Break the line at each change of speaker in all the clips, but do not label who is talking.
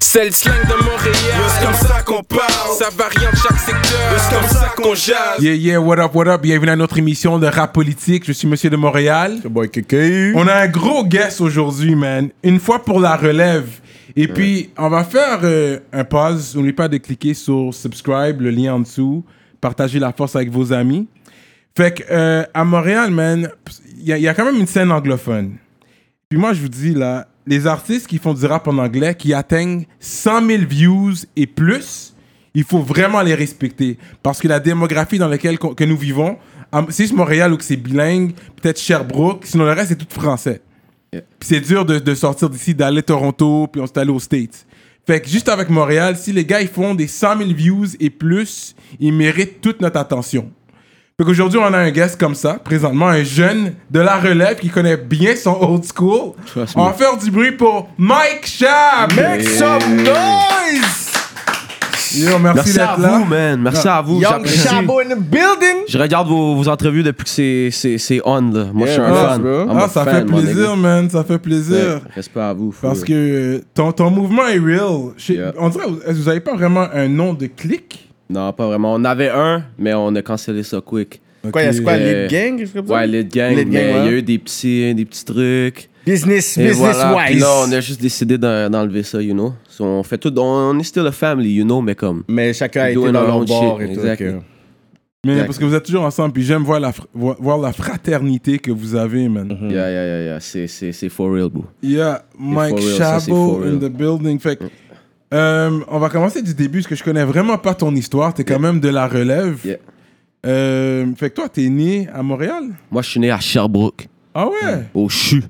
C'est le slang de Montréal.
C'est comme ça qu'on parle.
Ça varie en chaque secteur.
C'est comme ça qu'on jase.
Yeah, yeah, what up, what up? Bienvenue à notre émission de rap politique. Je suis Monsieur de Montréal.
Boy Kéké.
On a un gros guest aujourd'hui, man. Une fois pour la relève. Et puis, on va faire euh, un pause. N'oubliez pas de cliquer sur subscribe, le lien en dessous. Partagez la force avec vos amis. Fait que, euh, à Montréal, man, il y, a- il y a quand même une scène anglophone. Puis moi, je vous dis, là, les artistes qui font du rap en anglais, qui atteignent 100 000 views et plus, il faut vraiment les respecter. Parce que la démographie dans laquelle qu'on- que nous vivons, à- c'est juste Montréal où que c'est bilingue, peut-être Sherbrooke, sinon le reste, c'est tout français. Puis c'est dur de, de sortir d'ici, d'aller à Toronto, puis on s'est allé aux States. Fait que juste avec Montréal, si les gars ils font des 100 000 views et plus, ils méritent toute notre attention. Fait qu'aujourd'hui, on a un guest comme ça, présentement, un jeune de la relève qui connaît bien son old school.
Trust me.
On va faire du bruit pour Mike Schaap!
Make some noise!
Yo, merci,
Merci à
d'être là.
vous, man. Merci à vous.
Young
J'apprécie.
Chabo in the building!
Je regarde vos, vos entrevues depuis que c'est- c'est c'est on, là. Moi, je suis
Yeah,
un
right,
fan.
bro.
I'm
Ah,
a
ça fait
fan, mon
plaisir, man, ça fait plaisir.
nigga. Respect à vous.
Parce que euh, ton, ton mouvement est real. Je sais-
Yeah.
On dirait, vous- vous avez pas vraiment un nom de clique?
Non, pas vraiment. On avait un, mais on a cancellé ça quick.
Quoi, il y a c'est quoi,
Euh,
Lead Gang? quelque chose comme ça?
Ouais, Lit Gang,
Lit Gang,
mais il y a
ouais.
eu des petits, des petits trucs.
Business,
Et
business
voilà. Puis
wise.
là, on a juste décidé d'en- d'enlever ça, you know. So, on fait tout, on, on est still a family, you know, mais comme.
Mais chacun a été
Doing
dans
our
leur
own
bord
shit,
et tout.
exact.
ok.
Mais
Exact.
parce que vous êtes toujours ensemble, puis j'aime voir la, fr- voir voir la fraternité que vous avez, man.
Yeah, yeah, yeah, yeah. C'est- C'est c'est for real, bro.
Yeah, Mike
Mm-hmm. for real, ça, c'est
Chabot
for
in
real. Mm.
the building. Fait que, euh, on va commencer du début, parce que je connais vraiment pas ton histoire. T'es quand même de la relève.
Yeah.
Euh, fait que toi, t'es né à Montréal?
Moi, je suis né à Sherbrooke,
Ah ouais?
au CHU.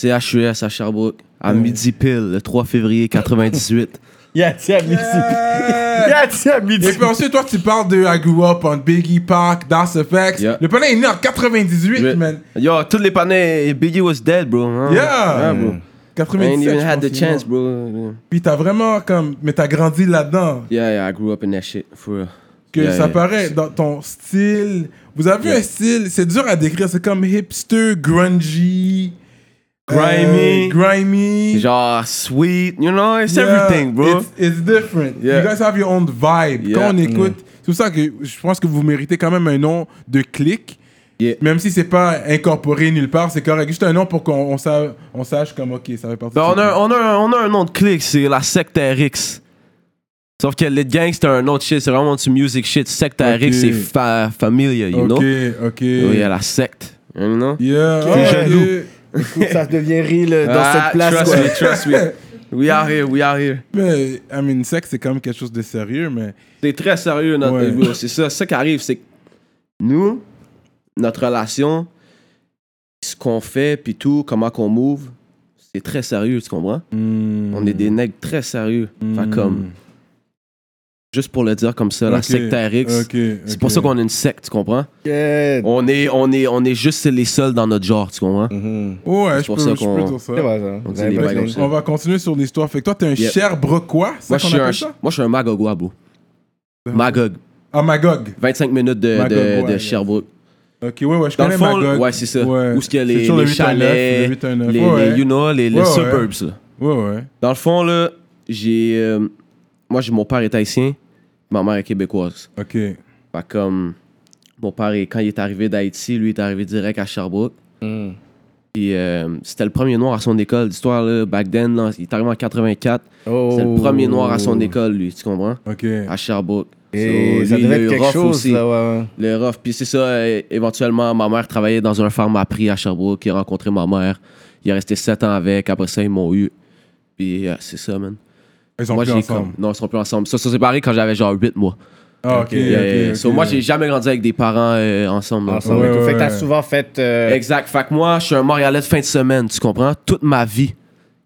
CHUS E à Sherbrooke, à midi pile, le 3 février 98.
Y'a tiens à midi.
Yeah.
Mm.
Y'a tiens à midi.
Et puis ensuite, toi, tu parles de I Grew Up on Biggie Park, Das Effects.
Yeah.
Le panel est né en 98,
Je-
man.
Yo, tous les panneaux, Biggie was dead, bro. hein?
Yeah.
bro. I
97.
ain't even
je
had
pense,
the
il est mort.
chance, bro.
Puis t'as vraiment comme. Mais t'as grandi là-dedans.
Yeah, yeah, I grew up in that shit, for real.
Que
Yeah,
ça
yeah.
paraît dans ton style. Vous avez
Yeah.
un style, c'est dur à décrire. C'est comme hipster, grungy,
Grimy.
euh, grimy.
Genre, sweet, you know, it's
Yeah,
everything, bro.
It's, it's different.
Yeah.
You guys have your own vibe.
Yeah. Mm.
Quand on écoute, c'est pour ça que je pense que vous méritez quand même un nom de clique.
Yeah.
Même si c'est pas incorporé nulle part, c'est correct. Juste un nom pour qu'on on sa- on sache comme, ok, ça fait partie
Ben,
de
on,
ça.
a, on, a, un- on a un nom de clique, c'est la secte RX. Sauf que Lit Gang, c'est un autre shit, c'est vraiment du music shit. Secte
Ok.
RX, c'est fa familia, you know? Oh,
Ok,
Oui,
ok.
il y a la secte, you know?
Yeah,
Ok.
ok.
Jaloux. Ça devient real euh, dans
Ah,
cette place.
Trust
quoi.
me, trust me. We are here, we are here.
Mais, Ben, I mean, sexe, c'est quand même quelque chose de sérieux, mais.
C'est très sérieux, notre
Ouais.
bro. C'est ça, ça qui arrive, c'est que nous, notre relation, ce qu'on fait, puis tout, comment qu'on move, c'est très sérieux, tu comprends?
hmm,
On est des
Mm.
nègres très sérieux. Fait comme, juste pour le dire comme ça, la
Ok,
secte RX,
Ok,
c'est
ok.
pour ça qu'on est une secte, tu comprends?
Yeah.
On est, on est, on est juste les seuls dans notre genre, tu comprends?
Mhm.
Ouais,
C'est
je
pour
peux,
ça
je peux
qu'on-
dire ça.
C'est vrai, ça.
Mm-hmm. On dit
J'avais
des
pas
bails
compris.
comme ça.
On va continuer sur l'histoire. Fait que toi, t'es un
Yeah.
Sherbrookeois, c'est
Moi,
ça
je
qu'on
suis un,
appelle ça?
moi, je suis un Magogwa, bro.
Magog.
Magog.
Ah, Magog.
25 minutes de,
Magog,
de- de
ouais, ouais.
Sherbrooke.
Ok, ouais, ouais, je
Dans le
connais
fond,
Magog.
ouais, c'est ça.
Ouais.
Où est-ce qu'il y a
C'est
les,
sur le
les
819,
chalets,
le 819.
les,
Ouais,
les-
ouais.
you know, les, les
Ouais, ouais.
suburbs, là.
Ouais, ouais.
Dans le fond, là, j'ai. euh, moi, j'ai mon père est haïtien, ma mère est québécoise.
Ok.
Fait comme. Mon père, est- quand il est arrivé d'Haïti, lui, il est arrivé direct à Sherbrooke.
Mhm.
Puis euh, c'était le premier noir à son école. L'histoire, là, back then, là, il est arrivé en 84.
Oh.
C'est le premier noir à son école, lui, tu comprends?
Ok.
À Sherbrooke.
Et
So,
ça
lui, il a
devait
eu
être quelque
rough
chose,
aussi.
là, ouais, ouais.
Le rough. Puis c'est ça, euh, éventuellement, ma mère travaillait dans un farm à prix à Sherbrooke. Il a rencontré ma mère. Il est resté 7 ans avec. Après ça, ils m'ont eu. Puis euh, c'est ça, man.
Ils sont
moi,
plus
j'ai
ensemble.
comme. Non, ils sont plus ensemble. Ça, ça s'est séparé quand j'avais genre 8 mois.
Ah, ok.
Et, euh,
ok,
so,
ok.
moi, j'ai jamais grandi avec des parents euh, ensemble. non.
Ensemble.
Ouais,
et tout.
ouais,
Fait que t'as
ouais.
souvent fait. euh,
Exact. Fait que moi, je suis un Montréalais de fin de semaine, tu comprends? Toute ma vie.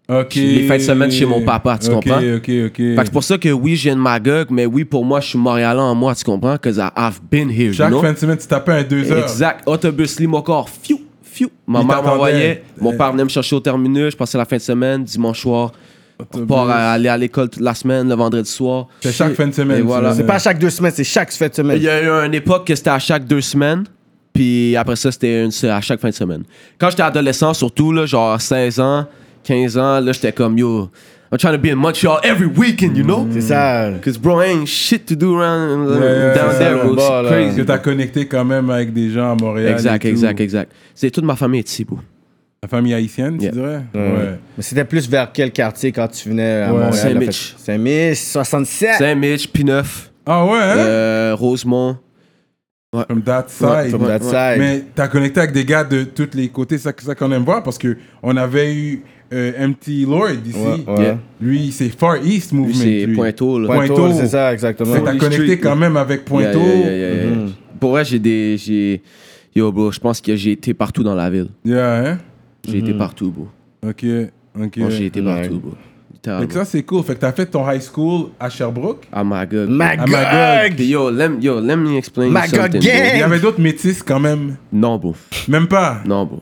Ok.
les fins de semaine chez mon papa, tu
Ok,
comprends?
Ok,
Fait que
ok.
c'est pour ça que oui, j'ai une Magog, mais oui, pour moi, je suis Montréalais en moi, tu comprends? Cause I- I've been here, you
Chaque
know?
fin de semaine, tu tapais un 2 heures.
Exact. Autobus, lit, mon corps. Fiu, fiu. Ma
Il
mère
t'attendait.
m'envoyait. Mon
Euh.
père venait me chercher au terminus. Je passais la fin de semaine, dimanche soir. On part à aller à l'école toute la semaine, le vendredi soir.
C'est chaque fin de semaine,
Et voilà.
ça.
C'est pas chaque deux semaines, c'est chaque fête semaine.
Il y a eu une époque que c'était à chaque deux semaines. Puis après ça, c'était une se- à chaque fin de semaine. Quand j'étais adolescent, surtout, là, genre 16 ans, 15 ans, là, j'étais comme yo. I'm trying to be in Montreal every weekend, you know?
C'est ça.
Cause bro, ain't shit to do around
ouais,
down
c'est
there,
Euh, ça,
bro.
le bas,
It's
là.
Parce que
crazy.
t'as connecté quand même avec des gens à Montréal.
Exact,
et tout.
exact, exact. C'est toute ma famille est ici, bro.
La famille haïtienne,
Yeah.
tu dirais Ouais.
Mais c'était plus vers quel quartier quand tu venais à
Ouais.
Montréal?
Saint-Mich.
en fait? Saint-Mich, 67.
Saint-Mich, P9,
Ah ouais, hein?
euh, Rosemont.
From that
Ouais,
side.
from
That side.
Mais t'as connecté avec des gars de tous les côtés, ça, ça qu'on aime voir, parce que on avait eu euh, MT Lord ici.
Ouais, ouais.
Yeah.
Lui, c'est Far East
Lui,
Movement.
c'est
lui.
Pointeau, là.
Pointeau.
Pointeau, c'est ça, exactement.
Fait que t'as
Holy
connecté
Street,
quand
lui.
même avec
Yeah,
Pointeau.
yeah, yeah, yeah, yeah.
Mm-hmm.
Pour vrai, j'ai des. j'ai- Yo, bro, je pense que j'ai été partout dans la ville.
Yeah, hein?
J'ai été partout, bro.
Ok, ok.
Moi, j'ai été
Ouais.
partout, bro.
Fait
Littéralement.
que ça, c'est cool. Fait que t'as fait ton high school à Sherbrooke.
Ah, my God.
À Magog.
Magog!
Puis yo, lem, yo, let me explain
My
you something,
God,
bro.
gang!
Il y avait d'autres métis quand même.
Non, bro.
Même pas.
Non, bro.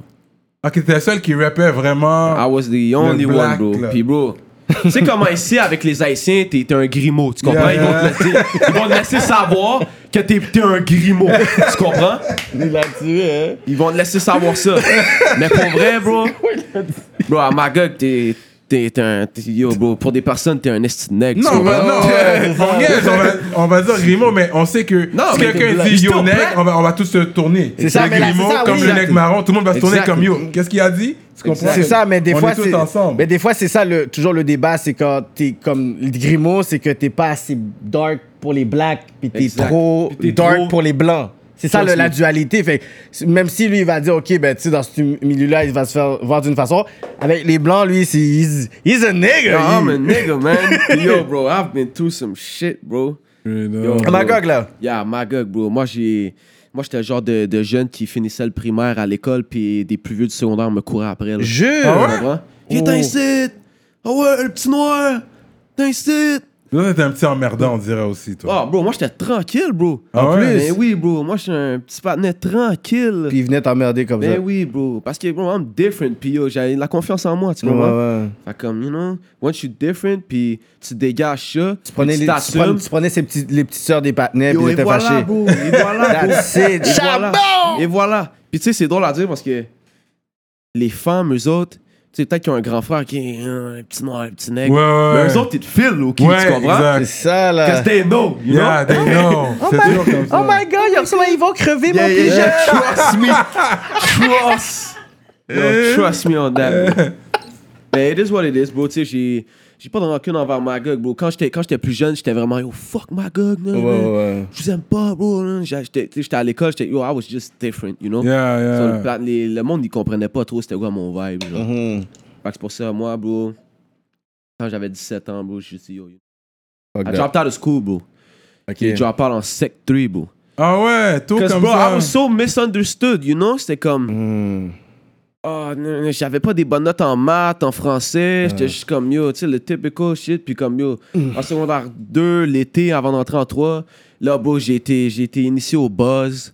Ok, t'es la seule qui rappait vraiment.
Ah
I was the only
black,
one, bro.
là.
Puis, bro. tu sais comment ici, avec les Haïtiens, t'es t'es un grimaud, tu comprends?
Yeah,
Ils, vont te laisser, ils vont te laisser savoir que t'es t'es un grimaud, tu comprends?
Il a tué, hein?
Ils vont te laisser savoir ça. Mais pour vrai, bro, bro, à Magog, t'es t'es un... t'es- Yo, bro, pour des personnes, t'es un esti de nègre, tu
Non,
comprends?
bah,
Ah
non, ouais, on, niaise, on va, on va dire Grimaud, mais on sait que
Non,
si
mais
quelqu'un
t'es
dit
black.
yo nègre, on va, on va tous se tourner.
C'est ça,
le
mais là,
Grimaud,
c'est ça,
comme
oui,
le
exact.
nègre marron, tout le monde va se tourner
Exact.
comme yo. Qu'est-ce qu'il a dit Tu comprends
C'est ça, mais des
on
fois,
est tous
c'est-
ensemble.
Mais des fois, c'est ça, le, toujours le débat, c'est quand t'es comme le Grimaud, c'est que t'es pas assez dark pour les blacks, puis t'es
Exact.
trop
Puis t'es
dark
trop-
pour les blancs. C'est ça
Toi
le-
aussi.
la dualité. Fait que même si lui, il va dire, OK, ben, tu sais, dans ce milieu-là, il va se faire voir d'une façon. Avec les blancs, lui, c'est. He's, he's a nigger!
Yo, I'm a
he-
nigga, man. Yo, bro, I've been through some shit, bro. Yo,
À Magog, là.
Yeah, Magog, bro. Moi, j'ai. Moi, j'étais le genre de, de jeune qui finissait le primaire à l'école, puis des plus vieux du secondaire me couraient après. Là.
Jure!
Ah
Tu comprends? Viens,
Oh.
t'as un site! Ah ouais, le petit noir! T'as un site!
Là, t'es un petit emmerdant, on dirait aussi, toi.
Oh, bro, moi, j'étais tranquille, bro.
Ah ouais?
Mais oui, bro. Moi, j'étais un petit patinet tranquille.
Puis il venait t'emmerder comme
Ben
ça.
oui, bro. Parce que, bro, I'm different. Puis, yo, j'ai la confiance en moi, tu
Ouais,
comprends?
ouais.
Fait comme, you know, once you're different, puis tu dégages ça,
Tu prenais, les, tu prenais,
t'assumes.
tu prenais ses petits, les petites sœurs des patinets, puis
Yo,
ils
et
étaient
voilà,
fâchés.
bro. Et voilà, bro.
That's it.
Et voilà. Et voilà. Puis tu sais, c'est drôle à dire parce que les femmes, eux autres, tu sais, peut-être qu'ils ont un grand frère qui est euh, un petit noir, un petit
Oh,
nègre.
Ouais, ouais,
Mais
ouais.
eux autres, ils te filent, OK?
Ouais,
tu comprends?
C'est Oh
exact.
ça, là.
Parce que they know, you
Yeah,
know?
they know. C'est toujours comme ça.
god, ils ressemblent à- ils vont crever,
Yeah, yeah,
eh,
yeah. Trust me. Trust. Yo, trust me on that,
Eh.
bro. Mais it is what it is, bro. Tu sais, j'ai... J'ai pas de rancune envers Magog, bro. Quand j'étais quand j'étais plus jeune, j'étais vraiment, yo, fuck Magog, man,
Ouais,
man.
ouais, ouais.
je vous aime pas, bro. hein. J'a- J'étais tu sais, j'étais à l'école, j'étais, yo, I was just different, you know?
Yeah, yeah.
So, le, pla- les- le monde, il comprenait pas trop c'était quoi mon vibe, genre.
Uh-huh. Mhm.
Fait que c'est pour ça, moi, bro, quand j'avais 17 ans, bro, je suis dit, yo, yo.
Fuck
I
that.
dropped out of school, bro.
Ok.
J'ai dropped out en sec 3, bro.
Ah ouais, tout
Because,
comme
bro,
ça.
I was so misunderstood, you know? C'était comme,
Hmm.
oh, non, non, j'avais pas des bonnes notes en maths, en français. J'étais juste comme, yo, tu sais, le typical shit. Puis comme, yo, en secondaire 2, l'été, avant d'entrer en 3, là, bro, j'ai été, j'ai été initié au buzz.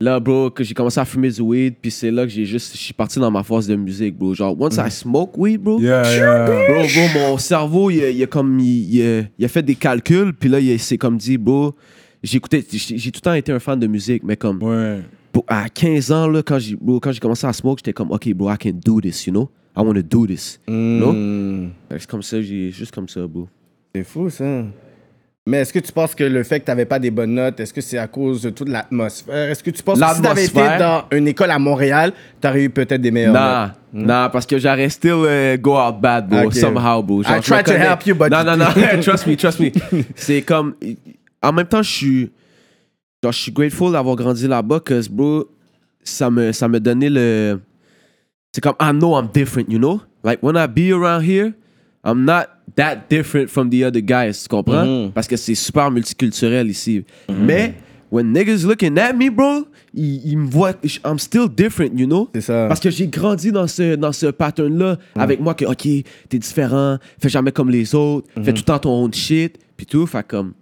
Là, bro, que j'ai commencé à fumer du weed. Puis c'est là que j'ai juste, je suis parti dans ma force de musique, bro. Genre, once I smoke weed, bro,
Yeah, yeah.
Bro, bro, mon cerveau, il, a- il a comme, il, il a- il a fait des calculs, puis là, il a- s'est comme dit, bro, j'écoutais, j'ai j'ai tout le temps été un fan de musique, mais comme,
Ouais.
pour- à 15 ans, là, quand j'ai bro, quand j'ai commencé à smoke, j'étais comme, OK, bro, I can do this, you know? I want to do this. Non?
Hmm.
Fait que C'est comme ça, j'ai juste comme ça, bro.
C'est fou, ça. Mais est-ce que tu penses que le fait que t'avais pas des bonnes notes, est-ce que c'est à cause de toute l'atmosphère? Est-ce que tu penses que si t'avais été dans
L'atmosphère.
une école à Montréal, t'aurais eu peut-être des meilleures notes?
Nah, nah, parce que j'aurais still euh, go out bad, bro,
mm. Ok.
somehow, bro.
I
je
tried
me
to
connais.
help you, but
Non,
you
non, non, trust me, trust me. C'est comme... En même temps, je suis... Genre, je suis grateful d'avoir grandi là-bas, cause, bro, ça me, ça me donnait le... C'est comme, I know I'm different, you know? Like, when I be around here, I'm not that different from the other guys, tu comprends?
Mhm.
Parce que c'est super multiculturel ici.
Mm-hmm.
Mais, when niggas looking at me, bro, ils, ils me voient... I'm still different, you know?
C'est ça. Mm-hmm.
Parce que j'ai grandi dans ce, dans ce pattern-là avec moi que, OK, t'es différent, fais jamais comme les autres,
Mm-hmm.
fais tout le temps ton own shit, puis tout. Fait comme,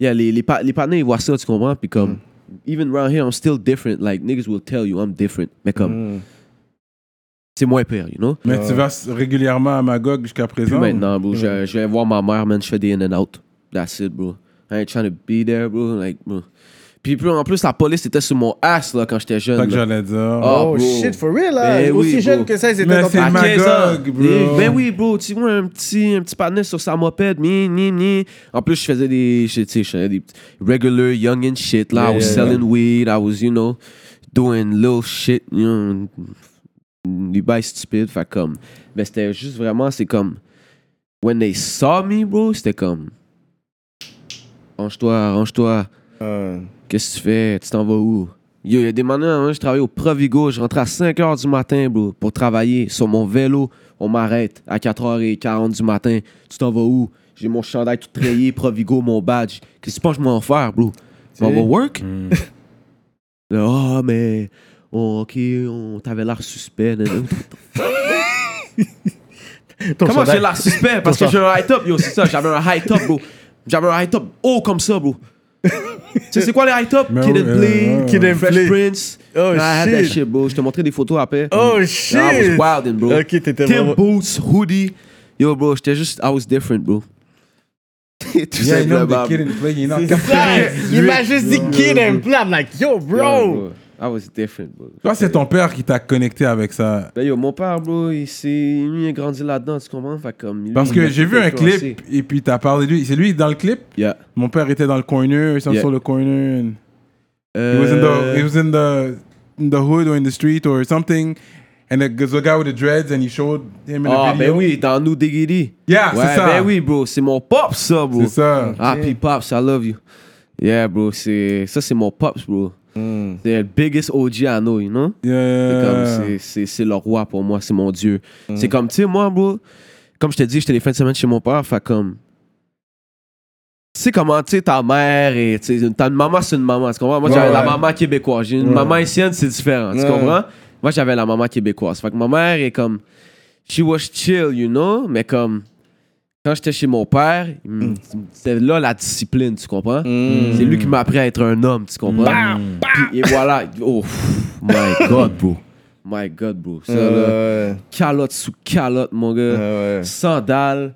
yeah, les, les, pa- les partenaires, ils voient ça, tu comprends? Puis comme,
Mm-hmm.
even around here, I'm still different. Like, niggas will tell you I'm different. Mais comme,
Hmm.
c'est moins pire, you know?
Mais tu vas s- régulièrement à Magog jusqu'à
Puis
présent.
maintenant, bro, je, je vais voir ma mère, man, je fais des in and out. That's it, bro. I ain't trying to be there, bro. Like, bro. Puis plus- en plus, la police était sur mon ass là, quand j'étais
C'est ça
jeune.
que
là.
j'allais dire.
Ah,
Oh
bro.
shit, for real, là.
Ben
Aussi
oui,
jeune
bro.
que ça, ils étaient
Mais
dans
c'est
ta
À
ma-
15 ans.
Magog, bro.
Eh, Ben oui, bro, tu vois, un petit, un petit panel sur sa moped, ni, ni, ni. En plus, je faisais des, je- tu sais, je faisais des petits- regular young and shit, là. I was
Yeah, yeah,
selling weed, I was, you know, doing little shit, you know, du bail stupide, fait comme. Mais c'était juste vraiment, c'est comme, when they saw me, bro, c'était comme, range-toi, range-toi.
Euh,
Qu'est-ce que tu fais? Tu t'en vas où? Yo, il y a des manières, hein, je travaillais au Provigo, je rentrais à 5h du matin, bro, pour travailler sur mon vélo. On m'arrête à 4h40 du matin. Tu t'en vas où? J'ai mon chandail tout trayé, Provigo, mon badge. Qu'est-ce que tu penses que je m'en vais faire, bro? Tu m'en vas work? Là, Ah, mais... oh, OK, on t'avait l'air suspect. nan, nan. Comment j'ai l'air suspect? Parce que j'ai un high top, yo, c'est ça. J'avais un high top, bro. J'avais un high top haut comme ça, bro. tu sais, c'est quoi les high top?
Mais
Kid
oui,
and
euh,
Play,
Kid and
Fresh
Play.
Prince.
Oh,
I had that
shit.
shit, bro. Je te montrais des photos après.
Oh
I
shit!
was wildin', bro.
Ok, t'étais
Tim
vraiment.
boots, hoodie. Yo, bro, j'étais juste... I was different, bro. Tout
Yeah, you know
simplement,
the kid in play, you know.
Ça, Il m'a juste dit kid and
and
play. I'm like, yo,
bro. Yo,
bro!
bro, I was different, bro.
Toi, c'est ton père qui t'a connecté avec ça.
Ben, yo, mon père, bro, il s'est... Lui, il a grandi là-dedans, tu comprends? Fait comme... lui,
Parce
il
que
m'a
j'ai
tout
vu un
influencé.
clip et puis t'as parlé de lui. C'est lui dans le clip
Yeah.
Mon père était dans le coiner, ils sont
Yeah.
sur le coiner. and He was in
Euh,
the he was in the in the hood or in the street or something. And the, there's a guy with the dreads and he showed him in
Ah, ben
the video.
oui, dans New Diggity.
Yeah,
Ouais,
c'est ça.
Ben oui, bro, c'est mon pop, ça, bro.
C'est ça.
Ah, puis Pops, I love you. Yeah, bro, c'est... Ça, c'est mon Pops, bro. C'est le biggest OG I know, you know? C'est comme,
Yeah.
c'est- c'est- c'est le roi pour moi, c'est mon Dieu.
Mm.
C'est comme, tu sais, moi, bro, comme je te dis, j'étais les fins de semaine chez mon père, fait comme. Tu sais comment, tu sais, ta mère et. Tu sais, ta maman, c'est une maman, tu comprends? Moi,
Ouais,
j'avais la
ouais.
maman québécoise. J'ai une
Ouais.
maman haïtienne, c'est différent, tu
Ouais.
comprends? Moi, j'avais la maman québécoise. Fait que ma mère est comme. She was chill, you know? Mais comme. Quand j'étais chez mon père, il me- c'était là la discipline, tu comprends? C'est lui qui m'a appris à être un homme, tu comprends? Puis- et voilà. Oh, pff, my God, bro. My God, bro. Ça, là,
Euh,
calotte sous calotte, mon gars.
euh, ouais.
Sandales,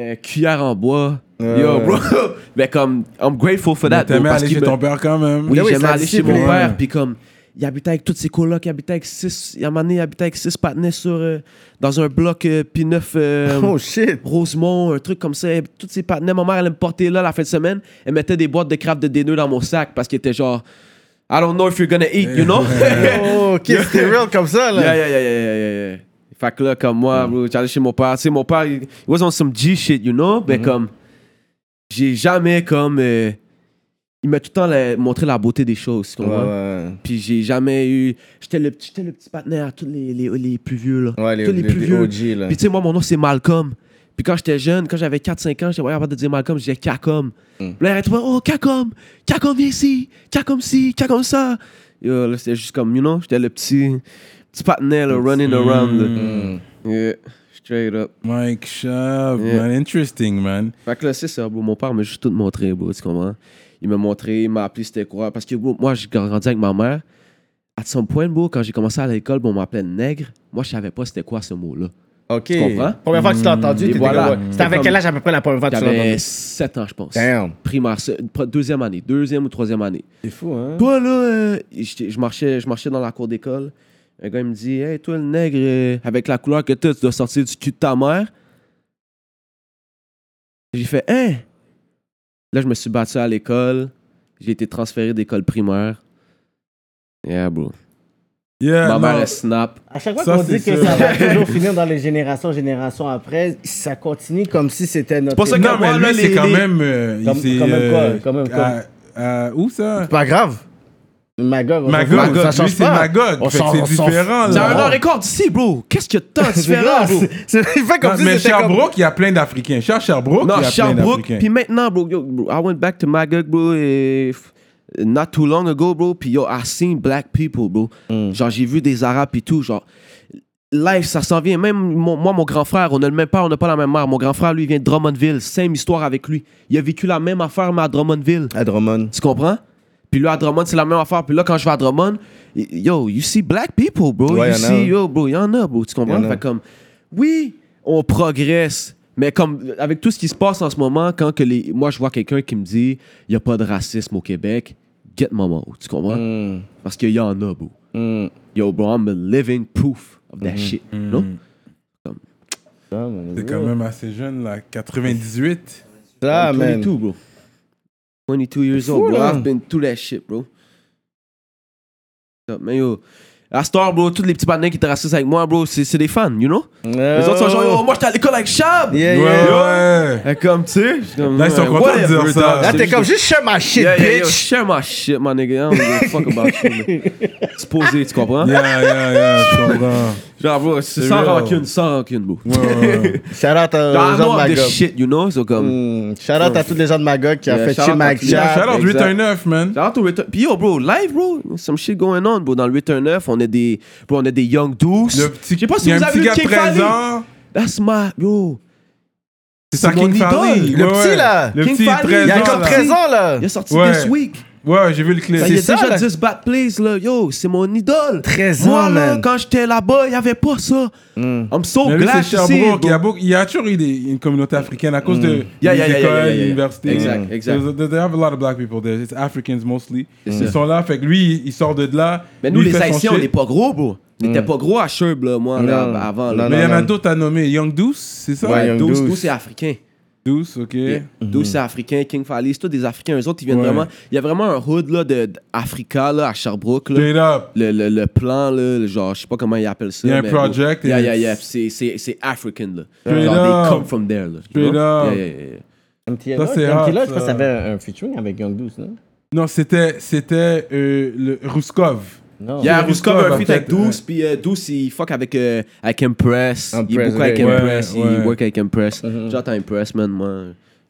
euh, cuillère en bois.
Ouais,
Yo,
ouais.
bro. Mais comme, I'm grateful for
Mais
that, bro.
T'aimais
Parce
aller
qu'il
chez
me-
ton père quand même.
Ben oui,
Ah oui,
j'aimais
ça
aller chez
disciple,
mon
ouais.
père, puis comme, il habitait avec tous ses colocs, il habitait avec six, il y a un moment donné, il habitait avec six partenaires sur, euh, dans un bloc euh, P9 euh,
Oh shit!
Rosemont, un truc comme ça. Et Toutes ses partenaires, ma mère, elle me portait là la fin de semaine. Elle mettait des boîtes de crabes de déneux dans mon sac parce qu'il était genre, I don't know if you're gonna eat, you know?
Oh, ok, c'était real comme ça,
yeah,
là.
yeah, yeah, yeah, yeah, yeah, yeah. Fait que là, comme moi,
Mm.
bro, j'allais chez mon père. Tu sais, mon père, il il was on some G shit, you know?
Mm-hmm.
Mais comme, j'ai jamais comme. euh, il m'a tout le temps la- montré la beauté des choses, tu
Ouais,
comprends?
ouais.
Puis j'ai jamais eu. J'étais le, petit- j'étais le petit partenaire à tous les, les, les plus vieux, là.
Ouais, les,
tous
les, les OG, là.
Puis tu sais, moi, mon nom, c'est Malcolm. Puis quand j'étais jeune, quand j'avais 4-5 ans, j'étais pas capable de dire Malcolm, je disais Kakom. Puis Là, il arrêtait de dire, oh, Kakom, Kakom, viens ici, Kakom ci, Kakom ça. Yo, là, c'était juste comme, you know, j'étais le petit, petit partenaire, là, running around. là. Yeah, straight up.
Mike Schaaf,
Yeah.
man. Interesting, man.
Fait que là, c'est ça, bro. Mon père m'a juste tout montré, bro. Tu comprends? Il m'a montré, il m'a appelé c'était quoi. Parce que, bro, moi, j'ai grandi avec ma mère. À son point, bro, quand j'ai commencé à l'école, bro, on m'appelait nègre. Moi, je savais pas c'était quoi ce mot-là.
Ok.
Tu comprends?
Première fois que tu l'as entendu,
Et
t'étais
voilà.
comme, ouais. C'était avec
Comme-
quel âge à peu près la première fois que tu l'as
J'avais
entendu?
7 ans, je pense.
Damn.
primaire, se- pre- deuxième année, deuxième ou troisième année.
C'est fou, hein?
Toi, là, euh, j'étais- je marchais, je marchais dans la cour d'école. Un gars il me dit Hey, toi, le nègre, euh, avec la couleur que t'as, tu dois sortir du cul de ta mère. J'ai fait Hein Là, je me suis battu à l'école. J'ai été transféré d'école primaire. Yeah, bro.
Yeah,
Ma mère,
non.
elle snap.
À chaque fois
Ça,
qu'on dit
c'est
que
sûr.
ça va toujours finir dans les générations, générations après, ça continue comme si c'était notre.
pour ça que-
Non, mais
moi, là,
lui, c'est
les-
quand
les-
même. euh, il
Comme-
s'est,
quand même quoi,
euh,
quand même quoi.
à- à- Où ça
C'est pas grave. Magog, on-
Magog,
ça
lui,
change
c'est
pas.
Magog.
On
Fait
s'en-
que c'est
on s'en-
différent,
T'as un
là.
an record d'ici, bro. Qu'est-ce que t'as de
C'est
différent, bro
C'est c'est- il fait
Non,
comme si
mais
c'était comme-
Sherbrooke, il y a plein d'Africains. Cher Sherbrooke, il
Non,
y a plein
Sherbrooke.
d'Africains.
Puis maintenant, bro, yo, bro, I went back to Magog, bro, et f- not too long ago, bro. Puis yo, I seen black people, bro. Genre, j'ai vu des Arabes et tout, genre. Life, ça s'en vient. Même mon- moi, mon grand frère, on n'a le même père, on n'a pas la même mère. Mon grand frère, lui, il vient de Drummondville. Same histoire avec lui. Il a vécu la même affaire, mais à Drummondville.
À Drummond.
Tu comprends? Puis là, à Drummond, c'est la même affaire. Puis là, quand je vais à Drummond, y- yo, you see black people, bro.
Ouais,
you
y'en a.
see, yo, bro, y'en a, bro. Tu comprends?
Y'en a.
Fait comme, oui, on progresse. Mais comme, avec tout ce qui se passe en ce moment, quand que les, moi, je vois quelqu'un qui me dit, il n'y a pas de racisme au Québec, get mama out, tu comprends?
Hmm.
Parce qu'il y en a, bro. Yo, bro, I'm a living proof of
Hmm.
that shit, non?
Ça, man.
C'est quand même assez jeune, là. 98.
Ça,
I'm
man.
22, bro. 22 Ah, years
Fou,
old, bro.
là.
I've been through that shit, bro. What's up, Man, yo. À cette heure, bro, tous les petits partenaires qui étaient racistes avec moi, bro, c'est c'est des fans, you know? Les autres sont genre, yo, moi, j'étais à l'école avec Chab!
Ah, Yeah,
Ouais,
yeah.
ouais.
Et comme, tu sais, je suis comme,
Là, ils sont
ouais,
contents de
whatever,
dire ça.
Là,
dog. C'est
t'es
juste
comme juste shut my shit,
Yeah, yeah, yo,
bitch.
share my shit, my nigga. I don't give a fuck about you. man. C'est posé, tu comprends?
Yeah, yeah, yeah, je comprends.
Genre, bro, c'est
C'est
sans
real.
rancune, sans rancune, bro.
Ouais, ouais, ouais.
Shout out
Genre, I
à Jean
know
de
I'm the
Magog.
shit, you know? So, comme.
Hmm, Shout out à tous les gens de Magog qui a
Yeah,
fait
shout
chez
out à
Mac
tous les gens.
Jack.
Shout out
exact.
819, man.
Shout out to Return. Puis yo, bro, live, bro, some shit going on, bro. Dans le 8-9, on est des, bro, on est des young douces.
Le petit,
Je sais pas
il
si
y a
vous
un
avez
petit
vu
gars de
King
13
Valley.
ans.
That's my, bro.
C'est ça,
mon
King
idole.
Valley.
Le
Ouais,
petit,
ouais.
là.
Le
King
petit,
Valley.
13
Il y a
ans.
comme
là.
13 ans, là.
Il a sorti
Ouais.
this week.
Ouais, j'ai vu le clip.
Ben, il y a
ça,
déjà
là.
10 bad plays, là. Yo, c'est mon idole.
13
Moi,
ans,
là,
man.
quand j'étais là-bas, il y avait pas ça. I'm so
Mm. Mais lui, c'est
glad to see it, bro.
Sherbrooke. Il y, a beaucoup- il y a toujours eu des, une communauté africaine à cause de
Mm. Yeah, yeah,
des
yeah,
écoles,
yeah, yeah, yeah.
l'université.
Exact, exact.
They, they have Mm. a lot of black people there. It's Africans mostly.
ça.
Ils sont là. Fait que lui, il sort de là.
Mais
lui,
nous,
il
les
fait son
Haïtiens, on
shit. Mm.
n'est pas gros, bro. On n'était pas gros à Sherb, là, moi, là,
Non.
avant.
Non,
Là.
Mais il y en a
non.
d'autres à nommer. Young Douce, c'est ça?
Ouais, Young
Douce,
Douce.
Douce, c'est africain.
Douce, OK.
D'où c'est africain, King Fally, c'est tous des Africains. Eux autres, ils viennent
Mm-hmm. Ouais.
vraiment. Il y a vraiment un hood là, de, d'Africa là, à Sherbrooke. Là.
Straight up.
Le, le, le plan, là, le genre, je sais pas comment ils appellent ça.
Il y a un
mais
project
bon. Yeah,
et-
yeah, yeah. C'est, c'est, c'est African. Là.
Straight
genre,
up.
they come from there. Là, Tu
Straight
vois?
up.
Yeah, yeah, yeah.
MTLA,
Ça, c'est hot,
MTLA, je
ça.
pense qu'il avait un un featuring avec Young Douce, non?
Non, c'était c'était euh, le Rouskov.
Non.
Il y a
Douce,
Ruskov,
Douce,
un
en
feat
fait,
avec Douce,
ouais.
puis euh, Douce, il fuck avec, euh, avec Impress. Il est
Impress,
beaucoup avec
ouais.
Impress,
Ouais, Uh-huh.
il
ouais.
work avec Impress. J'entends Impress, man, moi.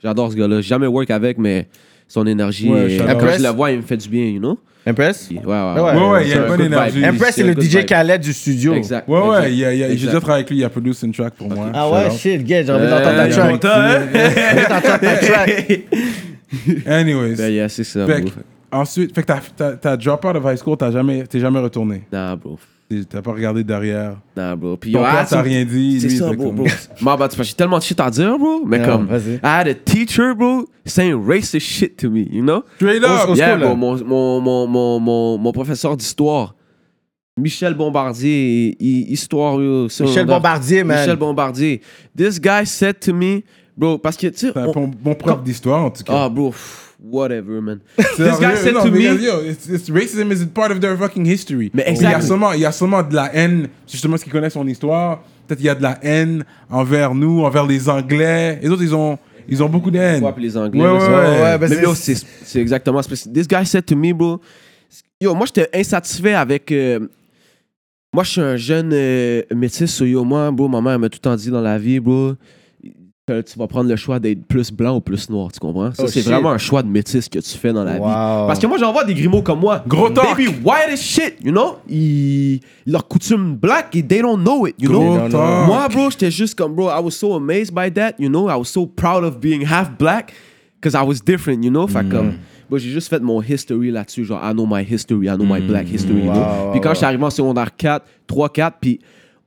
J'adore ce gars-là. J'ai jamais work avec, mais son énergie.
Ouais,
euh,
shout
out.
quand
Impress?
je la vois, il me fait du bien, you know?
Impress?
Ouais, ouais,
Ouais,
Ouais, ouais, il y
C'est
a une
un
bonne
good vibe.
énergie.
Impress, c'est
Good
le DJ
vibe.
Khaled du studio.
Exact.
Ouais,
exact,
ouais, il y a- il y a- j'ai
exact.
déjà travaillé avec lui. Il a produit une track pour moi.
Ah ouais,
Shout out.
shit, gay, j'ai envie
Euh,
d'entendre ta
il y a
track.
longtemps, hein?
J'ai envie d'entendre ta track.
Anyways.
Ben, yeah, c'est ça,
Fait
bro.
que- ensuite, fait que t'as- t'as- t'as drop out of high school, t'as jamais, t'es jamais retourné.
Nah, bro.
T'es- T'as pas regardé derrière.
Nah, bro. Puis,
Ton
yo, I
père
had
t'a
some-
rien dit.
C'est
lui,
ça,
t'es
bro,
comme-
bro. M'en bats, parce que j'ai tellement de shit à dire, bro. Mais
Non,
comme,
vas-y.
I had a teacher, bro, saying racist shit to me, you know?
Straight up.
Au
Yeah,
school,
bro,
là.
mon, mon, mon, mon, mon, mon professeur d'histoire, Michel Bombardier, hi- histoire. yo,
Michel
secondaire.
Bombardier, man.
Michel Bombardier. This guy said to me, bro, parce que, tu sais.
C'est un
on-
bon, bon prof d'histoire, en tout cas.
Ah, bro, pff, whatever, man.
Sérieux,
This guy said
non,
to
mais
me.
guys, yo, it's, it's racism is part of their fucking history.
Mais
Puis Il y a
exact.
seulement, il y a seulement de la haine, justement, ce qui connaissent son histoire. Peut-être qu'il y a de la haine envers nous, envers les Anglais. Les autres, ils ont, ils ont beaucoup de haine.
Ouais, puis les Anglais,
Ouais,
là,
ouais,
c'est-
ouais.
Ouais, ben,
Mais
c'est-
yo, c'est c'est exactement. ce que- This guy said to me, bro. Yo, moi, j'étais insatisfait avec. euh, moi, je suis un jeune euh, métis, so yo, moi, bro, ma mère m'a tout le temps dit dans la vie, bro. que Tu vas prendre le choix d'être plus blanc ou plus noir, tu comprends? Ça,
Oh,
c'est
shit.
vraiment un choix de métis que tu fais dans la
Wow.
vie. Parce que moi, j'en vois des grimauds comme moi.
Gros talk.
Baby white as shit, you know? Ils, leur coutume black, et they don't know it, you
Gros
know?
talk.
Moi, bro, j'étais juste comme, bro, I was so amazed by that, you know? I was so proud of being half black, because I was different, you know? Fait
Mm.
comme, bro, j'ai juste fait mon history là-dessus, genre, I know my history, I know my black history, you know?
Mm. Wow,
puis quand
wow,
je suis arrivé en secondaire 4, 3, 4, puis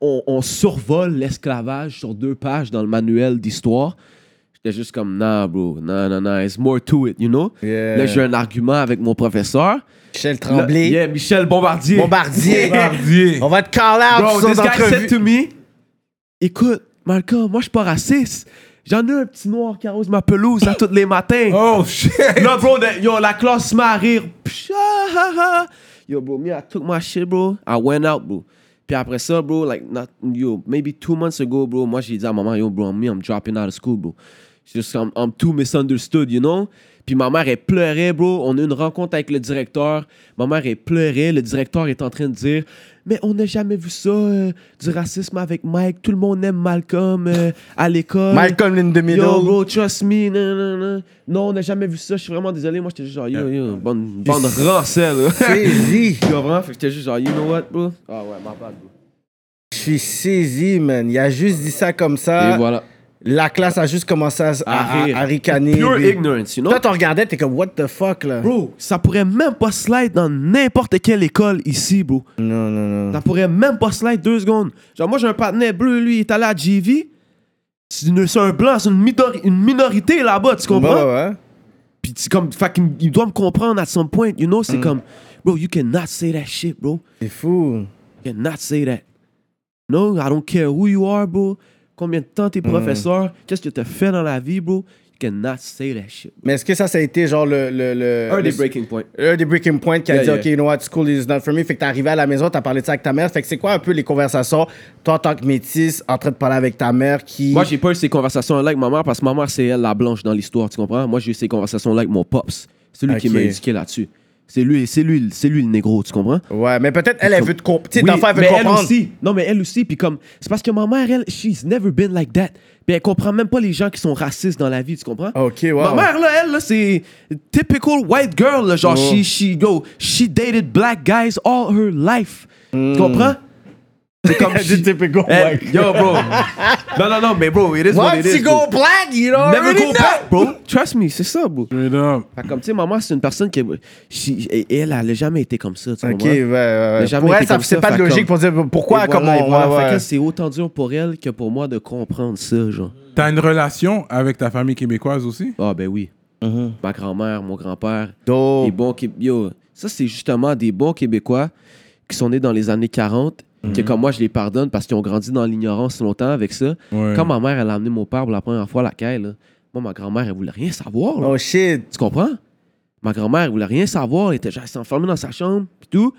on, on survole l'esclavage sur deux pages dans le manuel d'histoire, J'étais juste comme, nah, bro, nah, nah, nah, it's more to it, you know?
Yeah.
Là, j'ai un argument avec mon professeur.
Michel
Là,
Tremblay.
yeah, Michel Bombardier.
Bombardier.
Bombardier.
On va te call out
Bro,
sur
this
nos
guy said
entrevues.
to me, écoute, Malcolm, moi, je suis pas raciste. J'en ai un petit noir qui arrose ma pelouse à tous les matins.
Oh shit.
Là, bro, de- yo, la classe se met à rire. Psh, ah, ah, ah. Yo, bro, me, I took my shit, bro. I went out, bro. Puis après ça, bro, like, not, yo, maybe two months ago, bro, moi, j'ai dit à maman, yo, bro, me, I'm dropping out of school, bro. Just, I'm, I'm too misunderstood, you know? Puis ma mère, elle pleurait, bro. On a eu une rencontre avec le directeur. Ma mère, elle pleurait. Le directeur est en train de dire Mais on n'a jamais vu ça, euh, du racisme avec Mike. Tout le monde aime Malcolm euh, à l'école.
Malcolm in the
Yo,
middle.
bro, trust me. Non, non, non. non on n'a jamais vu ça. Je suis vraiment désolé. Moi, j'étais juste genre, yo, yo, bonne, bonne rancelle. là.
Je suis saisi.
Tu comprends? Fait que j'étais juste genre, you know what, bro? Ah ouais, ma bad, bro.
Je suis saisi, man. Il a juste dit ça comme
Et
ça.
voilà.
La classe a juste commencé Euh, à, à-
À rire.
à- à ricaner.
Pure
Puis-
ignorance, you know?
Toi, t'en regardais, t'es comme, what the fuck, là?
Bro, ça pourrait même pas slide dans n'importe quelle école ici, bro.
Non, non, non.
Ça pourrait même pas slide deux secondes. Genre, moi, j'ai un partenaire bleu, lui, il est allé à JV. C'est une- c'est un blanc, c'est une, mitori- une minorité là-bas, tu comprends?
Bah, Ouais, ouais.
Puis c'est comme, fait qu'il il doit me comprendre à some point, you know? C'est comme, bro, you cannot say that shit, bro.
C'est fou.
You cannot say that. No, I don't care who you are, bro. Combien de temps t'es professeur? Qu'est-ce que t'as fait dans la vie, bro? You cannot say that shit.
Mais est-ce que ça, ça a été genre le. le, le
Un des
le-
breaking points.
Un des breaking points qui a
Yeah,
dit,
yeah.
OK, you know what, school is not for me. Fait que t'es arrivé à la maison, t'as parlé de ça avec ta mère. Fait que c'est quoi un peu les conversations, toi, en tant que métisse, en train de parler avec ta mère qui.
Moi, j'ai pas eu ces conversations-là avec ma mère parce que ma mère, c'est elle la blanche dans l'histoire, tu comprends? Moi, j'ai eu ces conversations-là avec mon pops. C'est lui qui
Ok.
m'a éduqué là-dessus. C'est lui, c'est lui, c'est lui le négro, tu comprends?
Ouais, mais peut-être elle, elle veut te comprendre. Tu sais,
Oui,
t'en fais, elle veut
mais
te comprendre.
Elle aussi. Non, mais elle aussi. Puis comme, c'est parce que ma mère, elle, she's never been like that. Puis elle comprend même pas les gens qui sont racistes dans la vie, tu comprends?
Ok, wow.
Ma mère, là, elle, là, c'est typical white girl, là, genre,
Oh.
she, she, go, she dated black guys all her life.
Hmm.
Tu comprends?
Oh
C'est comme
Du typical
Elle-
white
Yo, bro. non, non, non, mais bro, it is what, it
Once
is.
you go
bro.
black, you know.
Never go back, bro. Trust me, c'est ça, bro.
Straight up.
Fait comme, tu sais, maman, c'est une personne qui. she- elle, elle a jamais été comme ça, tu
Ok,
comprends?
ouais, ouais, ouais.
Mais jamais
Pour
été
elle, ça-
comme
c'est
ça,
pas
fait
de logique
comme-
pour dire pourquoi,
Et voilà,
comment.
et voilà.
ouais,
Fait
ouais.
que c'est autant dur pour elle que pour moi de comprendre ça, genre.
T'as une relation avec ta famille québécoise aussi?
Ah, ben oui.
Mhm.
Ma grand-mère, mon grand-père.
Dope.
Les bons Qué- Yo, ça, c'est justement des bons Québécois qui sont nés dans les années 40, que
Mhm.
comme moi, je les pardonne parce qu'ils ont grandi dans l'ignorance longtemps avec ça.
Ouais.
Quand ma mère, elle a amené mon père pour la première fois à la caille, là, moi, ma grand-mère, elle voulait rien savoir. là.
Oh shit.
Tu comprends? Ma grand-mère, elle voulait rien savoir. Elle était genre, elle s'est enfermée dans sa chambre, pis tout.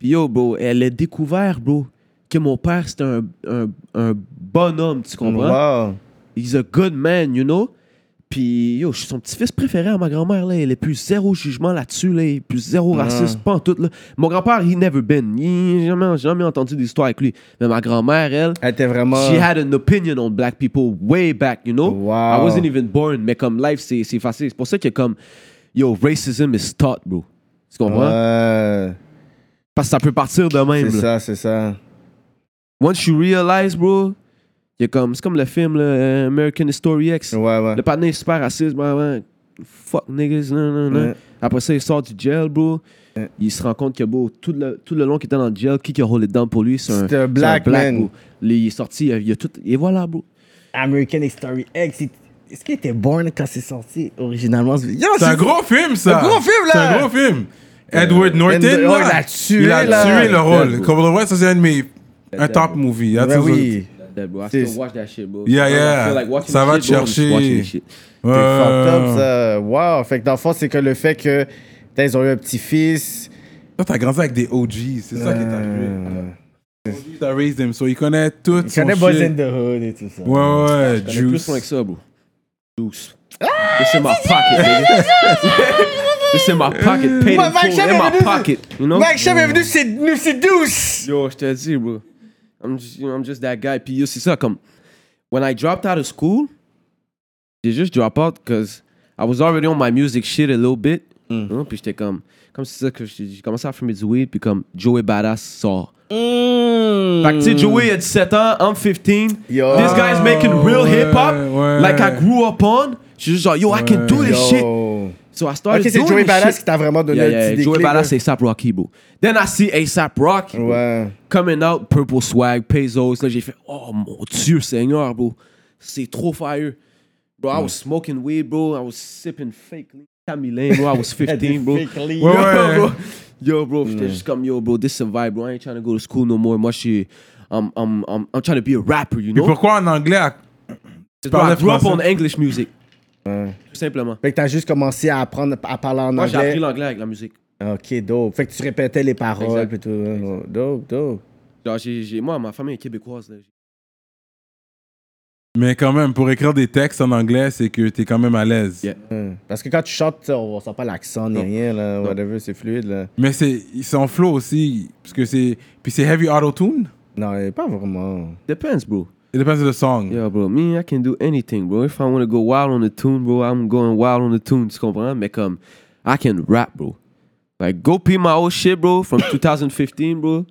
Puis yo, bro, elle a découvert, bro, que mon père, c'était un, un, un bonhomme, tu comprends?
Wow.
He's a good man, you know? Puis yo, je suis son petit-fils préféré à ma grand-mère, là. Elle est plus zéro jugement là-dessus, là. Elle est plus zéro raciste, pas en tout, là. Mon grand-père, he never been. Il- J'ai jamais, j'ai jamais entendu d'histoire avec lui. Mais ma grand-mère, elle,
Elle était vraiment.
She had an opinion on black people way back, you know?
Wow.
I wasn't even born, mais comme life, c'est c'est facile. C'est pour ça que comme, yo, racism is taught, bro. Tu comprends?
Ouais.
Parce que ça peut partir de
C'est
même. là.
ça, c'est ça.
Once you realize, bro, y a comme, c'est comme le film, là, euh, American History X.
Ouais, ouais.
Le patin est super raciste, bro, ouais. Fuck niggas, non, non, non.
Ouais.
Après ça, il sort du jail, bro. Il se rend compte que, bro, tout le, tout le long qu'il était dans le jail, qui qui a roulé dedans pour lui, c'est un,
C'était un black man.
bro. Les- Il est sorti, il y a- il y a tout. Et voilà, bro.
American History X. il- Est-ce qu'il était born quand c'est sorti originalement ce Yo,
C'est un gros film, ça.
un gros film, là.
C'est un gros film. Edward Norton,
Edward- oh,
là,
il a tué,
il a
là.
tué le rôle.
Deadpool.
Comme le voit, ça, c'est un de mes... Un
Deadpool.
top movie. That's
Ben
what-
oui.
that, bro. I
C'est-
still watch that shit, bro.
Yeah,
Sometimes
yeah.
I feel like watching
Ça
this
va
shit,
te
bro, I'm just
chercher.
watching this shit.
Ouais.
C'est
Euh.
fucked up, ça. Wow. Fait que dans le fond, c'est que le fait que. peut-être Ils ont eu un petit-fils.
Toi, t'as grandi avec des OGs. C'est ça qui est arrivé. OGs, t'as raised them. So, il connaît tout
Euh. Il
son
connaît Boys in
shit.
the Hood et tout ça.
Ouais, ouais,
J'en ai plus soin que
Juice.
ça, bro. Juice. This in my pocket, nigga. This in my pocket. Paid in
Mike
full
Shep
in my
est venu-
pocket. You know?
Mike Chef est venu, c'est nous, c'est douce.
Yo, je te dis, bro. I'm just, you know, I'm just that guy. Puis yo, c'est ça, comme... um, When I dropped out of school, j'ai juste drop out because I was already on my music shit a little bit. You
Mm.
know? Puis j'étais comme... Comme c'est ça que je te dis, j'ai commencé à fumer du weed, puis comme Joey Badass sort.
Hmm.
Fait que, tu sais, Joey a 17 ans, I'm 15.
Yo.
This guy's making real
ouais,
hip hop,
ouais.
like I grew up on. Je suis juste genre, yo, I can do this shit.
Yo.
So I started
Ok, c'est
doing
Joey
this
Badass
shit.
qui t'a vraiment donné
Yeah,
un
yeah,
petit
Joey
déclic, là.
Badass, ASAP Rocky, bro. Then I see ASAP Rocky bro,
Ouais.
coming out, Purple Swag, Pesos. Là, j'ai fait, oh mon Dieu, Seigneur, bro. C'est trop fire. Bro, I was
Mm.
smoking weed, bro. I was sipping fake Camille, bro. I was 15, bro.
Fake
Ouais,
Yo,
ouais.
bro. Yo, bro. J'étais juste comme, yo, bro, this is a vibe, bro. I ain't trying to go to school no more. Moi, je suis. I'm, I'm, I'm, I'm trying to be a rapper, you
Puis
know?
pourquoi en anglais? à-
Bro, I
Tu parlais
grew up
français?
on English music. Tout simplement.
Fait que t'as juste commencé à apprendre à parler en
Moi, j'ai appris
anglais.
l'anglais avec la musique.
Ok, dope. Fait que tu répétais les paroles
Exact.
pis tout. Oh, Dope, dope.
Genre, j'ai, j'ai- moi, ma famille est québécoise. là.
Mais quand même, pour écrire des textes en anglais, c'est que t'es quand même à l'aise.
Yeah.
Hum. Parce que quand tu chantes, t'sais, on sent pas l'accent ni
Non.
rien, là. Whatever, c'est fluide, là.
Mais c'est son flow aussi, parce que c'est puis c'est heavy auto tune.
Non, mais pas vraiment.
Depends, bro.
It depends on the song.
Yeah, bro. Me, I can do anything, bro. If I want to go wild on the tune, bro, I'm going wild on the tune. Tu comprends? Mais comme, I can rap, bro. Like, go pee my old shit, bro, from 2015, bro.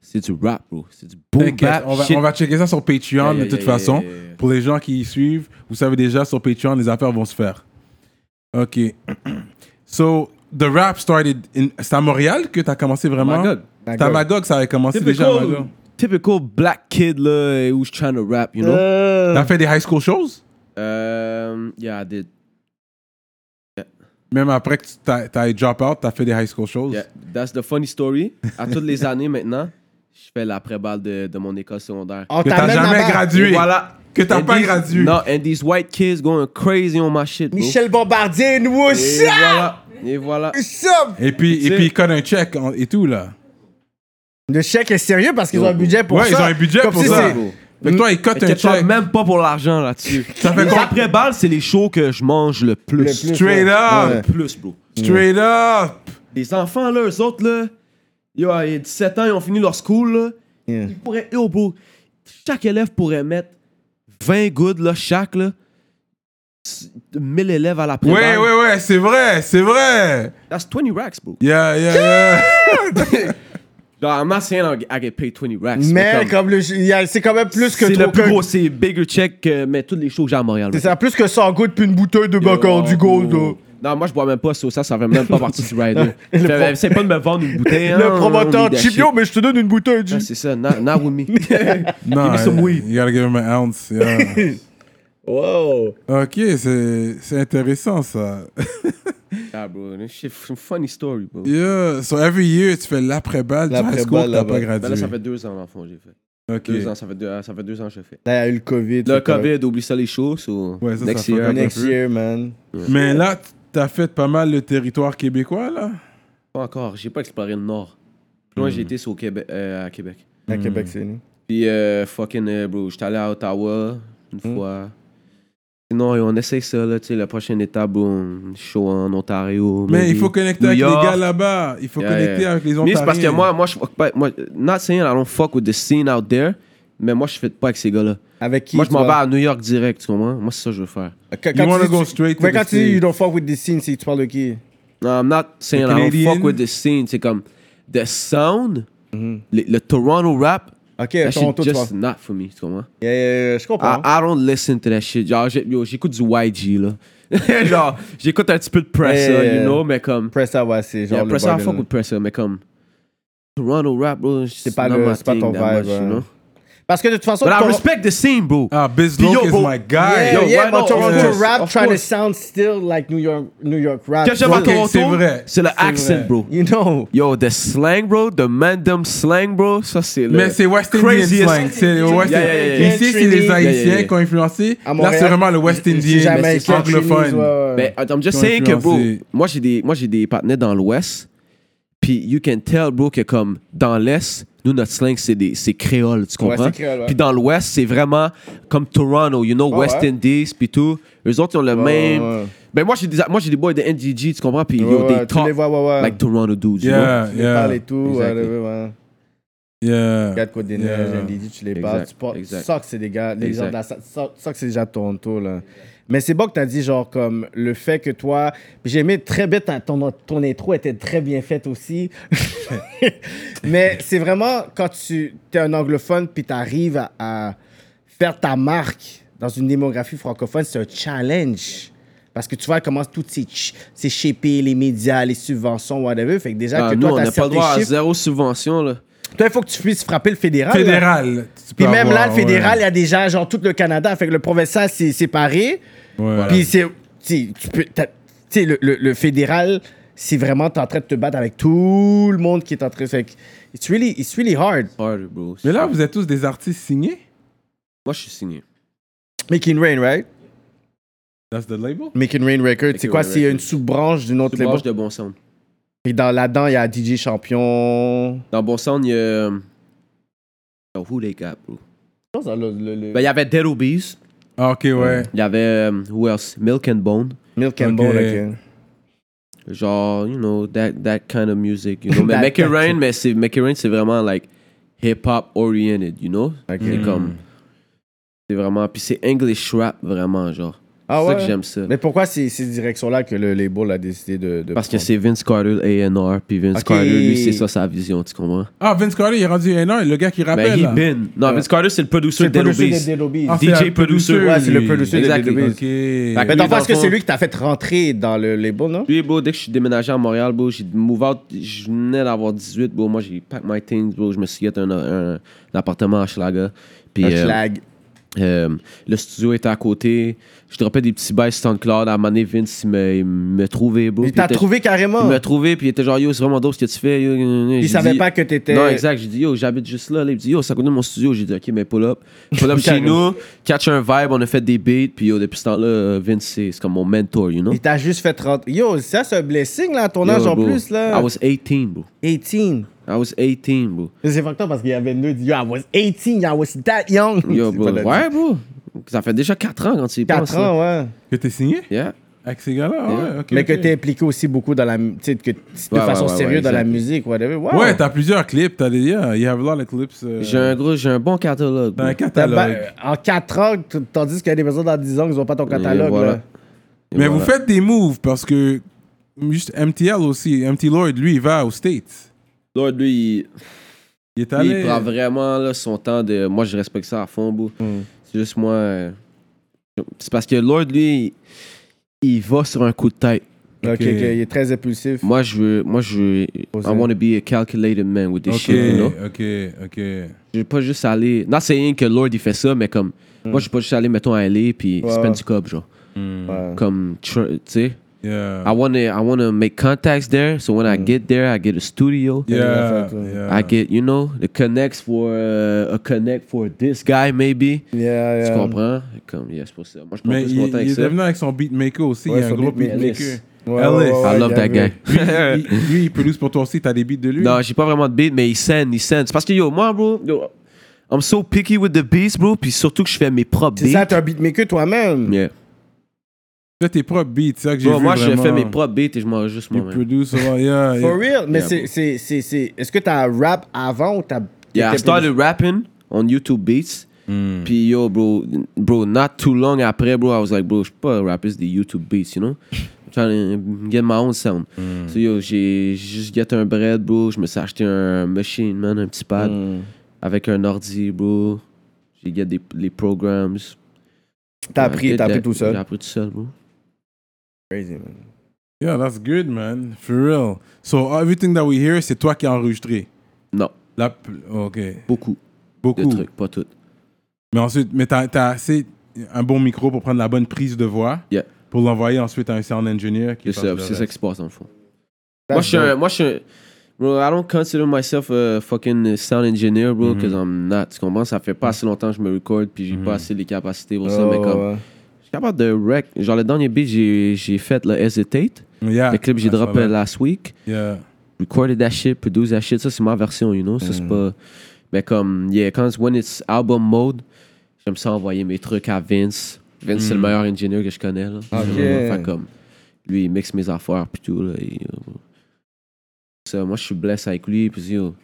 C'est du rap, bro. C'est du boom
T'inquiète,
bap
on va,
shit.
on va checker ça sur
Yeah,
Patreon de
yeah,
toute
yeah,
façon.
yeah, yeah, yeah.
Pour les gens qui y suivent, vous savez déjà sur Patreon, les affaires vont se faire. Ok. So, the rap started. in- C'est à Montréal que t'as commencé vraiment
Magog.
C'est à Magog, ça avait commencé déjà à Magog.
Typical, typical black kid, là, eh, who's trying to rap, you know?
Euh,
T'as fait des high school shows
Um, yeah, I did.
Même après que tu t'as t'as drop out, t'as fait des high school shows.
Yeah, that's the funny story. À toutes les années maintenant, je fais l'après-balle de, de mon école secondaire.
On
Que t'as
t'amène
jamais
là-bas.
Ah, gradué.
Voilà.
Que t'as
And
pas
these-
gradué.
Non, and these white kids going crazy on my shit, bro.
Michel Bombardier, nous aussi.
Et voilà. Et voilà.
Et puis, et
C'est-
puis ils connent un check en- et tout, là.
Le chèque est sérieux parce qu'ils ont un budget pour
ouais,
ça.
ils ont un budget
Comme
pour
si
ça.
c'est-
Fait que toi, ils
Fait
cotent
que
un
je parle
check.
même pas pour l'argent là-dessus.
Ça fait
Les
combien-
après-balles, c'est les shows que je mange le plus.
Le plus,
Straight
ouais.
up.
Ouais.
Le plus, bro.
Straight up.
Les enfants, là, eux autres, là, yo, ils ont 17 ans, ils ont fini leur school, là.
Yeah.
Ils pourraient, yo, bro, chaque élève pourrait mettre 20 goods, là, chaque, là. S- 1000 élèves à la
Ouais,
prépa.
ouais, ouais, c'est vrai, c'est vrai.
That's 20 racks, bro.
Yeah, yeah, yeah.
Genre, I'm not saying I'll get- I get paid 20 racks.
Mais comme le, il y a- c'est quand même plus que
C'est
trop
le plus
que-
gros, c'est bigger check que mais tous les shows que j'ai à Montréal.
C'est
bro.
ça, plus que 100 gouttes puis une bouteille de Bacor du Gold. oh.
Non, moi je bois même pas ça, ça, ça fait même pas partie du rider.
Le pro-
Essaye pas de me vendre une bouteille. hein,
Le promoteur
on est
Chibio, mais je te donne une bouteille.
Ah,
du-
c'est ça, not, not with me.
Non,
me some
euh,
weed.
You gotta give him an ounce. yeah. Ok, c'est c'est intéressant ça.
ah, bro, this shit, f- funny story, bro.
Yeah, so every year tu fais l'après-balle du high
L'après-balle
school que t'as pas
là-bas.
Ben là,
gradué.
ça fait deux ans, en fond, j'ai fait.
Ok.
Deux ans, ça fait deux, ah, ça fait deux ans que j'ai fait.
Là, il y a eu le COVID.
Le
c'est pas-
COVID, oublie ça les shows, so
Ouais, ça, ça
next
fait
year.
un peu.
Next year, man.
Mais là, t'as fait pas mal le territoire québécois là.
Pas encore, j'ai pas exploré le Nord. Plus loin, j'ai
Hmm.
été c'est au Québec, euh, à Québec.
À Québec, c'est nous.
Puis, euh, fucking, euh, bro, j'étais allé à Ottawa une
Hmm.
fois. Sinon, on essaye ça, là, tu sais, la prochaine étape, bro, un show en Ontario.
Mais il
maybe.
faut connecter
New
avec
York.
les gars là-bas. Il faut
Yeah,
connecter
yeah.
avec les
Mais
Ontariens.
c'est parce que moi, moi, je fuck pas. Moi, not saying I don't fuck with the scene out there, mais moi, je fais pas avec ces gars-là.
Avec qui
Moi, je m'en vais
bats.
à New York direct, tu comprends? Moi, c'est ça que je veux faire.
Quand,
You wanna
tu dis-
go straight to
Ouais,
the
quand tu dis
stage.
you don't fuck with the scene, c'est que tu parles de qui
No, I'm not saying I
Le
don't
Canadian.
fuck with the scene. C'est comme, the sound, le, le Toronto rap,
Ok,
that
Mm-hmm.
shit
Toronto, Oh. tu
just Ah,
parles.
not for me, tu comprends?
Yeah, yeah, yeah, Je comprends.
I, I don't listen to that shit. Genre, j'ai- yo, j'écoute du YG, là. genre, j'écoute un petit peu de Pressa,
Yeah, yeah,
you
yeah.
know, mais comme...
Pressa, ouais, c'est genre.
yeah,
le
Pressa, I
bordel,
fuck
là.
with Pressa, mais comme... Toronto rap, bro,
C'est pas
not
le-
my
c'est pas
thing
ton
that
vibe,
much, you
ouais.
know?
Parce que de toute façon,
But I
Toron-
respect the scene, bro.
ah,
Puis
Bizloke
yo,
is
bro.
my guy.
Yeah,
Yo,
yeah,
why
but
not?
Toronto
Of course,
rap
of
trying to
course.
sound still like New York, New York rap.
Que j'aime à
Ok, c'est
Toronto,
vrai.
c'est le
C'est
accent,
vrai.
bro.
You know.
Yo, the slang, bro, the mandem slang, bro, ça c'est le.
Mais c'est West Indian
craziest-
slang. C'est le West
Yeah, yeah, yeah, yeah.
Ici, c'est les
Yeah,
Haïtiens
yeah, yeah.
qui ont influencé.
À
Là,
Montréal,
c'est vraiment le West Indian mais c'est
Jamaïcain,
anglophone.
Chinese, ouais, ouais.
Mais I'm
Ils
just
ont
saying que, bro,
influencé.
moi j'ai des, moi, j'ai des partenaires dans l'Ouest, puis you can tell, bro, que comme dans l'Est, nous notre slang c'est des, c'est créole, tu comprends?
c'est créole, ouais.
Puis dans l'Ouest, c'est vraiment comme Toronto, you know,
Ouais,
West
ouais.
Indies, puis tout. Eux autres ils ont le même.
ouais.
Ben moi j'ai des, moi j'ai des boys de NGG, tu comprends? Puis
Ouais,
yo,
ouais,
they
tu
talk
les vois, ouais, ouais.
like Toronto dudes, you know? Ah,
Yeah,
Tu les parles
yeah,
et tout. ouais,
Exactly.
ouais, ouais.
yeah.
Regarde quoi des
Yeah.
neiges, NDD, tu les
Exact,
parles. Tu parles.
exact.
Ça que c'est des gars, les gens
Exact.
de la ça- ça- ça que c'est déjà Toronto là. Mais c'est bon que t'as dit genre comme le fait que toi, j'ai aimé très bête hein, ton ton intro était très bien faite aussi. Mais c'est vraiment quand tu es un anglophone puis t'arrives à, à faire ta marque dans une démographie francophone, c'est un challenge. Parce que tu vois comment tout c'est ch- c'est shapé, les médias, les subventions, whatever. Fait que déjà
Ah,
que
nous
toi,
on
t'as
n'a pas le droit
certains
à
chiffres.
zéro subvention là.
Toi, il faut que tu puisses frapper le fédéral. là.
Fédéral. tu peux
Ah, Puis même
avoir,
là, le fédéral, il
ouais.
y a des gens, genre tout le Canada. Fait que le provincial, c'est séparé.
Ouais.
Puis c'est. Tu tu peux. t'as- Tu sais, le, le- le fédéral, c'est vraiment, t'es en train de te battre avec tout le monde qui est en train. Fait que. It's really, it's really hard.
Harder, bro.
Mais là, vous êtes tous des artistes signés.
moi je suis signé.
Making Rain, right?
That's the label.
Making Rain Records. C'est
Making
quoi?
Rain
C'est une
Records.
sous-branche d'une autre
C'est
label.
branche de bon sound.
Et dans, là-dedans, il y a DJ Champion.
Dans bon sound, il y a. euh, Who they got, bro?
Le, le- le-
Ben, il y avait Dead Obies.
Ah, ok, ouais.
Il y avait. euh, who else? Milk and Bone.
Milk and
Ok.
Bone, ok.
Genre, you know, that, that kind of music. You know? mais
That-
Make It
that-
Rain, mais c'est, Make It Rain, c'est vraiment, like, hip-hop oriented, you know?
Ok. Mm.
C'est comme. C'est vraiment. Puis c'est English rap, vraiment, genre.
Ah
c'est ça
ouais?
que j'aime ça.
Mais pourquoi c'est ces directions-là que le label a décidé de. de
Parce que
prendre?
c'est Vince Carter, A&R. Puis Vince
Ok.
Carter, lui, c'est ça sa vision, tu comprends?
Ah, Vince Carter, il est rendu un an, le gars qui
Mais
rappelle.
he
là.
been. Non, Vince Carter, c'est
Euh,
le
C'est
producer
le
de Dead
producer
Obies.
de Dead Obies.
Ah,
DJ
c'est un
producer.
Ouais, c'est le
lui.
producer de
Exactly.
Dead Obies.
Ok.
Fait
Mais
Lui,
t'en
dans
penses
le
que
fond-
c'est lui qui t'a fait rentrer dans le label, non?
Oui, bro, dès que je suis déménagé à Montréal, bro, j'ai move out, je venais d'avoir 18, bro. Moi, j'ai pack my things, bro. Je me suis get un, un, un appartement à Schlager. Puis,
Un
euh,
schlag.
euh, le studio était à côté. Je Je dropais des petits bails SoundCloud. À un moment donné, Vince, il me, il me trouvait beau.
Il
puis
t'a
était-
trouvé carrément.
Il m'a trouvé, puis il était genre, yo, c'est vraiment dope ce que tu fais. Yo,
Il savait pas que t'étais.
Non, exact. J'ai dit, yo, j'habite juste là. là. Il me dit, yo, ça connaît mon studio. J'ai dit, ok, mais pull up. Pull up chez nous, catch un vibe, on a fait des beats, puis yo, depuis ce temps-là, Vince, c'est c'est comme mon mentor, you know?
Il t'a juste fait 30. Yo, ça, c'est un blessing, là, à ton âge
Yo,
en
bro,
plus, là.
I was 18, bro.
18.
I was 18, bro.
C'est fucked up parce qu'il y avait deux, dit, yo, I was 18, I was that young.
Yo,
C'est
bro.
pas la-
Ouais, bro. Ça fait déjà 4 ans quand tu y penses.
4
là.
ans, ouais.
Que t'es signé
Yeah.
avec ces gars-là?
Yeah.
Ouais, ok,
Mais
ok.
que t'es impliqué aussi beaucoup dans la. mu- Tu sais, que t- de
Ouais, ouais,
façon
ouais, ouais,
sérieuse dans la
exact.
musique, whatever. Wow.
Ouais, t'as plusieurs clips. T'as des... Yeah, you have a lot of clips. euh,
J'ai un gros, j'ai un bon catalogue.
Dans un
T'as
bro.
catalogue.
ba- En 4 ans, t- tandis qu'il y a des personnes dans 10 ans qui n'ont pas ton catalogue,
voilà.
là.
Et
Mais
voilà.
vous faites des moves parce que juste MTL aussi, MT Lloyd, lui, il va aux States.
Lord, lui, il-
Il est
Lui,
allé.
il prend vraiment là, son temps de. Moi, je respecte ça à fond, bro.
Mm.
C'est juste moi. euh, C'est parce que Lord, lui, il, il va sur un coup de tête.
Ok, ok, il est très impulsif.
Moi, je veux. Moi, je veux.
Oser.
I want to be a calculated man with this
Ok,
shit, you know?
ok, ok.
Je veux pas juste aller. Not saying que Lord, il fait ça, mais comme. Moi, je veux pas juste aller, mettons, à aller puis
Ouais, Mm.
spend
ouais.
du cob, genre.
Ouais.
Comme. tr- Tu sais?
Yeah.
Ah
I want to I wanna make contacts there, so when I
Mm.
get there, I get a studio.
yeah.
fait,
yeah.
I get, you know, the connects for uh, a connect for this guy maybe.
Yeah,
Tu
yeah.
comprends? Comme, yeah, c'est pour ça. Moi, je prends
Mais
plus
il,
mon temps
il
avec
est
ça.
devenu avec son beatmaker aussi.
Ouais,
il y a un
son
gros
beatmaker.
beatmaker.
Ouais, ouais, ouais,
Ellis.
ouais,
I love
il y
that
avait-
guy.
Lui, il- lui, il produce pour toi aussi. T'as des beats de lui.
Non, j'ai pas vraiment de beat, mais il send, il send. C'est parce que, yo, moi, bro, yo, I'm so picky with the beats, bro, puis surtout que je fais mes propres
C'est
beats.
ça, t'es un beatmaker toi-même.
Yeah.
Fais tes propres beats. C'est ça que j'ai
Bro,
vu
Bah, moi,
vraiment.
je fais mes propres beats et je m'en juste
Il
moi-même.
produce. ouais, yeah,
For
yeah.
real? Mais
Yeah,
c'est
bro.
c'est c'est c'est. Est-ce que t'as rap avant ou t'as.
Yeah, I
t'étais
started rapping on YouTube Beats.
Hmm.
Puis yo, bro, bro, not too long après, bro, I was like, bro, je suis pas un rapper, c'est des YouTube Beats, you know? I'm trying to get my own sound.
Mm. Hmm.
So yo, j'ai j'ai juste get un bread, bro, je me suis acheté un machine, man, un petit pad,
Hmm.
avec un ordi, bro. J'ai get des, les programs.
T'as
I
appris,
did
t'as appris
that.
tout
J'ai
seul.
appris tout seul, bro.
Crazy, man.
Yeah, that's good, man. For real. So, everything that we hear, c'est toi qui as enregistré.
Non,
La... Ok.
beaucoup de
Beaucoup.
trucs, pas tout.
Mais ensuite, mais t'as, t'as assez un bon micro pour prendre la bonne prise de voix
Yeah.
pour l'envoyer ensuite à un sound engineer qui
C'est
fasse
ça,
le
c'est ça
reste.
qui se passe dans le fond. Moi, je suis un- moi, je suis un- Bro, I don't consider myself a fucking sound engineer, bro, because I'm not. Tu comprends? Ça fait pas assez longtemps que je me record, puis j'ai pas assez les capacités pour ça, mais comme...
Oh, ouais.
Je suis capable de wreck. Genre, le dernier beat, j'ai j'ai fait, le Hesitate.
Yeah.
le clip, j'ai
Ah, ça
droppé
va.
last week.
Yeah.
recorded that shit, produced that shit. Ça, c'est ma version, you know. Ça,
Mm.
c'est pas. Mais comme, yeah, quand, when it's album mode, j'aime ça envoyer mes trucs à Vince. Vince,
Mm.
c'est le meilleur ingénieur que je connais, là. Vraiment, fait comme, lui, il mixe mes affaires, puis tout, là. et, euh, ça, moi, je suis blessé avec lui, puis yo,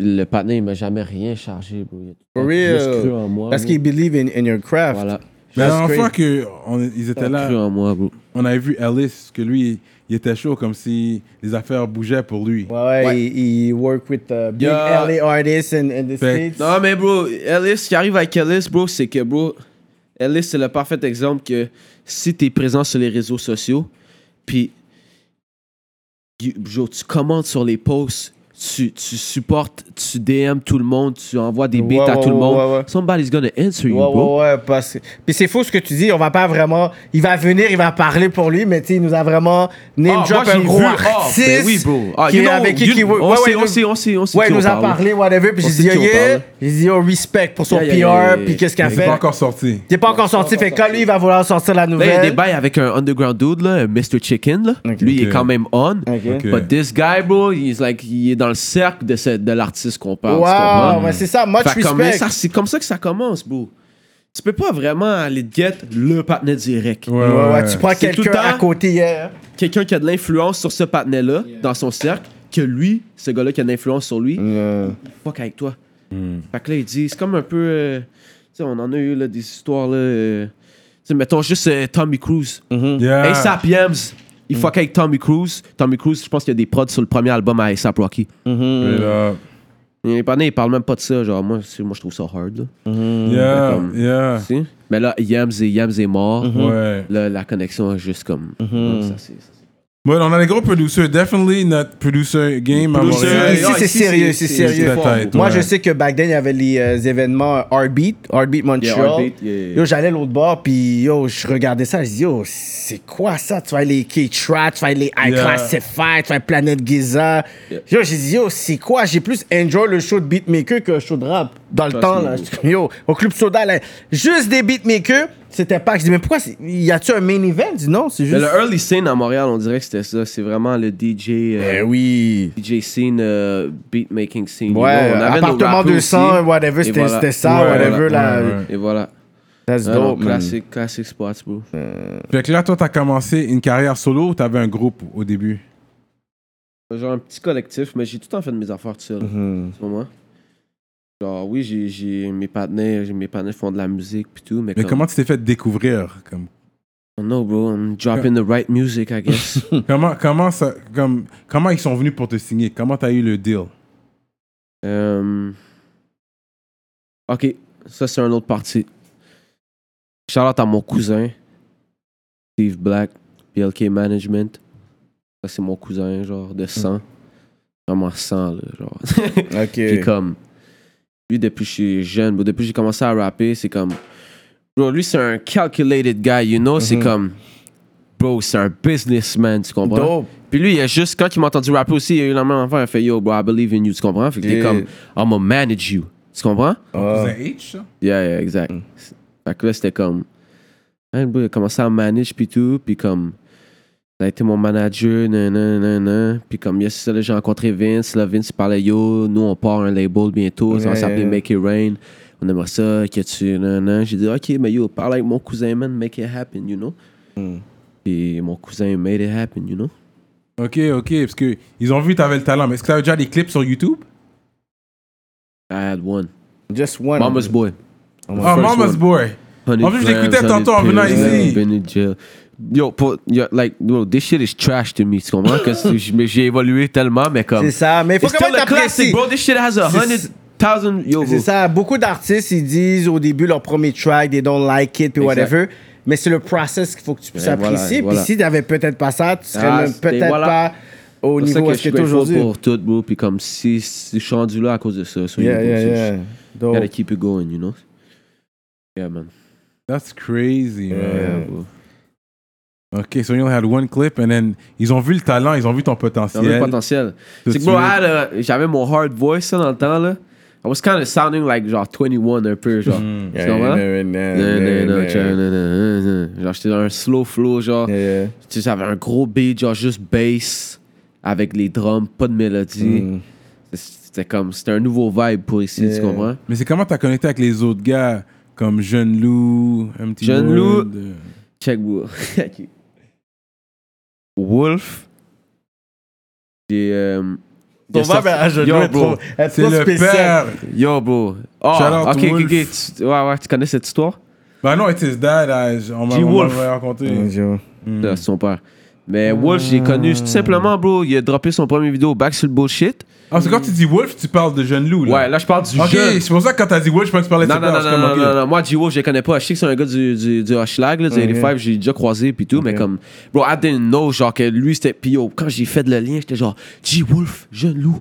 Le patin, il m'a jamais rien chargé, bro. Il a
For
juste cru
real.
en moi.
Parce
bro.
qu'il believe in, in your craft.
Voilà.
Mais la
That's
dernière
crazy.
fois qu'ils étaient
Il a cru
là,
en moi, bro.
on avait vu Alice, que lui, il était chaud comme si les affaires bougeaient pour lui.
Ouais, ouais, Il, il work with uh, big
Yeah. Ah,
LA artists in, in the
Fait-
States.
Non, mais bro, Ellis, ce qui arrive avec Ellis, bro, c'est que, bro, Ellis, c'est le parfait exemple que si t'es présent sur les réseaux sociaux, puis, you- bro, tu commentes sur les posts, tu, tu supportes, tu DM tout le monde, tu envoies des beats
Ouais,
à
ouais,
tout le
ouais,
monde.
ouais, ouais.
Somebody's gonna answer you,
Ouais,
bro.
ouais, ouais, parce que- Puis c'est faux ce que tu dis, on va pas vraiment. Il va venir, il va parler pour lui, mais tu sais, il nous a vraiment name
Ah,
drop
moi,
un
j'ai
gros
vu- ah,
artiste.
ben oui, bro. Ah,
qui
you
est
know,
avec qui
you-
qui
on
ouais,
sait,
ouais,
on
nous-
sait, on sait, on sait
Ouais,
qui
il
on
nous a
parle.
parlé, whatever, puis
On
j'ai
sait
dit,
qui
yo,
on
yeah.
parle.
J'ai dit, yo, respect pour son
Yeah, yeah, yeah, yeah,
PR,
yeah.
puis qu'est-ce qu'il a
Il n'est
fait.
pas encore sorti.
Il est pas encore sorti, fait que quand lui, il va vouloir sortir la
Là, Ben, il y a des
nouvelle.
bails avec un underground dude, là, un Mr. Chicken. Là.
Ok.
Lui, il
Ok.
est quand même on.
Ok.
But this guy, bro, he's like, il est dans le cercle de, ce- de l'artiste qu'on parle. tu comprends?
Wow, ouais, c'est ça, much
Fait que comme
respect.
ça, c'est comme ça que ça commence, bro. Tu peux pas vraiment aller get le partenaire direct.
Ouais,
Ouais,
ouais,
ouais, tu prends
C'est tout le
quelqu'un à
temps-
côté hier.
Quelqu'un qui a de l'influence sur ce partenaire-là, dans son cercle, que lui, ce gars-là qui a de l'influence sur lui, fuck avec toi.
Hmm.
Fait que là, il dit, c'est comme un peu. euh, tu sais, on en a eu là, des histoires, là. euh, tu sais, mettons juste euh, Tommy Cruise.
Mm-hmm.
Yeah.
ASAP Yams, il fuck avec Tommy Cruise. Tommy Cruise, je pense qu'il y a des prods sur le premier album à ASAP Rocky. Mm.
Straight up.
Les partenaires, ils parlent même pas de ça. Genre, moi, c'est- moi je trouve ça hard. Là.
Ah. Yeah,
Mm. comme-
yeah.
Tu sais? Mais là, Yams est, Yams est mort.
Ouais. Mm-hmm.
Là, la connexion est juste comme. ça, c'est- ça, c'est-
But on a des gros producers. Definitely notre producer game à
Producer,
Ah, Montréal.
Ici,
non,
c'est
ici,
sérieux, c'est
c'est-
sérieux.
c'est la tête,
Moi,
ouais.
je sais que back then, il y avait les euh, événements euh, Heartbeat, Heartbeat Montreal.
Yeah, Heartbeat, yeah, yeah.
Yo, j'allais l'autre bord, puis yo, je regardais ça, je dis, yo, c'est quoi ça? Tu vois les K-Trap, tu vois les I-Classify, tu vois Planet Giza. Yo, j'ai dit, yo, c'est quoi? J'ai plus enjoy le show de beatmaker que le show de rap dans le
Trust
temps,
me,
là.
bro.
J'étais comme, Yo, au Club Soda, là, juste des beatmakers, c'était pas. Je dis, mais pourquoi, c'est- y a-tu un main event? Je dis, non, c'est
Mais
juste.
le early scene à Montréal, on dirait que c'était ça. C'est vraiment le DJ, euh,
Eh oui.
DJ scene, euh, beatmaking scene.
Ouais,
You know, on avait nos
appartement
rappers
200,
aussi.
whatever,
Et
c'était
voilà.
c'était ça,
Ouais,
whatever,
ouais,
là.
ouais.
Et voilà.
That's
Ah Non, non,
dope, man.
classic, classic spots, bro.
Fait que là, toi, t'as commencé une carrière solo ou t'avais un groupe au début?
Genre un petit collectif, mais j'ai tout le temps fait de mes affaires tout seul.
Mhm.
Tu vois, moi? Genre, oui, j'ai, j'ai mes partenaires, j'ai- mes partenaires font de la musique pis tout, mais,
Mais
comme,
comment tu t'es fait découvrir? Comme,
No, bro, I'm dropping the right music, I guess.
comment, comment, ça, comme, comment ils sont venus pour te signer? Comment t'as eu le deal?
Euh, Ok, ça c'est un autre parti. Charlotte à mon cousin, Steve Black, PLK Management. Ça c'est mon cousin, genre
Mhm.
de sang. Vraiment sang, là, genre. Puis
Ok.
comme, lui, depuis que je suis jeune, bro, depuis que j'ai commencé à rapper, c'est comme, bro, lui, c'est un calculated guy, you know?
Mhm.
C'est comme, bro, c'est un businessman, tu comprends?
Dope.
Puis lui, il a juste, quand il m'a entendu rapper aussi, il a eu la même affaire, il a fait, yo, bro, I believe in you, tu comprends? Fait que t'es
Yeah.
comme, I'm gonna manage you, tu comprends?
Ah.
Cousin H, ça?
Yeah, yeah, exact. Fait que là, c'était comme, hein, bro, il a commencé à manage, puis tout, puis comme, ça a été mon manager, nan, nan, nan, nan. Puis comme, yes, ça, là, j'ai rencontré Vince. Là, Vince il parlait, yo, nous, on part un label bientôt. Ça va
Ouais,
s'appeler
ouais.
Make It Rain. On aimerait ça, que tu, nan, nan. J'ai dit, OK, mais yo, parle avec mon cousin, man, make it happen, you know?
hmm.
Puis mon cousin made it happen, you know?
Ok, ok, parce que ils ont vu que t'avais le talent. Mais est-ce que t'avais déjà des clips sur YouTube?
I had one.
Just one.
Mama's Boy.
Ah,
first
Mama's
one.
Boy! En plus, je l'écoutais tantôt en venant ici.
ici. Yo, pour, yo, like, bro, this shit is trash to me, tu comprends? Que c'est- je- mais j'ai évolué tellement, mais comme.
C'est ça, mais faut
It's
quand
still
même
a classic,
t'apprécies.
bro. This shit has a
C'est-
hundred thousand. Yo, bro.
C'est ça, beaucoup d'artistes, ils disent au début leur premier track, they don't like it, puis
Exact.
whatever. Mais c'est le process qu'il faut que tu puisses
Ouais, voilà,
apprécier.
voilà.
Puis si t'avais peut-être pas ça, tu serais
Ah,
même
c'était-
peut-être
voilà.
pas au
C'est pour ça
niveau où
que
est-ce que t'es
je suis grateful
aujourd'hui.
pour tout, bro. Puis comme si, si je suis rendu là à cause de ça. So,
Yeah,
you know,
yeah,
so
yeah. Oh.
je-
Dope.
Gotta keep it going, you know? Yeah, man.
That's crazy, man.
Yeah.
Yeah, bro.
Ok, so you only had one clip, and then ils ont vu le talent, ils ont vu ton
Dans le
potentiel.
potentiel.
Tout
C'est que,
de
bro,
suite.
I had a- j'avais mon hard voice là, dans le temps, là. I was kind of sounding like genre 21 un peu, genre. Tu
hmm. Mm. Yeah,
comprends?
yeah, yeah, yeah, yeah, yeah.
Genre, j'étais dans un slow flow, genre.
Yeah, yeah.
Tu sais, j'avais un gros beat, genre juste bass, avec les drums, pas de mélodie.
Mm.
C'était comme, c'était un nouveau vibe pour ici,
Yeah.
tu comprends?
Mais c'est comment t'as connecté avec les autres gars, comme Jeune Lou, un petit
Jeune Lou.
Lou.
Check, bro. Ok. Wolf. J'ai. euh,
Ton
j'ai sorti-
vibe à genoux
Yo,
est
bro.
trop, est
C'est
trop
le
spécial.
père.
Yo, bro. Oh,
Shout out
ok, ok,
Wolf.
ok. Tu- Ouais, ouais, tu connais cette histoire?
Bah non, it's his dad. ah, je- On m'a on
Wolf. Mm.
m'avait raconté.
Yo.
de son père. Mais Wolf, j'ai connu tout simplement, bro. Il a droppé son premier vidéo Back sur le Bullshit.
Ah, c'est quand tu dis Wolf, tu parles de Jeune Lou. Là.
Ouais, là, je parle du
Ok,
jeune.
c'est pour ça que quand t'as dit Wolf, je pense que tu parlais de
Non,
ses
non,
parents,
non, non,
je suis
non,
comme,
non,
ok.
non. Moi, G-Wolf, je le connais pas. Je sais que c'est un gars du, du, du Hochelag, là, du 85. J'ai déjà croisé, puis tout. Mais comme, bro, I didn't know, genre, que lui, c'était. Puis, yo, quand j'ai fait le lien, j'étais genre, G-Wolf, jeune loup.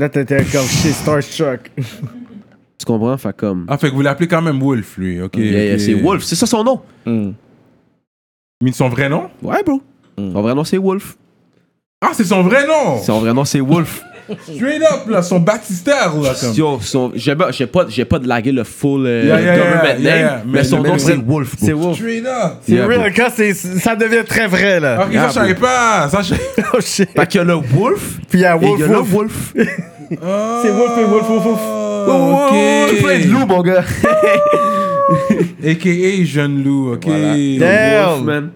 Là, t'étais comme chez Starstruck.
Tu comprends? Fait comme.
Ah, fait que vous l'appelez quand même Wolf, lui. Ok.
yeah, yeah,
ok.
c'est Wolf. C'est ça son nom.
Mais son vrai nom
Ouais, bro.
Hmm.
Son vrai nom, c'est Wolf.
Ah, c'est son vrai nom
Son vrai nom, c'est Wolf.
Straight up, là, son baptistère, là, comme.
Yo, son- j'ai pas, j'ai pas, j'ai pas de laguer le full euh,
Yeah, yeah,
government
yeah,
name,
yeah, yeah.
mais,
Mais-
son
mais-
nom,
mais-
c'est Wolf, bro.
C'est Wolf.
Straight up.
C'est
Yeah, bro. Ah.
real, quand c'est- ça devient très vrai, là.
Ok, ça,
Yeah,
je savais pas. Ça, je.
Oh, shit.
Fait qu'il y a le Wolf.
Puis il y
Oh,
a Wolf,
et il y a
Wolf.
le Wolf.
C'est Wolf et Wolf, Wolf, Wolf.
Oh,
Ok.
mon gars.
AKA Jeune Lou, ok.
Voilà.
Damn.
Wolf, man.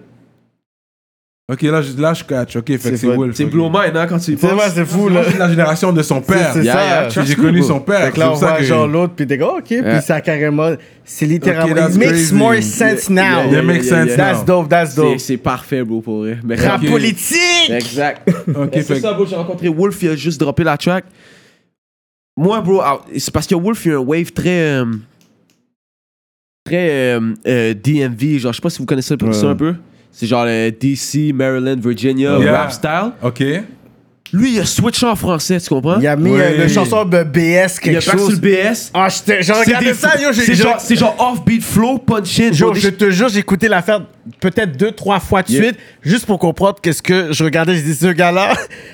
Ok, là, je, là, je catch. Ok, fait
C'est
que c'est
vrai.
Wolf.
C'est
ok.
blow mind, hein, quand tu y
C'est
penses.
vrai, c'est fou,
Moi,
là.
je suis de la génération de son père.
c'est ça.
hein,
Puis J'ai connu son père.
Fait que là, on
c'est pour ça
voit
que-
genre l'autre, puis t'es comme, OK,
Yeah.
puis ça carrément, c'est
Ok,
littéralement,
that's
it makes
crazy.
more sense now.
Yeah, yeah, makes sense
That's
now.
dope, that's
C'est-
dope.
C'est parfait, bro, pour vrai. Mais
Rap
comme-
politique!
Exact.
Ok,
Mais C'est
fait
ça, bro. J'ai rencontré Wolf, il a juste droppé la track. Moi, bro, ah, c'est parce que Wolf, il a un wave très. euh, très euh, euh, DMV. Genre, je sais pas si vous connaissez ça un peu. C'est genre le DC, Maryland, Virginia,
Yeah.
rap style.
Ok.
Lui, il a switché en français, tu comprends?
Il a mis
Oui.
euh, le chanson de BS
Il a
quelque
pas sur le
chose.
BS.
Ah, je te- j'ai
C'est
regardé
des-
ça, yo, j'ai
C'est
j'ai-
genre, c'est genre off-beat flow, punch-in.
Yo,
bro, des-
je te jure, j'ai écouté l'affaire peut-être deux, trois fois de
Yeah.
suite, juste pour comprendre qu'est-ce que je regardais. Je dis, ce gars-là,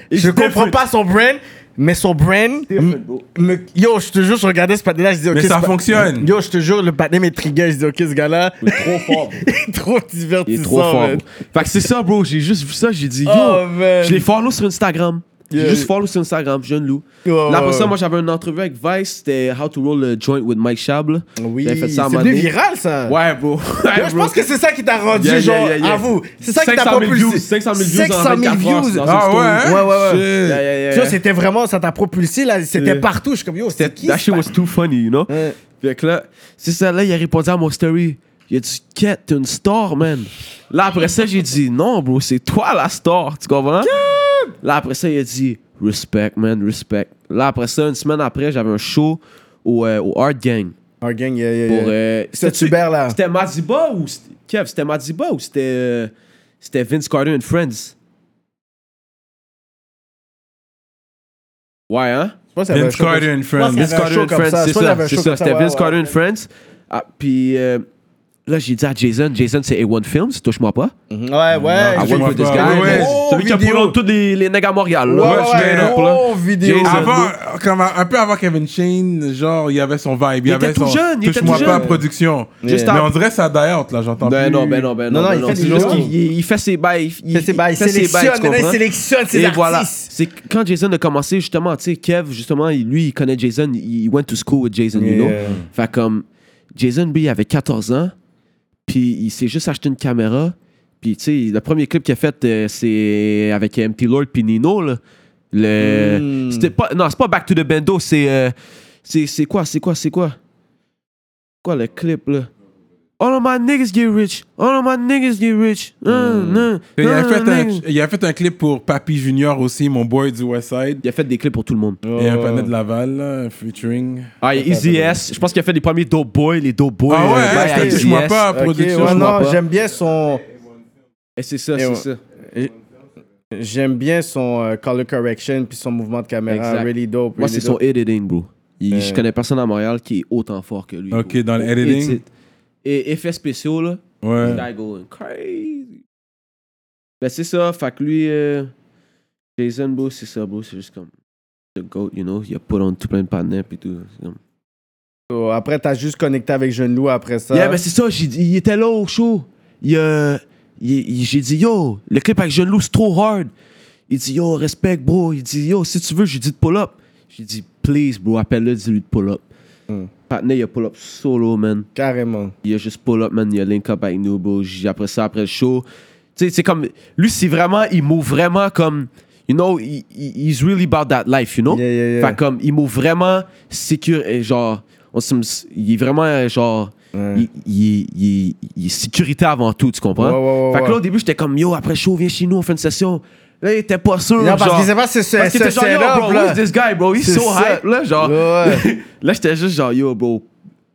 It's
je comprends
different.
pas son brand, mais son brand. m- me- Yo, je te jure, je regardais ce patin-là, je dis, ok.
Mais
ce
ça
pa-
fonctionne.
Yo, je te jure, le patin m'est trigger, je dis, ok, ce gars-là,
Il est trop fort, bro.
il est trop divertissant.
Il est trop fort.
man.
bro. Fait que c'est ça, bro. J'ai juste vu ça, j'ai dit, yo,
Oh, man.
je l'ai follow sur Instagram. J'ai
Yeah.
juste follow sur Instagram, jeune loup.
Ouais,
Là, pour
ouais,
ça,
ouais.
moi, j'avais une entrevue avec Vice, c'était How to Roll a Joint with Mike Shable.
Oui,
J'avais fait
c'est
ça à un moment
devenu
donné.
viral, ça.
Ouais, bro. Ouais,
Yo, je
bro.
pense que c'est ça qui t'a rendu,
Yeah, yeah,
genre,
yeah, yeah.
avoue. C'est ça qui t'a
500 000
propulsé.
views, 500 000 views en
500 000
24 heures,
views.
dans une
Ah
story.
ouais?
Ouais, ouais, ouais.
Yeah, yeah, yeah,
Tu vois,
yeah.
c'était vraiment, ça t'a propulsé, là. C'était
Yeah.
partout. Je suis comme, yo, c'est qui?
That
ce
shit was too funny, you know?
Ouais.
Fait que là, c'est ça, là, il a répondu à mon story. Il a dit, Quête, t'es une star, man. Là, après ça, j'ai dit, non, bro, c'est toi la star, tu comprends? Là, après ça, il a dit, respect, man, respect. Là, après ça, une semaine après, j'avais un show au, euh, au Art Gang.
Our gang, yeah, yeah,
Pour,
yeah.
euh,
C'était Hubert, là.
C'était Madiba ou. c'était- Kev, c'était Madiba ou c'était. euh, c'était Vince Carter and Friends? Ouais, hein?
Je pense qu'il y avait
Vince
un show
Carter
comme-
and
pense qu'il y
Friends.
avait
Vince
un show
Carter and
comme ça. Je
Friends, c'est
crois qu'il y
ça,
avait un
c'est
show
ça.
comme ça,
C'était
ouais,
Vince
ouais,
Carter and
ouais.
Friends. Ah, puis euh, là, j'ai dit à Jason, Jason c'est A1 Films, touche-moi pas.
Ouais, ouais.
I
Ah,
j'ai-
work
Touche-moi
with this
pas.
guy.
Ouais, ouais.
Celui qui a
vidéo.
pris tous les, les nègres à Montréal. là.
Ouais,
Ouais,
ouais,
straight up,
gros vidéo.
Jason.
Avant, comme un un peu avant Kevin Shane, genre, il y avait son vibe. Il, y
était
avait
tout
son
jeune, il était
Touche-moi
tout
pas
jeune.
production.
Juste
Mais
avant.
on dirait ça d'ailleurs, là, j'entends
Ben
plus.
non, ben non, ben non.
Non, non,
ben
il
non.
fait
C'est
des
juste
vidéos.
qu'il il- il fait ses bails. Il
C'est ses bails.
il fait ses bails,
Sélectionne,
tu
maintenant, il
comprends?
sélectionne ses
Et voilà.
artistes.
C'est quand Jason a commencé, justement, tu sais, Kev, justement, il- lui, il connaît Jason. Il il went to school with Jason, you know.
Yeah.
Fait comme, Jason, lui, il avait 14 ans, puis il s'est juste acheté une caméra. Puis, tu sais, le premier clip qu'il a fait, euh, c'est avec MT Lord puis Nino, là. Le...
Hmm.
Mm.
C'était pas... Non, c'est pas Back to the Bendo, c'est... euh, c'est c'est quoi, c'est quoi, c'est quoi? Quoi, le clip, là? All of my niggas get rich. All of my niggas get rich. Non, non,
Hmm. Il a,
non,
fait
non,
un,
non.
il a fait un clip pour Papi Junior aussi, mon boy du West Side.
Il a fait des clips pour tout le monde.
Et un panel de Laval, là, featuring.
Ah, il y a Easy S. Je pense qu'il a fait les premiers Dope Boy, les Dope Boy.
Ah ouais,
euh,
hein,
bails à
c'était
Easy
Touche-moi
S.
pas,
Ok,
production.
ouais,
je vois
non,
pas.
j'aime bien son...
Et c'est ça,
Et
c'est
ouais.
ça.
J'aime bien son euh, color correction puis son mouvement de caméra.
Exact.
Really dope.
Moi,
really
c'est son
dope.
editing, bro. Il- Je connais personne à Montréal qui est autant fort que lui.
Ok,
bro.
dans le
It's
editing.
it. Et effets spéciaux, là.
Ouais.
This guy going crazy. Ben, c'est ça. Fait que lui, euh, Jason, bro, c'est ça, bro. C'est juste comme. The goat, you know. Il a put on tout plein de panneaux et tout. C'est comme-
So, Après, t'as juste connecté avec Jeune Lou après ça.
Yeah, mais c'est ça, j'ai dit- il était là au show. Il, euh, il- il- j'ai dit, yo, le clip avec Jeune Loup, c'est trop hard. Il dit, yo, respect, bro. Il dit, yo, si tu veux, j'ai dit de pull up. J'ai dit, please, bro, appelle-le, dis-lui de pull up. Patney, il a pull up solo, man.
Carrément.
Il a juste pull up, man. Il a link up avec nous, bro. J'ai- Après ça, après le show. Tu sais, c'est comme. Lui, c'est vraiment. Il move vraiment comme. You know, he- he- he's really about that life, you know?
Yeah, yeah, yeah.
Fait comme, il move vraiment sécure. et Genre. On se- il est vraiment, euh, genre. Il, il- il- il est sécurité avant tout, tu comprends?
Ouais, ouais, ouais,
fait que là,
ouais.
au début, j'étais comme, yo, après le show, viens chez nous, on fait une session. Là, il était pas sûr.
Non, parce
genre-
qu'il sait pas si c'est
parce qu'il était
c'est
genre, yo, bro, who's this guy, bro? He's
C'est
so
ça.
hype, là, genre.
Ouais.
là, j'étais juste genre, yo, bro,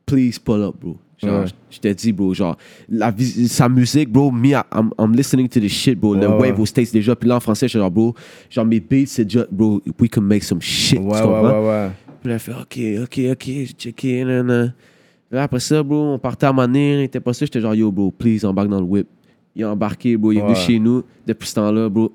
please pull up, bro. Genre,
Ouais.
je t'ai dit, bro, genre, la, vis- sa musique, bro, me, I'm, I'm listening to the shit, bro. Le
Ouais, ouais.
wave aux States déjà, puis là, en français, j'étais genre, bro, genre, mes beats, c'est déjà, bro, we can make some shit,
Ouais,
tu
ouais,
comprends?
ouais, ouais.
Puis là, il fait OK, OK, OK, j'ai checké. nan, nan. Là, après ça, bro, on partait à Manille, il était pas sûr. J'étais genre, yo, bro, please, embarque dans le whip. Il a embarqué, bro, il est
Ouais.
venu chez nous. Depuis ce temps-là, bro.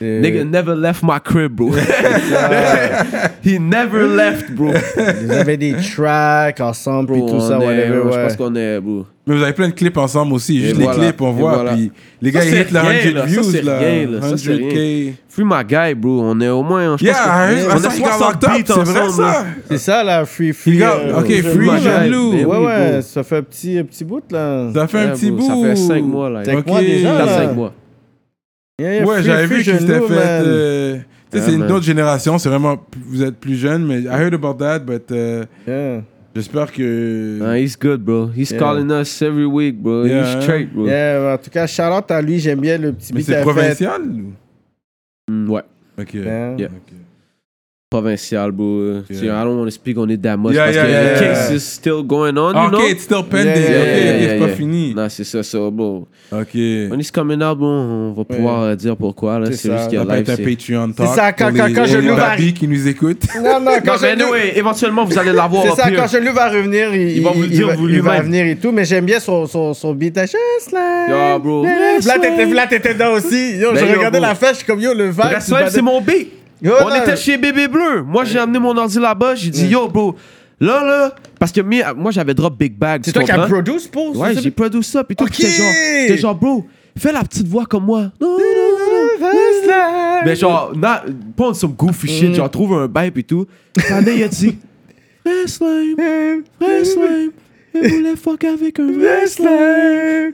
C'est-
Nigga never left my crib, bro. He never left, bro.
Vous avez des tracks ensemble
Bro,
puis tout ça,
on est,
whatever,
bro, Je
ouais.
pense qu'on est, bro.
Mais vous avez plein de clips ensemble aussi. Juste les
voilà,
clips, on
et
voit.
voilà.
Puis les gars,
Ça,
ils
c'est
hit la
rien,
100
là. Ça,
views.
c'est
là.
rien, là. Ça, c'est
100K.
Free my guy, bro. On est au moins, je
Yeah,
pense qu'on-
on
on
a
est 60 beats
c'est vrai
ensemble, là.
ça.
C'est ça, là, Free Free.
Les gars,
euh,
ok,
Jeune
Free
Lou, là.
Jeune Lou.
Ben
Ouais,
oui,
ouais,
bro.
ça fait un petit, un petit bout, là.
Ça fait un
Yeah,
petit
bro,
bout.
ça fait cinq mois, là.
Cinq
Ok.
mois déjà,
Dans
là.
5 mois.
Yeah, yeah,
Ouais,
Free
j'avais
Free
vu qu'il
Jeune
s'était
Lou,
fait.
man.
euh, Tu sais,
Yeah,
c'est une
man.
autre génération. C'est vraiment. p- Vous êtes plus jeune, mais I heard about that, but euh,
Yeah.
j'espère que.
Ah, he's good, bro. He's
Yeah.
calling us every week, bro.
Yeah.
He's straight, bro.
Yeah, mais en tout cas, Charlotte à lui, j'aime bien le petit
Mais
beat qu'il
c'est
a fait.
provincial. ou-
Mm, ouais.
Ok.
Yeah.
Yeah.
Ok.
provincial, bro. See, I don't want to speak on it that much
Yeah,
parce
yeah,
que
yeah,
the
yeah.
case is still going on,
Ah,
you
ok,
know?
it's still pending.
Yeah,
ok,
yeah,
ok,
yeah,
c'est pas fini.
Non, c'est ça, ça, bro. When
Ok.
it's coming out, bon, on va pouvoir euh, dire pourquoi, là.
C'est
C'est
ça.
juste qu'il y
Ça
a
va
live.
être un
c'est-
Patreon
C'est
talk
ça, quand-
pour
quand-
les,
quand je
les
l'ouvre,
papis qui nous écoutent.
Non, non, quand
Non, mais
je lui-
anyway, éventuellement, vous allez l'avoir.
C'est
au
ça,
pire.
quand je lui va revenir, il,
Il va vous le dire,
va,
vous
il va
lui-même.
venir et tout, mais j'aime bien son, son, son beat à Just Like.
Yo, bro.
Yes, Là, t'étais là, t'étais dedans aussi. Yo,
Ben,
je
yo,
regardais
bro.
la fête, je suis comme yo, le vibe.
Rest
tu
Life,
vas-
c'est mon beat.
Yo,
on
non.
était chez Bébé Bleu. Moi, j'ai amené mon ordi là-bas. J'ai
Mm.
dit, yo, bro, là, là. Parce que mi- moi, j'avais drop Big Bag.
C'est
tu
toi qui as
comprends?
produit pour
Ouais, j'ai produit ça. Puis toi,
Ok.
t'es genre, t'es genre, bro, fais la petite voix comme moi. Non, non, non, non. Mais genre, na- pas on some goofy
Mm.
shit. Genre, trouve un bail et tout. Tandis, il a dit, vrai slime, vrai slime. Elle voulait fuck avec un vrai slime.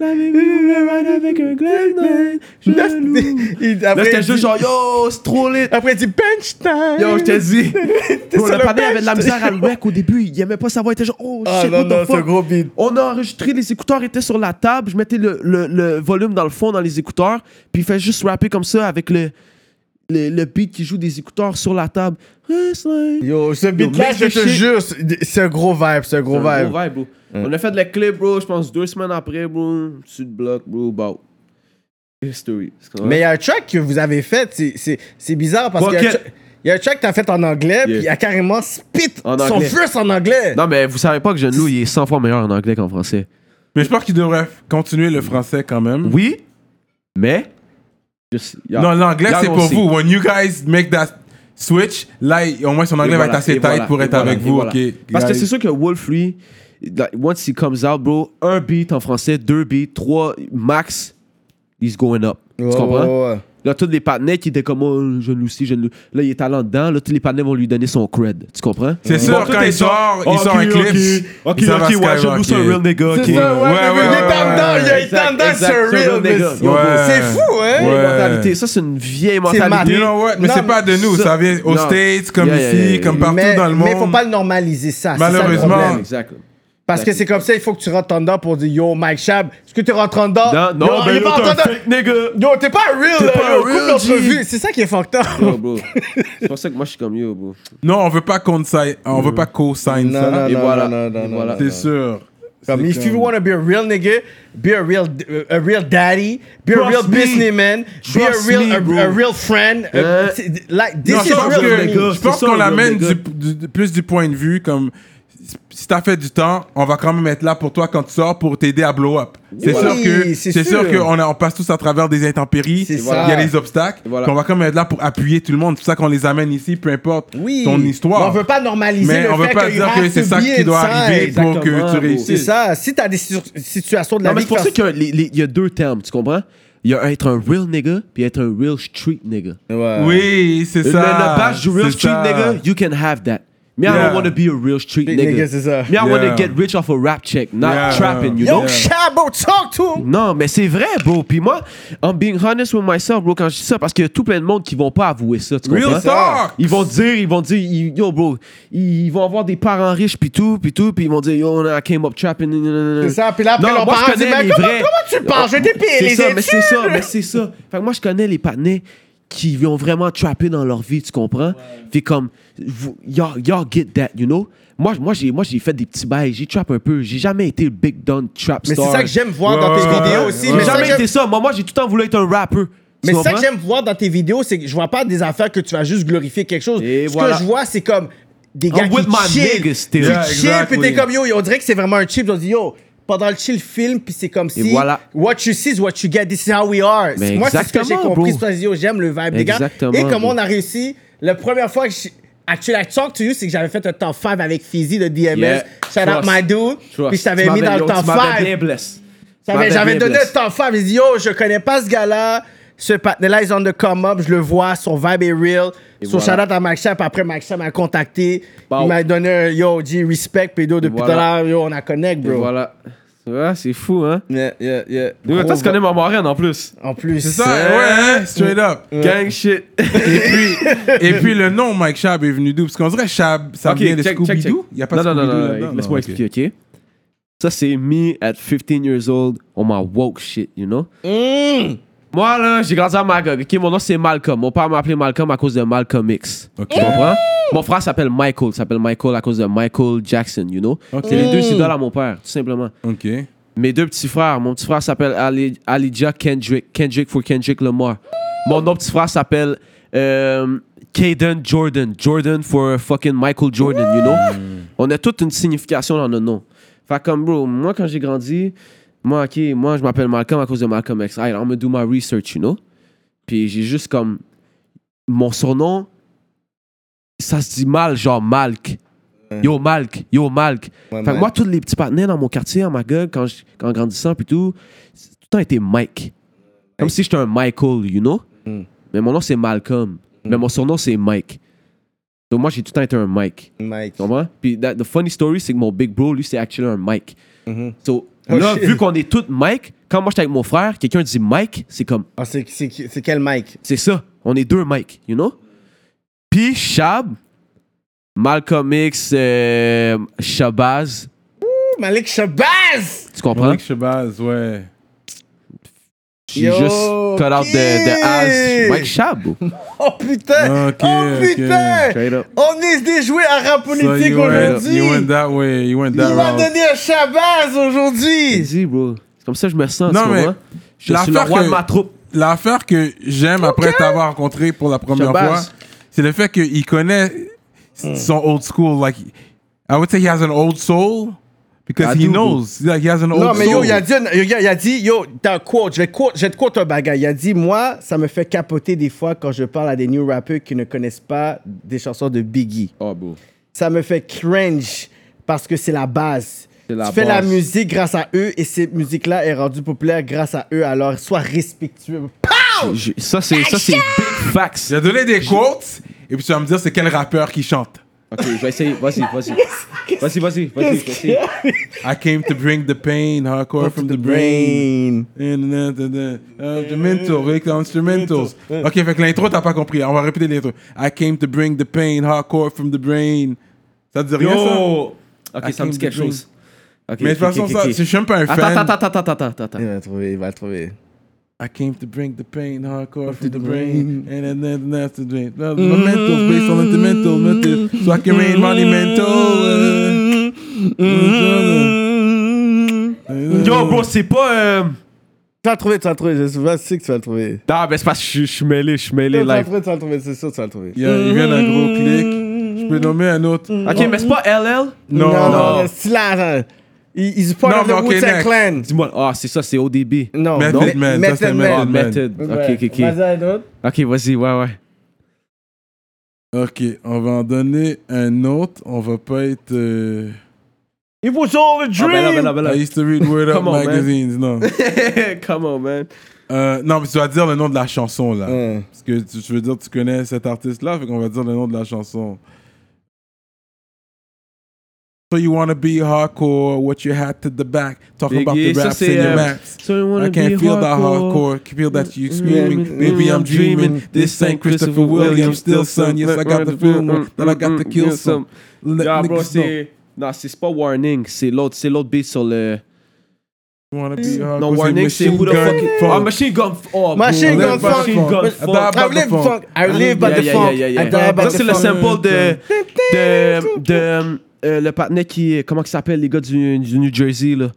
La bébé voulait ride avec un Glen Knight. Je loue.
Il,
Là,
après,
c'était
il
juste
dit,
genre, yo, c'est trop lit.
après, il dit bench time.
Yo, je te dis. Bro,
sur
le
le
panel
bench.
avait de la misère à le mec au début. Il aimait pas savoir. Il était genre, oh
Ah
shit,
non,
what
non,
the
c'est un
fuck.
gros beat.
On a enregistré, les écouteurs étaient sur la table. Je mettais le, le, le volume dans le fond, dans les écouteurs. Puis il fait juste rapper comme ça avec le, le, le beat qui joue des écouteurs sur la table. Ouais, c'est-
Yo, ce beat-là,
mec,
je
je
te
sais-
jure, c'est c'est un gros vibe, c'est un gros
C'est un
vibe.
gros vibe, bro. On a fait de la clé, bro. Je pense deux semaines après, bro. Sud bloc, bro. Bow. History.
Mais il y a un track que vous avez fait, c'est- c'est c'est bizarre parce qu'il y a un
Bucket.
tra- il y a un track que t'as fait en anglais, puis il a carrément spit
En
son
anglais.
verse en anglais.
Non, mais vous savez pas que Jeune Lou, il est 100 fois meilleur en anglais qu'en français.
Mais je pense qu'il devrait continuer le français quand même.
Oui, mais. Just- y'all-
Non, l'anglais,
y'all
c'est
gonna
pour
see.
vous. When you guys make that switch, là, il- au moins son anglais
Et
va
voilà,
être assez
et
tight
voilà,
pour
et
être
voilà,
avec
et
vous.
voilà.
ok
Parce que
guys.
c'est sûr que Wolf, lui, like, once he comes out, bro, un beat en français, deux beats, trois max, he's going up.
Ouais,
tu comprends?
ouais, ouais.
Là, tous les partenaires qui étaient comme, oh, jeune Lucie, jeune Lou. Là, il est allant dedans, là, tous les partenaires vont lui donner son cred. Tu comprends?
C'est
Ils
sûr,
vont tous
quand
être
il sort, il
Ah,
sort un
ok,
clip,
Ok,
ça
ok,
va
ok, ouais, jeune Lou, c'est un
skyrocket.
real nigga, ok.
C'est ça, ouais, mais
Ouais, ouais,
il est
ouais,
en
ouais,
dedans,
ouais.
il est
Exact,
en dedans,
exact,
c'est un
c'est un
real,
real nigga.
miss. Yo,
Ouais.
C'est fou, hein?
C'est une
Ouais.
mentalité. Ça, c'est une vieille
ma-
mentalité.
You know what? Mais
Non,
c'est pas de nous.
ça-
Ça vient aux
non.
States, comme
Yeah, yeah, yeah,
ici,
yeah.
comme partout
mais,
dans le
Mais faut
monde.
pas le normaliser ça. c'est ça le
Malheureusement.
problème.
Exact.
Parce que c'est comme ça, il faut que tu rentres en dedans pour dire Yo, Mike Shab, est-ce que tu rentres en dedans?
Non,
Yo,
non,
il
ben
est pas
là,
en
t'es un
dedans.
fake nigga.
Yo, t'es pas un real, là,
pas
yo,
un
coupe
real,
l'entrevue.
G.
C'est ça qui est fucked up.
Yo, bro. C'est pour ça que moi, je suis comme yo, bro.
Non, on veut pas qu'on sign- on
Mm.
veut pas co-sign
Non, non,
ça.
Et
non,
voilà.
non, non,
Et
non,
voilà.
non.
C'est sûr.
Comme,
C'est
if you
comme-
want to be a real nigga, be a real, a real daddy, be a
Trust
real
me.
businessman, be a
Trust
real,
me,
a,
bro.
a real friend. a-
Euh.
c'est- like, this
Non,
is
je pense
real
que-
nigga.
je pense
C'est ça,
qu'on
le
l'amène
gars.
du, du- plus du point de vue comme si t'as fait du temps, on va quand même être là pour toi quand tu sors pour t'aider à blow up. C'est
Oui,
sûr que
c'est
c'est sûr
sûr.
qu'on a- on passe tous à travers des intempéries,
C'est
il
ça.
y a des obstacles,
Et voilà.
puis on va quand même être là pour appuyer tout le monde. C'est pour ça qu'on les amène ici, peu importe
Oui.
ton histoire.
Mais on veut pas normaliser
Mais
le
on veut
fait
pas
que
dire
you
que
have
c'est
to
ça
be
qui doit
inside.
arriver pour
Exactement,
que tu
bro.
C'est
réussisses.
ça. Si t'as des sur- situations de la
Non, mais
vie
c'est pour
qui
ça
font-
qu'il y a les- les- il y a deux termes, tu comprends? Il y a être un real nigga, puis être un real street nigga.
Ouais.
Oui, c'est
Le,
ça.
le badge du real
c'est
street
ça.
nigga, you can have that. Me, I
Yeah.
don't want to be a real street
Street
nigga.
nigga, c'est ça.
Me, I want
Yeah.
to get rich off a rap check, not
Yeah.
trapping, you
Yo,
know? Mm.
Chabo, talk to him.
Non, mais c'est vrai, bro. Puis moi, I'm being honest with myself, bro, quand je dis ça, parce qu'il y a tout plein de monde qui vont pas avouer ça, tu comprends?
Real talk.
Ils vont dire, ils vont dire, ils- yo, bro, ils vont avoir des parents riches, puis tout, puis tout, puis ils vont dire, yo, I came up trapping.
C'est ça. Puis là, après,
Non,
leurs
moi, je
parents disent,
connais
mais
les
comment,
vrais.
comment tu penses? Je t'ai payé
C'est
les
ça,
études.
mais c'est ça, mais c'est ça. Fait que moi, je connais les partenaires qui ont vraiment trappé dans leur vie, tu comprends? Fait comme, vous- y'all, y'all get that, you know? Moi, moi, j'ai, moi, j'ai fait des petits bails, j'ai trap un peu, j'ai jamais été le big done trap
Mais
star.
c'est ça que j'aime voir dans
Ouais,
tes
ouais,
vidéos
ouais.
aussi.
J'ai
Mais ça que
jamais
j'aime-
été ça. Moi, moi, j'ai tout le temps voulu être un rappeur.
mais
c'est
ça que j'aime voir dans tes vidéos, c'est que je vois pas des affaires que tu vas juste glorifier quelque chose.
Et
Ce
voilà.
que je vois, c'est comme des gars
I'm with my
qui chill.
niggas still.
Qui
Yeah,
chill, puis t'es
exactly.
comme, yo, on dirait que c'est vraiment un chip. Ils ont dit, yo, pendant le chill film, puis c'est comme si
voilà.
what you see is what you get, this is how we are.
Mais
Moi, c'est ce que j'ai
exactement,
compris.
bro.
C'est pour ça que j'ai dit, yo, j'aime le vibe des gars.
Exactement,
Et comme
bro.
on a réussi, la première fois que je... Actually, I talked to you, c'est que j'avais fait un top 5 avec Fizzy de DMS.
Yeah.
Shout out
Trust.
my dude. Puis je t'avais mis dans le top 5. J'avais, j'avais donné un temps faible. J'ai dit, yo, je connais pas ce gars-là. Ce partenaire-là, is on the come up. Je le vois. Son vibe est real. son
voilà.
shout-out à Maxime. Après, Maxime m'a contacté.
Bon.
Il m'a donné un yo, G, respect. Puis yo, depuis
voilà.
tout à l'heure, yo, on a connect, bro.
Voilà. Ouais, c'est fou, hein?
Yeah, yeah, yeah.
Ouais,
Gros
Toi, tu connais ma marraine en plus.
En plus.
C'est ça, ouais, hein, straight up.
Gang shit.
Et puis, et puis le nom Mike Shab est venu d'où Parce qu'on dirait Shab, ça vient de Scooby-Doo. Il n'y a pas de
non, non,
Scooby-Doo
non, non,
là-dedans.
laisse-moi
Non, ok.
expliquer, ok? Ça, c'est me at 15 years old on my woke shit, you know?
Mm.
Moi, là, j'ai grandi à Magog. OK, mon nom, c'est Malcolm. Mon père m'a appelé Malcolm à cause de Malcolm X.
Ok.
Tu comprends? Mon frère s'appelle Michael. s'appelle Michael à cause de Michael Jackson, you know?
Ok.
C'est les deux idoles à mon père, tout simplement.
Ok.
Mes deux petits frères. Mon petit frère s'appelle Ali- Alijah Kendrick. Kendrick for Kendrick Lamar. Mon autre petit frère s'appelle euh, Kaden Jordan. Jordan for fucking Michael Jordan, you know? On a toute une signification dans nos noms. Fait comme, bro, moi, quand j'ai grandi, moi, OK, moi, je m'appelle Malcolm à cause de Malcolm X. Alright, I'm gonna do my research, you know? Puis j'ai juste comme... Mon surnom, ça se dit mal, genre Malk. Yo, Malk. Yo, Malk.
Ouais,
Fait que
Mike.
moi, tous les petits partenaires dans mon quartier, à ma gueule, quand, je- quand grandissant, puis tout, c'est tout le temps été Mike. Comme si j'étais un Michael, you know?
Mm.
Mais mon nom, c'est Malcolm.
Hmm.
Mais mon surnom, c'est Mike. Donc moi, j'ai tout le temps été un Mike.
Mmh. Mike.
Tu comprends? Puis that- the funny story, c'est que mon big bro, lui, c'est actually un Mike.
Mhm.
So,
Oh,
là,
shit.
vu qu'on est tous Mike, quand moi, j'étais avec mon frère, quelqu'un dit Mike, c'est comme,
Ah, c'est- c'est c'est quel Mike?
c'est ça. On est deux Mike, you know? Puis Shab, Malcolm X, euh, Shabazz,
Ouh, Malik Shabazz!
tu comprends?
Malik Shabazz, ouais.
J'ai
Yo,
juste cut out the, the
kid.
ass. Mike Shab. bro.
Oh putain!
Ok,
oh
ok.
putain!
Straight up.
On est des jouets à rap
So
politique
you, went,
aujourd'hui!
you went that way. You went
Il
that
m'a
route.
donné un Shabazz aujourd'hui!
Easy, bro. C'est comme ça que je me sens.
Non,
tu
mais
comprends? Je suis le
l'affaire
roi
que-
de ma troupe.
L'affaire que j'aime après t'avoir rencontré pour la première
Shabazz.
fois, c'est le fait qu'il connaît son old school. Like, I would say he has an old soul because
I
he
do,
knows. Like, he has an old
Non, mais
soul.
yo, il a dit, une- il a, il a dit yo, t'as un quote, je vais, quote, je vais te quote un bagage. Il a dit, moi, ça me fait capoter des fois quand je parle à des new rappers qui ne connaissent pas des chansons de Biggie.
Oh, bro.
Ça me fait cringe parce que c'est la base.
C'est la
tu fais la
base.
musique grâce à eux et cette musique-là est rendue populaire grâce à eux, alors sois respectueux.
Je- Ça, c'est ça, c'est big facts.
Il a donné des quotes et puis tu vas me dire c'est quel rappeur qui chante.
Ok, je vais essayer. Vas-y, vas-y. Vas-y, vas-y, vas-y.
Qu'est-ce qu'il y
vas-y.
a?
I came to bring the pain, hardcore from the brain.
Brain.
Instrumental, avec les instrumentals.
Eh.
Ok, fait que l'intro, t'as pas compris. On va répéter l'intro. I came to bring the pain, hardcore from the brain. Ça te dit rien, ça?
Yo! Ok,
I
ça me dit
came
quelque
to
chose. Ok,
Mais de
ok,
toute façon,
ok,
ça,
ok.
si je suis même pas un fan.
Attends, attends, attends, attends, attends, attends.
Il va le trouver, il va le trouver.
I came to bring the pain, hardcore from the brain. And then then that's the dream. Well,
Mm-hmm.
Momentals based on sentimental methods. So I can rain monumental.
Mm-hmm. Yo, bro, c'est pas. euh,
Tu vas le trouver, tu vas le trouver, je suis sûr que tu vas le trouver.
Non, mais c'est parce que je suis- je suis mêlé, je suis
Tu
mêlé
vas le
live.
trouver, tu vas le trouver, c'est sûr que tu vas le trouver.
Il y a- il vient d'un gros clic. Je peux nommer un autre.
Ok, mais c'est pas LL?
Non,
Non,
non.
c'est là. He's part
Non,
of the
mais ok,
Wu-Tang
next.
Clan.
Dis-moi. Ah, c'est ça, c'est ODB.
Non,
Method
non.
Man, ça, c'est
Ah,
Method Mm, Man.
Method.
Mm,
Ok, ok, ok.
Vas-y, un autre.
Ok, vas-y, ouais, ouais.
Ok, on va en donner un autre. On va pas être. euh,
It was all a
Ah,
dream.
ben là, ben là, ben là.
I used to read Word Up
Come on, man.
magazines. Non.
Come on, man.
Euh, non, mais tu vas dire le nom de la chanson là.
Ouais.
Parce que tu, je veux dire, tu connais cet artiste-là, fait qu'on va dire le nom de la chanson. So you wanna be hardcore, what you had to the back, talk about the
Biggie, ça
raps in
c'est.
your
euh,
maps.
So you wanna
I can't
be
feel that
hardcore.
hardcore, can feel that you
Mm,
screaming.
mm,
Maybe
mm,
I'm dreaming. This ain't Christopher Williams, still son. Yes, I got to feel more,
Mm,
then I got
Mm-hmm.
to kill some. Let
Yeah, bro,
niggas know.
c'est. Non, c'est c'est pas Warning, c'est l'autre, c'est l'autre beat sur le.
You wanna be hardcore,
Non, uh, Warning, c'est Who the
Machine
fuck.
Gun
Ah,
Funk.
Machine Gun. Oh, bro.
Machine
Gun
Machine
Funk.
Gun
I die
Funk.
by
I live
the funk.
funk. I live by
Ah, Yeah,
the
yeah,
funk.
yeah, yeah,
I
yeah.
die by
Ça,
the
c'est le
funk.
sample de. de. de. euh, le partenaire qui. est- Comment il s'appelle, les gars du, du New Jersey, là?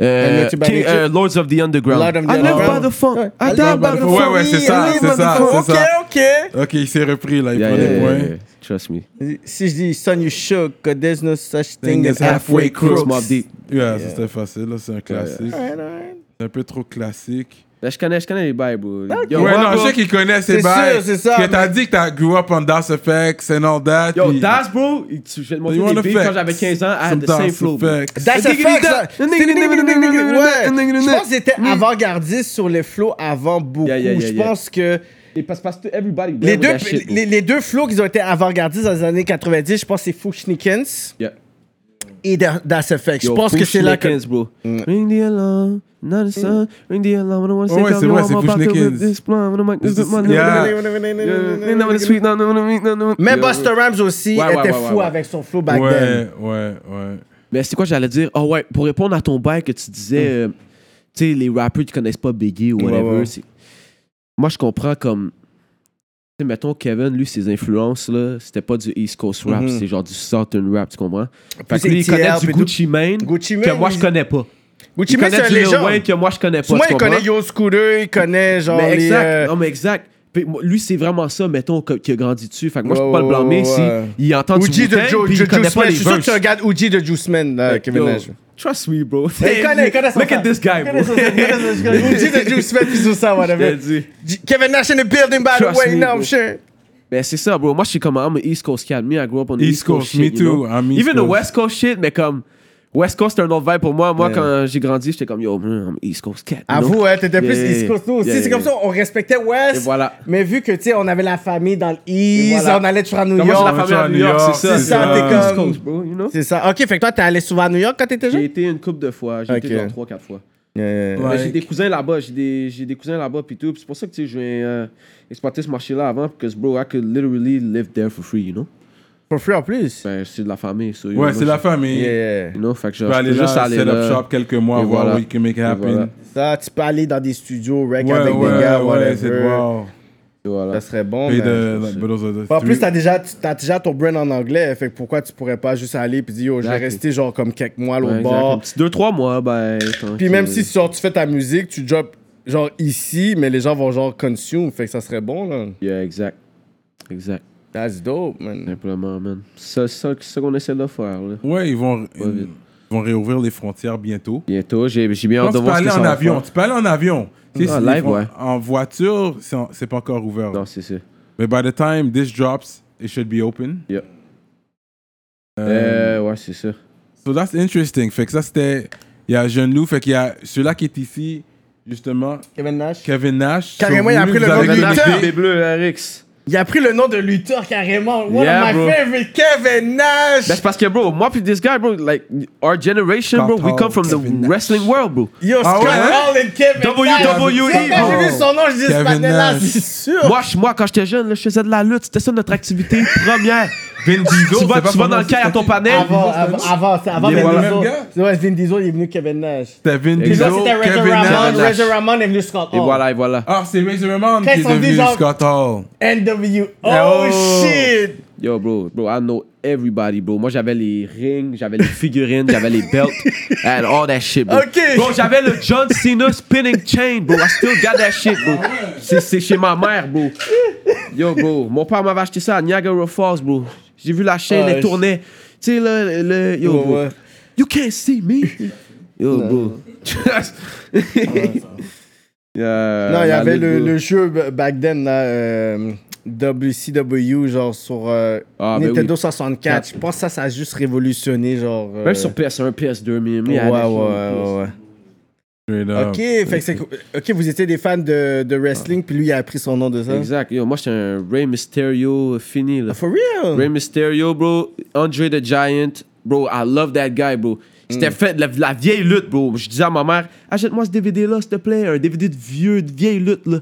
Euh,
And Nature by
King-
Nature.
euh, Lords of the Underground.
Lord of the
I live by
Underground.
the funk.
Ouais. I
I die
live
by the funk.
Ouais, ouais, c'est ça,
Oui,
c'est ça,
motherfucker.
c'est ça.
Ok, ok.
Ok, il s'est repris là, il
Yeah,
prend
yeah,
des
yeah,
points.
yeah, yeah. Trust me.
Si je dis son you shook, 'cause there's no such thing
Thing
as
is halfway
halfway crooks.
crooks.
Mobb Deep.
Yeah, ça, c'était facile, là, c'est un classique. C'est un peu trop classique.
Là, je connais, je connais les bails, bro. Yo,
ouais,
moi,
non, je
bro,
sais qu'il connaît ces
C'est
bails.
sûr, c'est ça,
Que t'as
mais-
dit que t'as grew up on Das Effects and all that.
Yo,
puis-
Das, bro, il- tu- je vais te
You
montrer
want
des beats
effects.
quand j'avais 15 ans, I had
Some
the
Das
same flow. bro.
Effects.
That's a fact, ça. Ouais. Je pense que c'était avant-gardiste sur les flows avant beaucoup.
Yeah, yeah, yeah,
Je
yeah.
pense que
Et parce, parce que everybody
les
with
deux,
that shit, bro.
les, les deux flows qui ont été avant-gardistes dans les années 90, je pense que c'est Fushnikens
Yeah.
et Da- Das Effect. Je
Yo,
pense que
Push
c'est là que.
Nickens, bro. Mm. Ring the alarm, not the sun, ring the alarm, I don't wanna
Ouais,
say
c'est
I'm
vrai, c'est
about
Push
to whip
Nickens.
this plan, I don't want to
This
whip
is-
my-
yeah.
Ah. Yeah, ain't nothing sweet, no, no, no, no, no, no.
Mais
Yo,
Buster Rams aussi
Ouais, ouais,
était
ouais, ouais,
fou
ouais.
avec son flow back then.
Ouais, ouais, ouais.
Oh, Mais c'est quoi j'allais dire? Ah ouais, pour répondre à ton bail que tu disais, euh, sais, les rappers qui connaissent pas Biggie ou
Mm. Ouais,
whatever.
ouais.
c'est- Moi, je comprends comme. Tu sais, mettons, Kevin, lui, ses influences, là, c'était pas du East Coast rap,
Mhm.
c'est genre du Southern rap, tu comprends? Fait
Plus
que lui,
ATL,
il connaît du
puis tout.
Gucci Mane
Gucci Mane,
que moi,
oui.
je connais pas.
Gucci
il
Mane, c'est
connaît
un
du Lil Wayne
légende.
que moi, je connais pas.
Moi,
tu
il
comprends?
connaît Yo Scooter, il connaît genre
mais
les,
exact.
euh,
Non, mais exact. Puis moi, lui, c'est vraiment ça, mettons, que- qui a grandi dessus. Fait que moi, je peux
Ouais,
pas le
ouais,
blâmer
ouais, ouais.
si il entend du
Uji de
Wu-Tang,
Jo-
puis
Jo-
il connaît
Juice
pas
Man. Je
les
suis sûr que
verses.
tu regardes Uji de Juice Man, là, Kevin
Yo,
Nash.
Trust me, bro.
Il connaît, il connaît son
Look at
frère.
this guy, bro.
Uji de Juice Man, puis tout ça,
Je
whatever.
te dis.
J- Kevin Nash in the building, by the
Trust
way,
me,
now I'm
bro.
sure.
Ben, c'est ça, bro. Moi, je suis comme, I'm an East Coast cat. Me, I grew up on the
East
East Coast,
Coast, me
shit, you know?
too. I'm East
Even
Coast.
the West Coast shit, mais comme... West Coast, c'est un autre vibe pour moi. Moi,
Yeah.
quand j'ai grandi, j'étais comme, yo, man, I'm East Coast cat. you know?
Avoue, hein, t'étais plus
Yeah,
East Coast, nous aussi.
yeah,
c'est comme
yeah.
ça, on respectait
Et
West.
voilà.
Mais vu que, tu sais, on avait la famille dans
Et
l'East,
voilà.
on allait toujours à New
Comme Moi, j'ai
York.
la famille à New York, c'est ça.
C'est ça, t'es
East
comme-
Coast, bro, you know?
C'est ça. Ok, fait que toi, t'es allé souvent à New York quand t'étais
J'ai
jeune?
été euh, une couple de fois. J'ai
Ok.
été genre trois, quatre fois.
Ouais.
Mais j'ai des cousins là-bas, j'ai des, j'ai des cousins là-bas puis tout. Puis C'est pour ça que tu sais, je viens euh, exploiter ce marché-là avant, parce que bro, I could literally live there for free, you know.
For free en plus.
Ben, c'est de la famille, ça.
Ouais, c'est la famille. Tu
Yeah.
You know, fait que je,
peux aller
juste
là,
aller
set
là.
up shop quelques mois,
Et
voir
voilà.
où you can make it
Et voilà.
happen.
Ça, tu peux aller dans des studios, rec
Ouais,
avec des
ouais,
gars,
ouais, c'est de
whatever.
voir.
Et voilà.
Ça serait bon.
Pay
mais-
the- but those are the
En plus,
three-
t'as déjà, t'as déjà ton brand en anglais. Fait que pourquoi tu pourrais pas juste aller puis dire, yo, je vais
Exact.
rester genre comme quelques mois à
Ouais,
l'autre
exact. Un
bord.
petit deux, trois mois, ben. tant
Puis
que-
même si genre, tu fais ta musique, tu drops genre ici, mais les gens vont genre consume. Fait que ça serait bon, là.
Yeah, exact. Exact.
That's dope, man.
Simplement, man. C'est ça, ça, c'est ça qu'on essaie de faire, là.
Ouais, ils vont, ils
vite.
vont réouvrir les frontières bientôt.
Bientôt, j'ai j'ai bien
Non,
hâte
tu
de
peux
voir ce
aller
que ça
en
va
avion.
faire.
Tu peux aller en avion. Tu sais,
Ah,
si les
live,
fron-
ouais.
En voiture, c'est en- c'est pas encore ouvert.
Non, c'est ça.
Mais by the time this drops, it should be open.
Yeah.
Euh,
Euh, ouais, c'est ça.
So that's interesting. Fait que ça, c'était. Il y a Jeune Lou. Fait qu'il y a celui-là qui est ici, justement,
Kevin Nash.
Kevin Nash.
Carrément,
So,
il a
vous,
pris le
vous
nom
avez
de
une
lutteur.
idée.
Bébé bleu, Rx.
Il a pris le nom de lutteur carrément. One
Yeah,
of my
bro.
favorite, Kevin Nash.
That's parce que, bro, moi puis this guy, bro, like, our generation, bro, we come from the
Kevin Nash.
wrestling world, bro.
Yo,
Ah
Scott
ouais, hein?
Hall et Kevin Nash.
WWE,
Quand j'ai
bro.
vu son nom, je dis,
Kevin
ce là
Nash.
c'est sûr.
Moi, je- moi, quand j'étais jeune, là, je faisais de la lutte. C'était ça notre activité première.
Vin Diesel,
tu vas,
c'est pas
tu vas
son
dans le
nom,
caille à ton
c'était-
panel.
avant, avant, avant, c'est avant
Il est
Vin
pas le
Diesel.
même gars?
Tu vois, Vin Diesel, il est venu Kevin Nash.
C'était Vin
Puis
Diesel,
là, c'était Razor
Kevin
Ramon.
Nash.
Razor Ramon est venu Scott Hall.
Et voilà, et voilà.
Ah, c'est Razor Ramon qui
Quand
est
ils sont
devenu
dit genre-
Scott Hall.
NWO.
Oh.
Oh, shit!
Yo, bro, bro, I know everybody, bro. Moi, j'avais les rings, j'avais les figurines, j'avais les belts, and all that shit, bro.
Ok.
Bro, j'avais le John Cena spinning chain, bro. I still got that shit, bro. C'est, c'est chez ma mère, bro. Yo, bro, mon père m'avait acheté ça à Niagara Falls, bro. J'ai vu la chaîne,
Ah,
elle tournait. Tu sais, là, le, le- yo,
Ouais,
bro.
ouais.
You can't see me. Yo, bro. Yeah,
non, il y
Euh,
la
avait
lutte,
le,
bro.
le jeu b- back then, là, euh, WCW, genre sur euh,
Ah, ben
Nintendo
oui.
64. Je pense que ça, ça a juste révolutionné, genre. euh,
Ben,
Même sur PS1, PS2, mais
Ouais, ouais, ouais, ouais.
Straight up.
Ok, fait que c'est co- ok, vous étiez des fans de, de wrestling, puis lui, il a appris son nom de ça.
Exact. Yo, moi, j'étais un Rey Mysterio fini, là.
For real?
Rey Mysterio, bro. Andre the Giant. Bro, I love that guy, bro.
Mm.
C'était fait de la, la vieille lutte, bro. Je disais à ma mère, achète-moi ce DVD-là, s'il te plaît. Un DVD de vieux, de vieille lutte, là.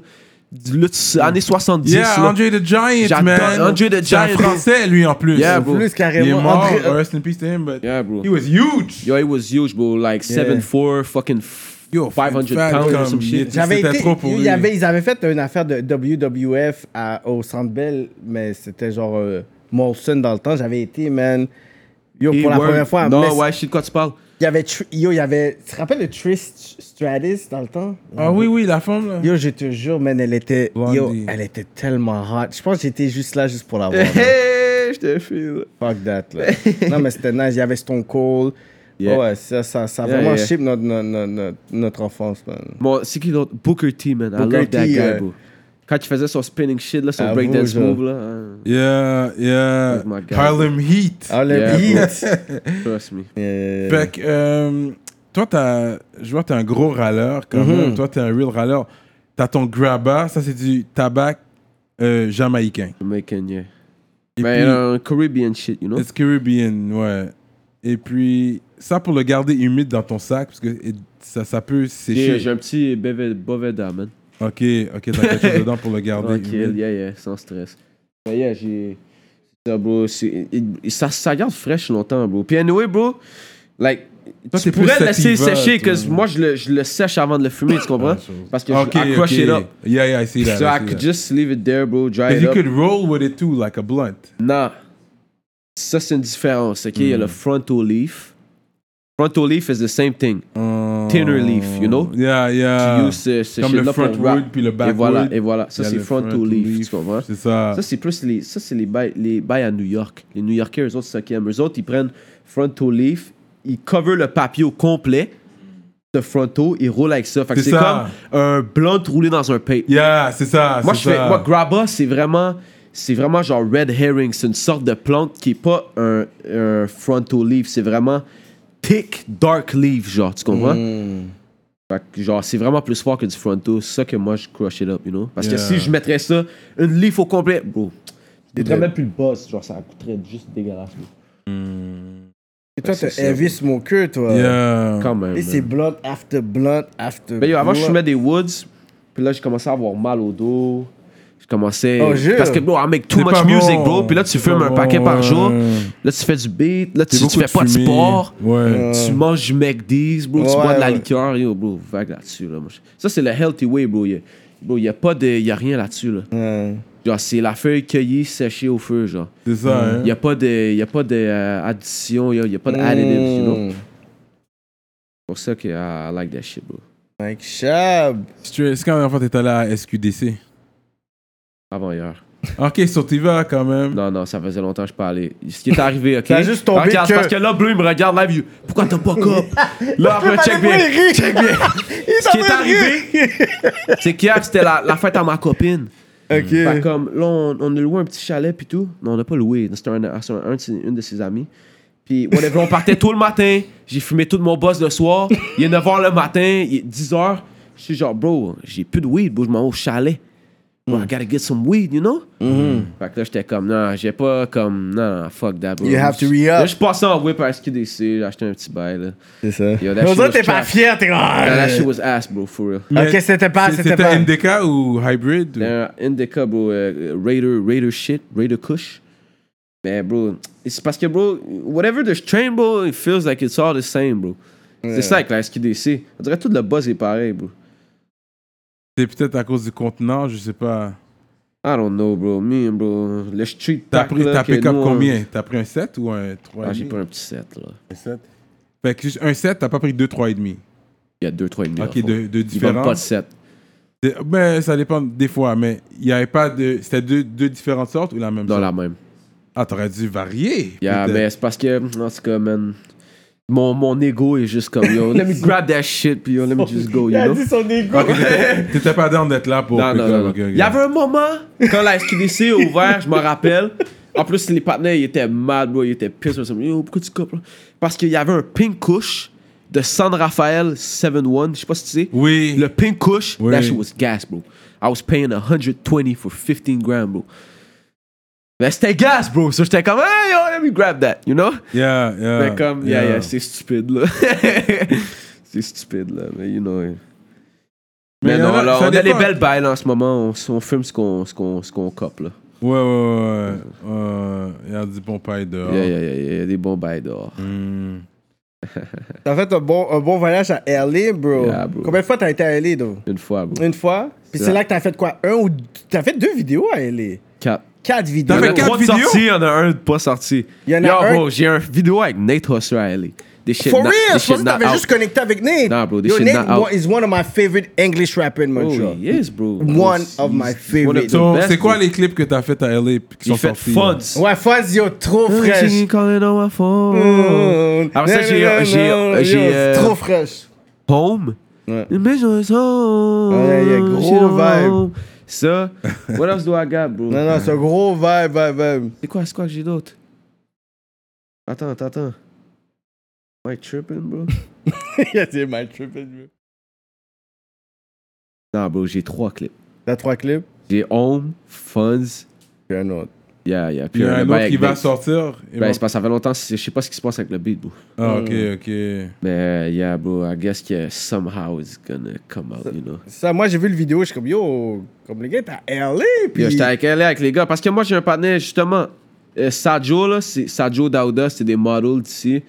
De lutte s- années 70,
Yeah,
là.
Andre the Giant,
J'adore
man.
Andre the
C'est un
Giant, bro.
français, lui, en plus.
Yeah,
En
bro.
plus,
Il est
carrément.
mort.
André- euh,
Rest in peace to him, but
Yeah, bro.
he was huge.
Yo, it was huge, bro. Like 7'4", fucking f-
Yo,
500
fat
pounds
comme
or some
il
shit.
était-
J'avais
C'était
été,
trop pour
il y
lui.
avait- ils avaient fait une affaire de WWF à- au Centre Bell, mais c'était genre euh, Molson dans le temps. J'avais été, man. Yo, pour la
Hey, word.
première fois. mais
Non,
c-
ouais, shit, quoi tu parles?
Il y avait, Tr- yo, il y avait, tu te rappelles de Trish Stratus dans le temps?
Ah oui, oui, la femme, là.
Yo, je te jure, man, elle était, yo,
Blondie.
elle était tellement hot. Je pense que j'étais juste là juste pour la voir. man.
Hey, je te file.
Fuck that, là. Non, mais c'était nice. Il y avait Stone Cold.
Yeah.
Ouais, ça, ça, ça a
Yeah,
vraiment
yeah.
shape notre, notre, notre- notre- notre enfance, man.
Bon, c'est qui l'autre? Booker T, man. I
Booker
love that
T,
guy,
euh,
bro. Quand il faisait son spinning shit, là, son
Ah,
Avoue,
breakdance
genre.
move, là. hein,
Yeah, yeah.
Oh my God.
Harlem Heat.
Ah, le
Yeah,
beat.
trust me.
Yeah.
Fait que, euh, toi, t'as, je vois, t'es un gros râleur quand
Mhm.
Mm-hmm.
même. Toi, t'es un real râleur. T'as ton grabba, ça, c'est du tabac euh, jamaïcain.
Jamaican, yeah.
Et
Mais
puis,
euh, Caribbean shit, you know?
it's Caribbean, ouais. Et puis, ça, pour le garder humide dans ton sac, parce que et- ça, ça peut
Yeah,
sécher.
J'ai un petit beve- Boveda, man.
Ok, ok, t'as quelque chose dedans pour le garder
Tranquille,
humide.
yeah, yeah, sans stress. Mais yeah, j'ai. Ça, bro, c'est- il- il- ça, ça garde fraîche longtemps, bro. Puis anyway, bro, Like,
Toi,
tu
t'es plus
pourrais le laisser
sativa,
sécher,
toi. Ah,
que moi, je le, je le sèche avant de le fumer, tu comprends? Parce que
Ok,
je I crush
ok.
it up.
Yeah, yeah, I see that.
So
I
I
see
could
that.
just leave it there, bro, dry
'Cause
it
you
up.
could roll with it too, like a blunt.
Non. Ça, c'est une différence, OK? Il y a le
Hmm.
frontal leaf. Frontal leaf is the same thing. Thinner leaf, you know? uh,
Yeah, yeah.
Tu uses ce, ce
Oh. Ah. Comme le
shit-là pour
front
wrap.
wood puis le back
Et voilà,
wood.
et voilà. Ça,
Il y a
c'est
le
frontal
frontal
leaf,
leaf.
tu comprends?
C'est ça.
Ça, c'est plus les, ça, c'est les bails les bails à New York. Les New Yorkais, eux autres, c'est ça qu'ils aiment. Eux autres, ils prennent frontal leaf, ils cover le papier au complet de frontal, ils roulent avec ça. Fait que
C'est
c'est
ça.
comme un blunt roulé dans un pape.
Yeah, c'est ça.
Moi,
c'est
je fais,
ça.
moi, Grabba, c'est vraiment, c'est vraiment genre red herring. C'est une sorte de plante qui est pas un, un frontal leaf. C'est vraiment thick, dark leaf, genre, tu comprends?
Hmm.
Fait que, genre, c'est vraiment plus fort que du frontal. C'est ça que moi, je crush it up, you know? Parce
Yeah.
que si je mettrais ça, une leaf au complet, bro, je
Dead.
même plus le boss. Genre, ça coûterait juste dégueulasse, bro.
Et toi,
Ouais, c'est
t'es
ça,
heavy smoker, toi.
Yeah.
Quand même.
Et c'est
man.
blunt after blunt after
Mais yo, avant, je
blunt.
fumais des woods, puis là, j'ai commencé à avoir mal au dos. Je commençais.
Oh, jure?
Parce que, bro, I make too
C'est
much
pas
music,
bon.
bro. Puis là, tu
C'est
fumes
pas
un
bon,
paquet par
ouais.
jour. Là, tu fais du beat. Là, tu,
C'est
tu
beaucoup
fais pas de
fumée.
sport.
Euh,
Ouais.
Tu manges du McD's, bro.
Ouais,
tu bois de la
ouais.
liqueur. Yo, bro, vague là-dessus, là. moi, je- Ça, c'est le healthy way, bro. Il y a, bro, il y a pas de. Il y a rien là-dessus, là.
Ouais.
Genre, c'est la feuille cueillie, séchée au feu, genre.
C'est ça, hein.
Il y a pas de. Il y a pas de euh, addition, yo. Il y a pas d'additives, you know.
Mm.
C'est pour ça que ah, I like that shit, bro.
Mike Chab.
Straight- C'est quand même, en fait, t'étais allé à SQDC.
Avant hier.
Ok, so t'y vas quand même.
Non, non, ça faisait longtemps que je parlais. Ce qui est arrivé, ok?
T'as juste tombé
Regarde,
que-
Parce que là, Bleu, il me regarde live. il- Pourquoi t'as pas cop? Là, après, check bien. Check bien. Ce qui est arrivé, c'est qu'hier, c'était la, la fête à ma copine. Fait
Ok.
comme, là, on, on a loué un petit chalet, puis tout. Non, on n'a pas loué. C'était un, c'est un- un de ses- une de ses amies. Puis, whatever, on partait tôt le matin. J'ai fumé tout mon boss le soir. Il est 9h le matin, il est 10h. Je suis genre, bro, j'ai plus de weed, bro, je m'en vais au chalet. Bro, I gotta get some weed, you know?
Mm-hmm.
Fait que là, j'étais comme, non, j'ai pas comme, non, non, fuck that, bro.
You have to re-up.
Là, je suis passé en whip à SQDC, j'ai acheté un petit bail, là.
C'est ça.
Yo, that
Mais
shit
toi,
was
t'es pas
trash.
fier, t'es
Nah, that
comme.
shit was ass, bro, for real.
Mais
Ok, c'était pas-
c'est-
c'était pas-
C'était NDK ou Hybrid? ou-
Dans Indica, bro, euh, Raider, Raider shit, Raider Kush. Mais, bro, c'est parce que, bro, whatever the strain, bro, it feels like it's all the same, bro. C'est ça avec la SQDC. On dirait tout le buzz est pareil, bro.
C'est peut-être à cause du contenant, je sais pas.
I don't know, bro. Me, bro, le street
T'as
talk,
pris
là,
t'as
que
pick-up
nous, on-
combien? T'as pris un 7 ou un 3,5?
Ah, j'ai pris un petit set, là.
Un 7. Fait que juste un 7, t'as pas pris 2, 3,5.
Il y a 2-3 et demi.
Ok, de, de
Ils vendent pas de
différence.
set.
C'est- Ben, ça dépend des fois, mais il y avait pas de. C'était deux, deux différentes sortes ou la même
Dans
sorte?
la même.
Ah, t'aurais dû varier.
Yeah,
peut-être.
mais c'est parce que, en tout cas, man, mon, mon ego est juste comme, yo, let me grab that shit, puis yo, let me just go,
Il
you
a
know?
dit son égo.
Ok, t'étais- T'étais pas down d'être là pour.
Non, non,
pick-up,
non. non.
ok, ok.
Il y avait un moment, quand la SQDC est ouverte, je m'en rappelle. En plus, les partenaires, ils étaient mad, bro, ils étaient pissed. Ils se sont dit, yo, pourquoi tu coupes, là? Parce qu'il y avait un pink kush de San Rafael 7-1, je sais pas si tu sais.
Oui.
Le pink kush,
Oui.
that shit was gas, bro. I was paying 120 for 15 grams, bro. Mais c'était gas, bro. So j'étais comme, hey, yo, let me grab that, you know?
Yeah, Ah, yeah.
Mais comme, yeah, yeah, c'est stupide, là. c'est stupide, là, mais you know. Mais,
y en
non,
a-
là, on
ça
a des
dépend.
belles bails en ce moment, on, s- on filme ce qu'on ce qu'on ce qu'on cope, là.
Ouais, ouais, ouais. Il y a du bon paille dehors.
Yeah, yeah, yeah, yeah, il y a des bons bails dehors.
Hmm.
T'as fait un bon, un bon voyage à LA, bro.
Yeah, bro.
Combien de fois t'as été à LA, though?
Une fois, bro.
Une fois? Puis
C'est
c'est
là.
là que t'as fait quoi? Un ou. deux- T'as fait deux vidéos à LA?
Quatre.
Quatre
Il
vidéos.
y en
fait
a
quatre
trois de
vidéos?
sortis, il y en a un de pas sorti.
Il y en a
Yo,
un-
bro, j'ai un vidéo avec Nate Husser à LA. Des shit
For
not-
real,
des
je pensais que
shit not
t'avais
out.
juste connecté avec Nate.
Nah, bro, this
Yo,
shit
Nate
not out.
wa- is one of my favorite English rapper in Montreal.
Oh, yes, bro.
One
He's-
of my
he's one of the
favorite.
So,
best,
c'est quoi
bro.
les clips que t'as fait à LA qui sont
Il fait
sortis?
Fonz.
Ouais, Fuzz, Ah, yo, trop fraîche.
She calling on my phone. Après ça,
Non,
j'ai-
non, non, non,
j'ai.
Mm. yo,
J'ai.
c'est
euh,
Trop fraîche.
Home.
Ouais.
Mais je sens.
Ouais, il y a gros
Chez nous,
vibe.
home. Ça. What else do I got, bro?
Non, non, c'est un gros vibe, vibe, vibe.
C'est quoi, c'est quoi que j'ai d'autre? Attends, attends, attends. Am I tripping, bro?
Il a dit my trip.
non, bro, j'ai trois clips.
T'as trois clips?
J'ai Home, Funds,
Puis un autre.
yeah, yeah.
Il
Puis euh,
y a
le bail
un autre
avec
qui va
Nate.
sortir. et
Ben,
va-
c'est parce que ça fait longtemps, c'est- je sais pas ce qui se passe avec le beat, bro.
Ah, ok, ok.
Mais, euh, yeah, bro, I guess que somehow it's gonna come out, you know.
Ça, moi, j'ai vu le vidéo, je suis comme, yo, comme les gars, t'as LA, puis...
Yo, j'étais avec LA avec les gars parce que moi j'ai un partenaire justement. euh, Sadio, là, c'est Sadio Dauda, c'est des models d'ici.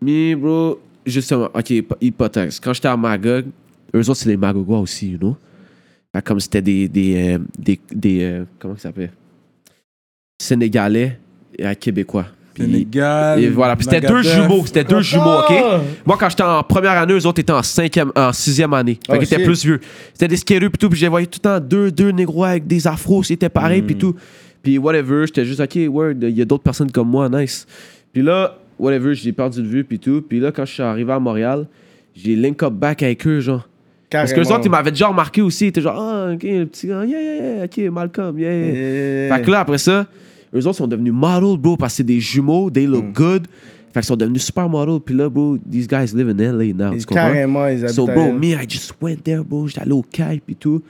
Mais, bro, justement, ok, hyp- hypothèse. Quand j'étais à Magog, eux autres, c'est des Magogois aussi, you know? Fait comme c'était des. des, euh, des, des euh, comment ça s'appelle? Sénégalais et euh, Québécois. Puis-
Sénégal.
et voilà, puis c'était deux
Nagadev.
jumeaux, c'était deux jumeaux, ok?
Ah!
Moi, quand j'étais en première année, eux autres étaient en cinquième, en sixième année. Fait
Oh,
qu'ils étaient
shit.
plus vieux. C'était des skéreux pis tout, puis j'ai voyé tout le temps deux, deux négros avec des afros, c'était pareil puis tout. Puis whatever, j'étais juste, ok, word, il y a d'autres personnes comme moi, nice. Puis là, whatever, j'ai perdu de vue puis tout. Puis là, quand je suis arrivé à Montréal, j'ai link up back avec eux, genre. Parce que eux autres, ils m'avaient déjà remarqué aussi. Ils étaient genre, ah, ok, le petit gars, yeah, yeah, yeah, ok, Malcolm, yeah, yeah.
Euh,
Fait que là, après ça, Euh, eux autres sont devenus models, bro, parce que c'est des jumeaux, they
Mm.
look good. Fait qu'ils sont devenus super models. Puis là, bro, these guys live in LA now. Tu comprends?
Carrément, ils habitent
So,
à
bro,
L.A.
me, I just went there, bro. J'étais allé au CAI, puis tout.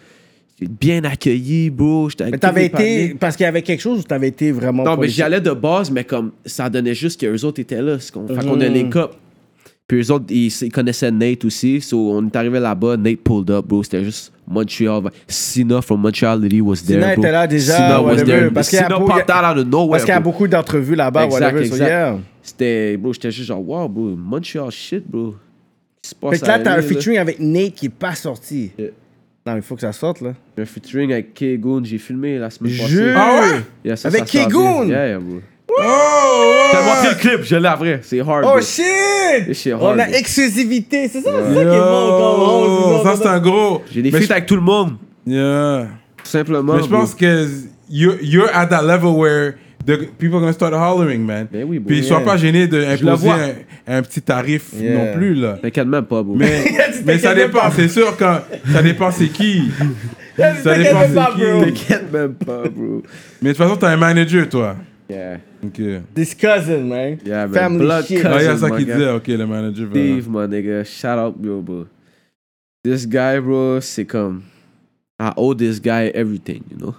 J'étais bien accueilli, bro. J'étais
Mais
avec
t'avais
tous mes
été.
panas.
Parce qu'il y avait quelque chose où t'avais été vraiment.
Non, mais
politique.
j'y allais de base, mais comme ça donnait juste qu'eux autres étaient là. c'est qu'on- Fait qu'on a
Mhm.
les cups. Puis eux autres, ils, ils connaissaient Nate aussi. So, on est arrivé là-bas. Nate pulled up, bro. C'était juste Montreal. Sina from Montreal, he was there.
Sina
bro.
était là déjà,
Sina was
whatever,
there.
parce qu'il y a
Sina
beau-
popped out of nowhere.
Parce qu'il y a
bro.
beaucoup d'entrevues là-bas,
Exact,
whatever, so
exact.
yeah.
C'était, bro, j'étais juste genre, wow, bro, Montreal shit, bro. Qu'est-ce qui se passe
Fait que là,
à
t'as
LA,
un featuring avec Nate qui est pas sorti.
Yeah.
Non, il faut que ça sorte, là.
Un featuring avec Kegoon, j'ai filmé la semaine
Jure!
passée.
Ah ouais?
Yeah, ça,
Avec
ça sort
Kegoon?
bien. Yeah, yeah, bro.
Oh,
T'as montré le clip, je l'ai après. C'est hard.
Oh
bro. This
shit!
shit
On
hard,
a
bro.
exclusivité, c'est ça, c'est ça qui est bon
Yo,
comme
ça c'est un gros.
J'ai des
Mais
feats
je-
avec tout le monde.
Yeah.
Tout simplement.
Mais je
bro.
pense que you- you're at that level where the people are gonna start hollering, man.
Ben oui, bro.
Puis sois
Yeah.
pas gêné
Je le
d'imposer
vois.
un, un petit tarif
Yeah.
non plus, là.
T'inquiète même pas, bro.
Mais, mais ça dépend, c'est sûr quand ça dépend c'est qui. Ça dépend c'est qui.
T'inquiète même pas, bro.
Mais de toute façon, t'as un manager, toi.
Yeah.
Ok.
Ah,
This cousin, man.
Yeah, man.
Family
Blood
shit.
Ah, il y a
Cousin,
ça
my
qui
guy.
disait, ok, le manager. voilà.
Steve, my nigga. Shout out, yo, bro. This guy, bro, c'est comme. I owe this guy everything, you know?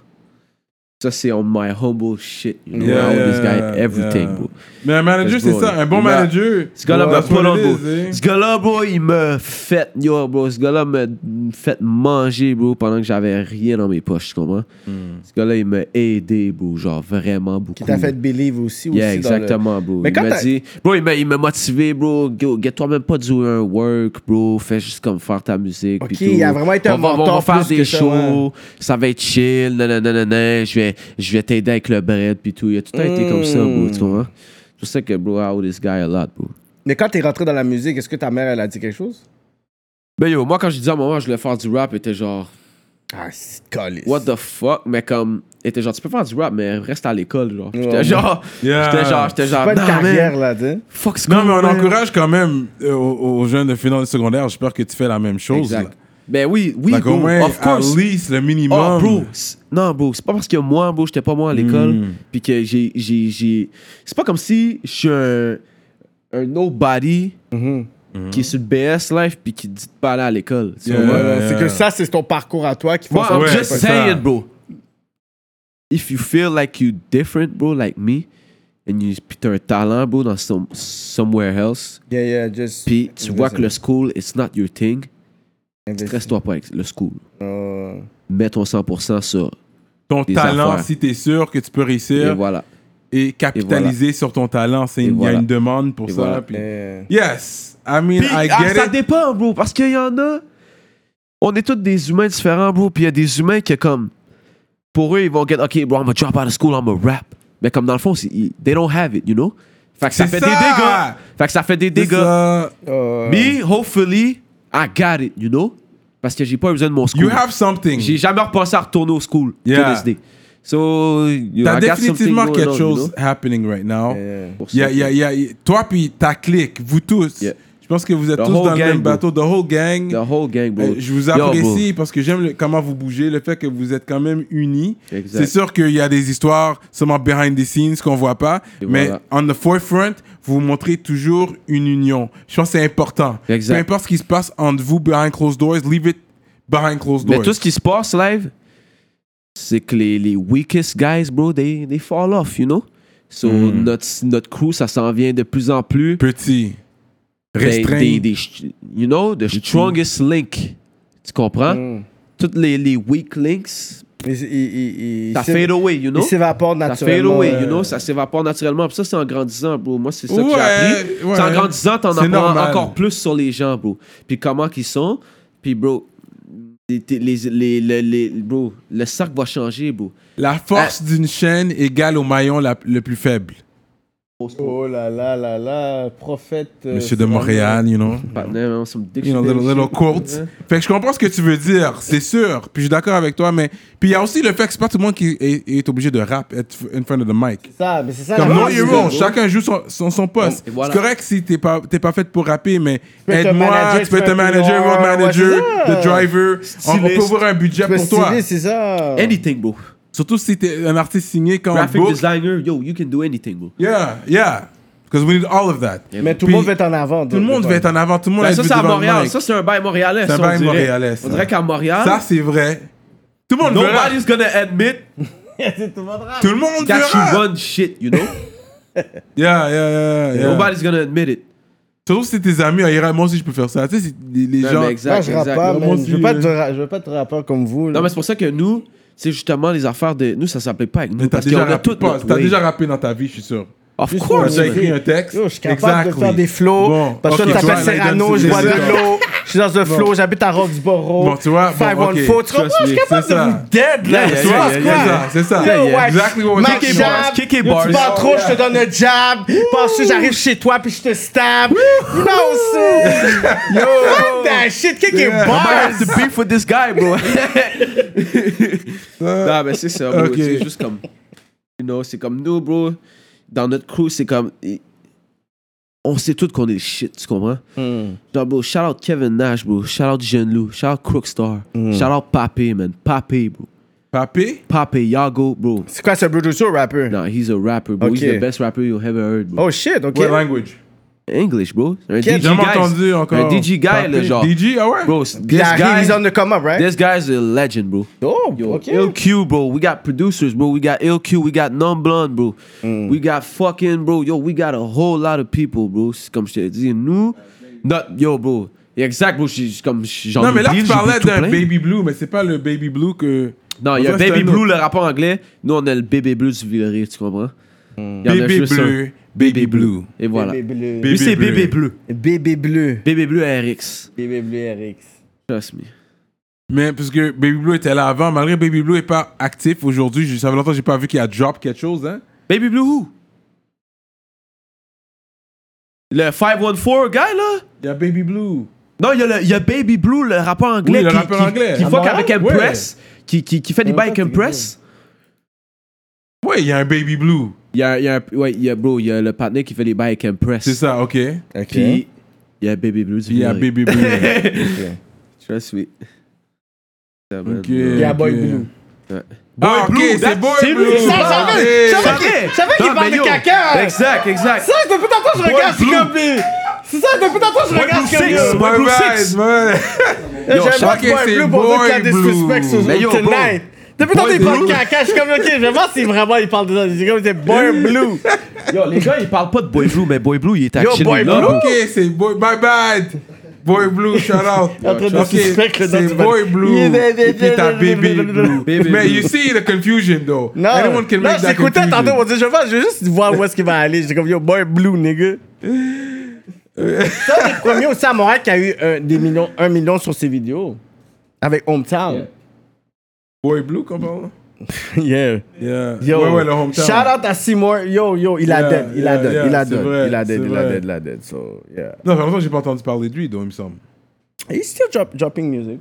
Ça, c'est on my humble shit, you know?
Yeah,
I owe this
yeah,
guy everything,
yeah.
bro.
Mais un manager,
Let's
c'est
go,
ça,
là.
un bon
Yeah.
manager.
Ce gars-là m'a
that's what
pas
it
bro.
is, eh.
Ce gars-là, bro, il me fait, yo, bro. Ce gars-là me me fait manger, bro, pendant que j'avais rien dans mes poches, tu comprends?
Hmm.
Ce gars-là, il m'a aidé, bro, genre vraiment beaucoup.
Qui t'a fait believe aussi.
Yeah,
aussi dans le-
exactement, bro.
Mais
il
quand
m'a
t'as-
dit, bro, il m'a, il m'a motivé, bro. Yo, Get-toi même pas du un work, bro. Fais juste comme faire ta musique.
Ok,
puis tout.
il a vraiment été un
on va, on
mentor
va faire
plus
des
que ça,
shows. Ça va être chill. Nan, nan, nan, nan, nan. Je vais, je vais t'aider avec le bread, puis tout. Il a tout le temps été comme ça, bro.
Hmm.
Tu comprends? Je sais que, bro, I owe this guy a lot, bro.
Mais quand t'es rentré dans la musique, est-ce que ta mère, elle a dit quelque chose?
Mais yo, moi, quand je disais à un moment, je voulais faire du rap, elle était genre,
Ah, c'est collé.
what the fuck? Mais comme, elle était genre, tu peux faire du rap, mais reste à l'école, genre. J'étais
Ouais.
genre,
Yeah.
j'étais genre, j'étais genre,
Pas de
nah, man.
carrière, là, tu sais.
Fuck school,
Non, mais on
man.
encourage quand même euh, aux, aux jeunes de finale secondaire. J'espère que tu fais la même chose.
Exact.
là.
Ben oui, oui,
Like, au
bro,
moins,
of
at
course.
least, le minimum.
Oh, bro, c'est- non, bro, c'est pas parce que moi, bro, j'étais pas moi à
Hmm.
l'école, puis que j'ai, j'ai, j'ai... C'est pas comme si je suis un, un nobody qui est sur le BS Life puis qui dit de pas aller à l'école. Tu
Yeah.
vois?
Ouais, ouais,
Yeah.
C'est que ça, c'est ton parcours à toi qui fait
Moi,
ça.
I'm
Ouais,
just
c'est
saying,
ça.
bro. If you feel like you different, bro, like me, and you, pis t'as un talent, bro, dans some, somewhere else,
Yeah, yeah, just.
puis tu vois que le school, it's not your thing, reste-toi pas avec le school.
Oh.
Mets ton 100% sur...
ton
des
talent,
affaires.
si tu es sûr que tu peux
Et
réussir, et,
voilà.
capitaliser sur ton talent, c'est
Et
il y a
voilà.
une demande pour
Et
ça.
voilà.
puis-
Yeah.
Yes, I mean,
Puis,
I
ah,
get
ça
it.
dépend, bro, parce qu'il y en a. On est tous des humains différents, bro. Puis il y a des humains qui, comme, pour eux, ils vont get, OK, bro, I'm gonna drop out of school, I'm gonna rap. Mais comme dans le fond, c'est- ils- they don't have it, you know? Fait que ça
C'est
fait
ça!
des dégâts. Fait que ça fait des
C'est
dégâts.
ça.
Oh.
Me, hopefully, I got it, you know? Parce que j'ai pas eu besoin de mon school.
You have something.
J'ai jamais repensé à retourner au school
Yeah.
to this day. So, you know,
T'as
I got something
définitivement
going on,
quelque
you
chose
know?
happening right now.
Yeah.
Pour ça,
Yeah, yeah, yeah, yeah. Toi puis ta clique, vous tous.
Yeah.
Je pense que vous êtes
The
tous
whole
dans le
gang,
même
bro.
bateau, the whole gang.
The whole gang, bro.
Euh, Je vous
Yo, bro.
apprécie parce que j'aime le- comment vous bougez, le fait que vous êtes quand même unis.
Exact.
C'est sûr qu'il y a des histoires seulement behind the scenes qu'on voit pas,
Et
mais
voilà.
on the forefront, vous montrez toujours une union. Je pense que c'est important.
Exact.
Peu importe ce qui se passe entre vous behind closed doors, leave it behind closed
Mais
doors.
tout ce qui se passe live, c'est que les, les weakest guys, bro, they, they fall off, you know? So, notre, notre crew, ça s'en vient de plus en plus.
Petit,
Des,
restreint.
des- des ch- you know, the strongest link. Tu comprends?
Mm.
Toutes les, les weak links,
Il, il- il- il
Ça
s'é-
fade away, you
il
know?
s'évapore
Ça
naturellement.
fade away,
euh,
you know? Ça s'évapore naturellement. Puis ça, c'est en grandissant, bro. Moi, c'est ça que
Ouais,
j'ai appris. C'est
ouais.
en grandissant, t'en
C'est
apprends
normal.
encore plus sur les gens, bro. Puis comment qu'ils sont. Puis, bro, les, les, les- les- les- bro, le sac va changer, bro.
La force
Ah.
d'une chaîne égale au maillon la- le plus faible.
Oh là là là là, prophète. euh,
Monsieur de
c'est
Montréal, you know.
Partner, on se me dit que
You know,
je
little,
suis-
little quotes. Fait que je comprends ce que tu veux dire, c'est sûr. Puis je suis d'accord avec toi, mais. Puis il y a aussi le fait que c'est pas tout le monde qui est, est obligé de rap être f- in front of the mic.
Ça, mais c'est ça.
Comme
la
non,
base,
you're
c'est
wrong.
que-
Chacun joue son, son, son poste.
Et voilà.
C'est correct si t'es pas, t'es pas fait pour rapper, mais
peux être
aide-moi.
manager,
Tu peux être
tu
un
peux être-
manager, road
Ouais,
manager,
c'est ça.
the driver. On, on peut
Styliste.
avoir un budget
Tu peux
pour toi.
styler, c'est ça.
Anything, bro.
Surtout si t'es un artiste signé quand on
Graphic
book.
designer, yo, you can do anything, bro.
Yeah, yeah. Because we need all of that.
Mais tout
Puis-
le monde va être en avant.
Tout le monde va être en avant, tout le monde va
Ben,
être
ça, c'est à
devant le
Montréal.
mic.
Ça, c'est un bail montréalais.
C'est un
ça,
bail
on dirait.
montréalais, ça.
On dirait qu'à Montréal,
Ça, c'est vrai. Tout le monde verra.
nobody's gonna admit
en
Tout le monde
that you
verra.
run shit, you know?
Yeah, yeah, yeah, yeah.
Nobody's gonna admit it.
Surtout si t'es amis, ah, Ira, moi aussi je peux faire ça. Tu sais, c'est- les, les
Non,
gens.
mais exact.
Moi, je rappe pas,
Exact.
man. Je veux pas
Moi, euh.
être ra- je veux pas être rappeur comme vous. là.
Non, mais c'est pour ça que nous, c'est justement les affaires de. Nous, ça s'appelle pas avec nous.
Mais t'as
Parce
déjà,
qu'on a
rappé,
toutes
pas,
notre
t'as
way.
déjà rappé dans ta vie, je suis sûr.
Of
Juste
course.
pour
T'as
me
man.
écrit
dire,
un texte.
Yo, je suis capable de
Exactly.
faire des flows.
Bon,
parce que
ok,
toi,
tu vois,
t'appelles Serrano,
là, il donne
je bois
ses
de
idées.
l'eau. Je suis dans un
Bon.
flow, j'habite à Roxborough.
Bon, tu vois, bon,
514.
ok,
Tu comprends, je suis
trust me,
capable
c'est
de
ça.
vous dead, là.
Yeah, yeah,
Tu vois,
yeah,
c'est
c'est
quoi?
ça, c'est ça.
Yo,
Yeah,
watch.
Exactly what
Mac
we're
jab,
bars, kick it
yo,
bars.
Tu vas trop, je te donne un jab. Puis ensuite, j'arrive chez toi, puis je te stab. Non, c'est... Yo! Fuck that shit, kick it
Yeah.
I
bars!
have to beef with this guy, bro. non, mais c'est ça, bro.
Ok.
C'est juste comme. You know, c'est comme nous, bro. Dans notre crew, c'est comme. On sait tous qu'on est shit, tu comprends?
Hmm.
Genre, bro, shout out Kevin Nash, bro. Shout out Jeune Lou. Shout out Crookstar.
Hmm.
Shout out Papé, man. Papé, bro.
Papé,
Papé, Yago, bro.
C'est quoi, ce producer rapper?
No, he's a rapper, bro. He's
Okay.
the best rapper you've ever heard, bro.
Oh shit, ok.
what language?
English, bro. Un
J'ai
DJ
J'ai jamais
guy.
entendu encore.
Un DJ guy, le
Papé.
genre.
DJ, ah ouais?
Bro, this
Puis arrive, he's
guy,
on the come up, right?
this guy's a legend, bro.
oh,
Yo,
ok.
LQ, bro. We got producers, bro. We got LQ. We got non blonde, bro.
Mm.
We got fucking, bro. Yo, we got a whole lot of people, bro. C'est comme je te dis, nous, not, yo, bro. Exact, bro. C'est comme j'en
Non, mais là,
oublie,
tu
j'ai
parlais
tout
d'un
plein.
Baby Blue, mais c'est pas le Baby Blue que.
Non, il y a
Ça, c'est
Baby
un
Blue, le
autre.
rapport anglais. Nous, on a le bébé bleu du Villeray, tu comprends? Il y en a
Mm. Baby
juste un.
Bleu, Baby Blue.
Et voilà.
Bébé bleu.
Lui,
Bébé
c'est
bleu.
bébé bleu.
Bébé bleu.
Bébé bleu RX.
Bébé bleu RX.
Trust me.
Mais parce que Baby Blue était là avant, malgré Baby Blue est pas actif aujourd'hui, je- ça fait longtemps que j'ai pas vu qu'il a drop quelque chose, hein.
Baby bleu who? Le 514 guy, là?
Il y a Baby Blue.
Non, il y, a le- il y a Baby Blue, le rappeur anglais.
Oui, le
qui,
rappeur
qui-
anglais.
Qui
Ah,
fuck
bah
avec
ouais?
Impress. Qui, qui, qui fait des
Ouais,
bails avec
c'est
Impress.
Ouais, il y a un Baby Blue.
Il y a, il y a, ouais, il y a, bro, il y a le partner qui fait des bails avec Impress.
C'est ça, ok. Puis
Ok.
Puis, il y a Baby Blue. du
il y a
Villeray.
Baby Blue.
Trust me. Yeah, man.
Ok.
Il y a Boy
ok.
Blue.
Ah, ok,
Blue,
c'est
that- c'est
Boy
lui.
Blue.
Ça, ça
Ah,
fait-
ok.
ça fait- Je savais qu'il
Non,
parlait
mais yo,
caca. hein.
Exact, exact.
Ça, depuis tantôt, je regarde ce
Blue.
comme des- C'est ça, depuis tantôt, je regarde ce
Blue Six.
comme
Boy
My
Blue
bad,
Six.
man.
Yo,
je
J'aime pas
crois que
Boy
c'est
Blue pour dire qu'il y a
Boy
des
Blue.
suspects sur
Mais yo, bro.
Tonight. Depuis tantôt,
Boy
il parle
Blue.
caca. Je suis comme, ok, je vais voir si vraiment il parle de ça. C'est comme, c'est Boy Blue.
Yo, les gars, ils parlent pas de Boy Blue, mais Boy Blue, il est
Yo,
actually
Boy
là,
Blue.
bro.
Ok, c'est Boy. My bad. Boy Blue, shout out.
est en train de
Ok,
suspecter le nom du
c'est
band.
Boy Blue.
Il est-
Et puis t'as Baby
Baby
Blue. Mais
Blue.
you see the confusion though.
Non,
Anyone can
non
make that
j'écoutais tantôt,
confusion.
on dit, je vais, je vais juste voir où est-ce qu'il va aller. J'étais comme, yo, boy blue, nigga. Ça, c'est le premier aussi à Montréal qui a eu un, des millions, un million sur ses vidéos. Avec Hometown.
Boy Blue, comment?
Yeah.
Yeah.
Yo,
ouais, ouais, le hometown.
shout out à Seymour. Yo, yo, il a
Yeah,
dead, il a
yeah,
dead,
yeah,
il a
c'est
dead,
vrai,
il a dead,
c'est
il a
vrai.
dead, il a dead. So, yeah.
Non, vraiment, j'ai pas entendu parler de lui, donc, il me semble.
He's still drop- dropping music.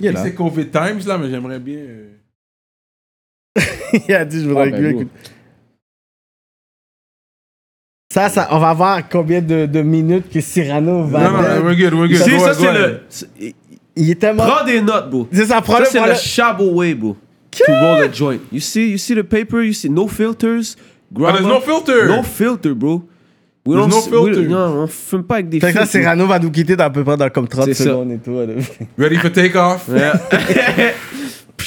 Il est là.
C'est COVID Times, là, mais j'aimerais bien. euh,
il a dit, je voudrais
Ah, ben,
que...
lourd.
Ça, ça, on va voir combien de, de minutes que Cyrano va
Non, non,
dead.
we're good, we're good.
Bah, Si,
Go
ça,
ahead, go
c'est
ahead.
le. c'est-
Il est tellement...
Prends des notes, bro.
C'est ça, prends
Ça,
le-
c'est
prends
le
le-
Shabo way, bro. To roll a joint. You see, you see the paper, you see no filters.
Ah,
grammar.
there's no filter.
No filter, bro. We
There's
don't
no
s- we-
filter.
non, on fume pas avec des
Fait que
filtres.
là, Cyrano va nous quitter dans à peu près dans comme 30
C'est ça.
secondes et tout.
Ready for takeoff?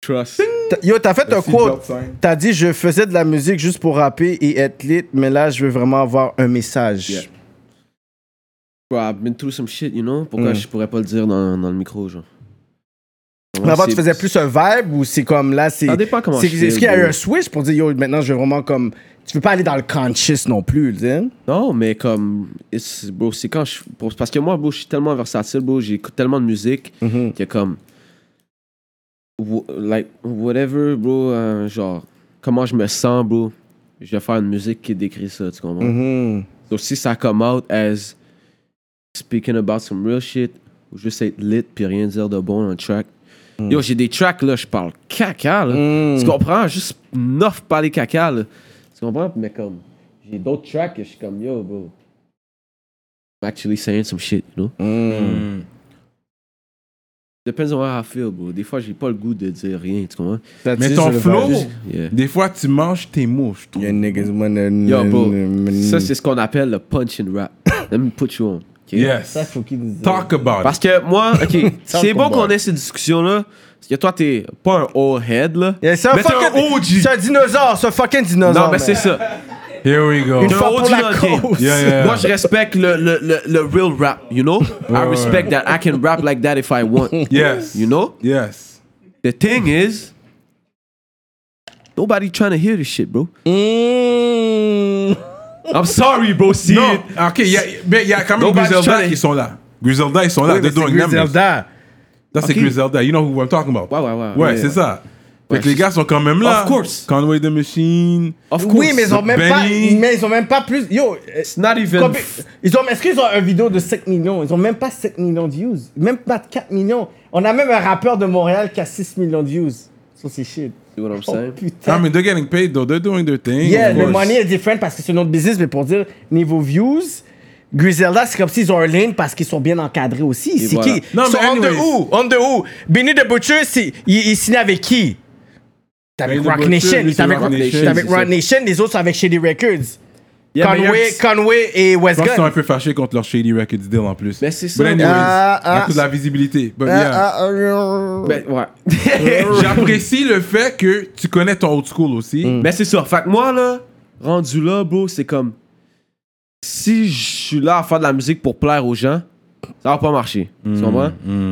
Trust.
T'as- Yo, t'as fait un
Seatbelt
quote.
sign.
T'as dit, je faisais de la musique juste pour rapper et être lit, mais là, je veux vraiment avoir un message.
Yeah. Bro, I've been through some shit, you know? Pourquoi
Mm.
je pourrais pas le dire dans, dans le micro, genre?
Mais avant, tu
c'est-
faisais plus un vibe ou c'est comme là, c'est.
Ça dépend comment
c'est-
je fais,
Est-ce qu'il y a eu
bro.
un switch pour dire, yo, maintenant, je veux vraiment comme. Tu veux pas aller dans le conscious non plus, tu sais?
Non, mais comme, it's- bro, c'est quand je. bro, c'est parce que moi, bro, je suis tellement versatile, bro, j'écoute tellement de musique
Mhm.
que comme. wh- Like, whatever, bro, euh, genre, comment je me sens, bro, je vais faire une musique qui décrit ça, tu comprends?
Mhm.
Donc si ça come out as speaking about some real shit, ou juste être lit puis rien dire de bon dans un track. Yo, j'ai des tracks là, je parle caca là.
Mm.
Tu comprends? Juste neuf parler caca là. Tu comprends? Mais comme, j'ai d'autres tracks que je suis comme yo, bro. I'm actually saying some shit, you know?
Mm-hmm.
Mm-hmm. Depends on how I feel, bro. Des fois, j'ai pas le goût de dire rien, tu comprends?
Ça, tu
Mais
sais,
ton
je le
flow,
vois.
Yeah.
des fois, tu manges tes mots, je trouve.
Yeah, niggas wanna-
Yo, bro, ça, c'est ce qu'on appelle le punch and rap. Let me put you on. ok?
Yes.
Ça, faut qu'il nous-
Talk about
Parce que moi, ok, c'est bon
combat.
qu'on ait ces discussions-là. Parce que toi, t'es pas un old head, là.
Yeah, c'est un
Mais t'es un
fucking.
OG.
C'est un dinosaure, c'est un fucking
Non,
dinosaure.
mais
man.
c'est ça.
it. Here we go.
Une
T'es un
fois pour
OG
la
dans le game.
cause.
Yeah, yeah.
Moi, je respecte le, le, le, le real rap, you know? I respect that I can rap like that if I want,
Yes.
you know?
Yes.
The thing is, nobody trying to hear this shit, bro.
Mm.
I'm sorry, bro. See
Non,
it.
ok, il y, a- mais il y a quand même
Nobody's
Griselda
trying to-
qui sont là. Griselda, ils sont là.
Oui, mais
they're
c'est
doing numbers.
Griselda.
Ça, c'est
Ok.
Griselda. You know who I'm talking about.
Ouais, ouais, ouais.
Ouais,
Ouais,
c'est
ouais.
ça.
Ouais,
fait que les
c'est-
gars sont quand même là.
Of course.
Conway the Machine.
Of course.
Oui, mais ils ont même pas.
Benny.
Mais ils ont même pas plus. Yo. euh,
It's not even...
Combien- Ils ont, est-ce qu'ils ont une vidéo de 5 millions? Ils ont même pas 5 millions de views. Même pas de 4 millions. On a même un rappeur de Montréal qui a 6 millions de views. So c'est shit.
See what I'm
Oh
saying?
I
putain.
mean, they're getting paid though. They're doing their thing.
yeah,
of
le
course.
money est different parce que c'est notre business, mais pour dire niveau views, Griselda, c'est comme s'ils ont un lane parce qu'ils sont bien encadrés aussi. C'est
voilà.
qui?
Non,
Ils sont
mais anyways.
on de où? On de où? Benny de Butcher, c'est- il, il signe avec qui? T'es avec
Benny the
Rock
Butcher,
Nation.
lui,
Il est
c'est
avec
Rock
Rock
Nation,
Nation. avec
c'est
Rock
ça.
Nation. Les autres sont avec Shady Records.
Yeah, mais
Conway,
y'a-
Conway et West
Je pense qu'ils sont un
Gun.
peu fâchés contre leur shady record deal en plus.
Mais c'est
But
ça.
anyways,
Ah, ah.
à cause de la visibilité. But yeah.
Ah, ah, ah,
Mais- ouais.
J'apprécie le fait que tu connais ton old school aussi.
Mais c'est ça. Fait que moi, là, rendu là, bro, c'est comme. Si je suis là à faire de la musique pour plaire aux gens, ça va pas marcher. tu comprends?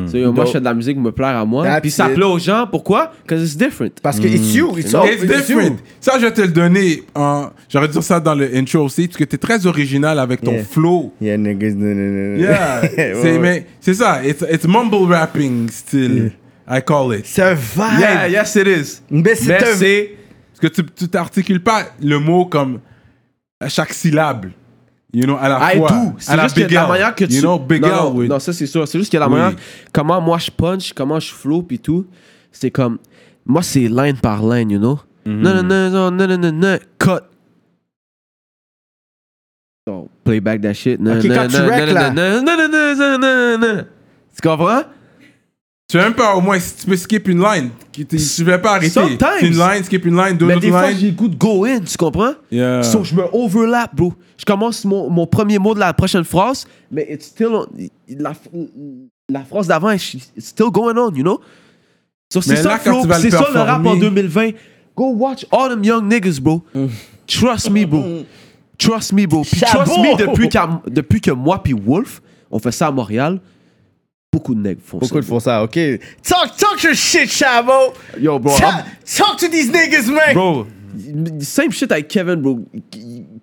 So, yo, moi, je fais de la musique pour me plaire à moi.
That's
Puis ça
it.
plaît aux gens. Pourquoi? Because it's different.
Parce que it's you, it's all-
It's
Oh, it's you.
different. Ça, je vais te le donner. en- J'aurais dû dire ça dans le intro aussi, parce que t'es très original avec ton
Yeah.
flow.
Yeah, niggas. no, no, no, no.
Yeah. c'est
ouais.
mais c'est ça. It's, it's mumble rapping still. I call it.
C'est un vibe.
Yeah, yes, it is.
Mais
Mais
c'est un
c'est.
Parce que tu- tu t'articules pas le mot comme à chaque syllabe. You know, à la
I
fois.
do.
à
C'est
la
juste que
Big
la
L.
manière que tu.
You know, Big
non,
L
non,
with-
non, ça c'est sûr. C'est juste que la
Oui.
manière. Comment moi je punch, comment je flow puis tout, c'est comme. Moi c'est line par line, you know.
Mm-hmm.
Non, non, non, non, non, non, non, non, cut. Oh, play back that shit. Non,
Ok,
non,
quand tu
non,
rack,
non,
là.
non, non, non, non, non, non, non, non. Tu comprends?
Tu veux même pas, au moins, si tu peux skip une line, qui te- tu vas pas arrêter.
Sometimes.
C'est Une line, skip une line, deux
Mais
autres
Ben, des fois,
lines.
j'ai le goût de go in, tu comprends?
Yeah.
So, je me overlap, bro. Je commence mon, mon premier mot de la prochaine phrase, mais it's still on- la, la phrase d'avant, it's still going on, you know? So, c'est
Mais
ça,
là,
le
quand
flow,
tu vas le
c'est ça le rap en
performer- Mm.
2020. Go watch all them young niggas, bro. Trust me, bro. Trust me, bro. Puis trust
Chabot!
me, depuis, qu'à- depuis que moi puis Wolf, on fait ça à Montréal, beaucoup de nègres font
Beaucoup de
ça.
font ça, ok. Talk, talk your shit, Chavo.
Yo, bro,
Talk, talk to these niggas, man.
Bro, same shit avec Kevin, bro.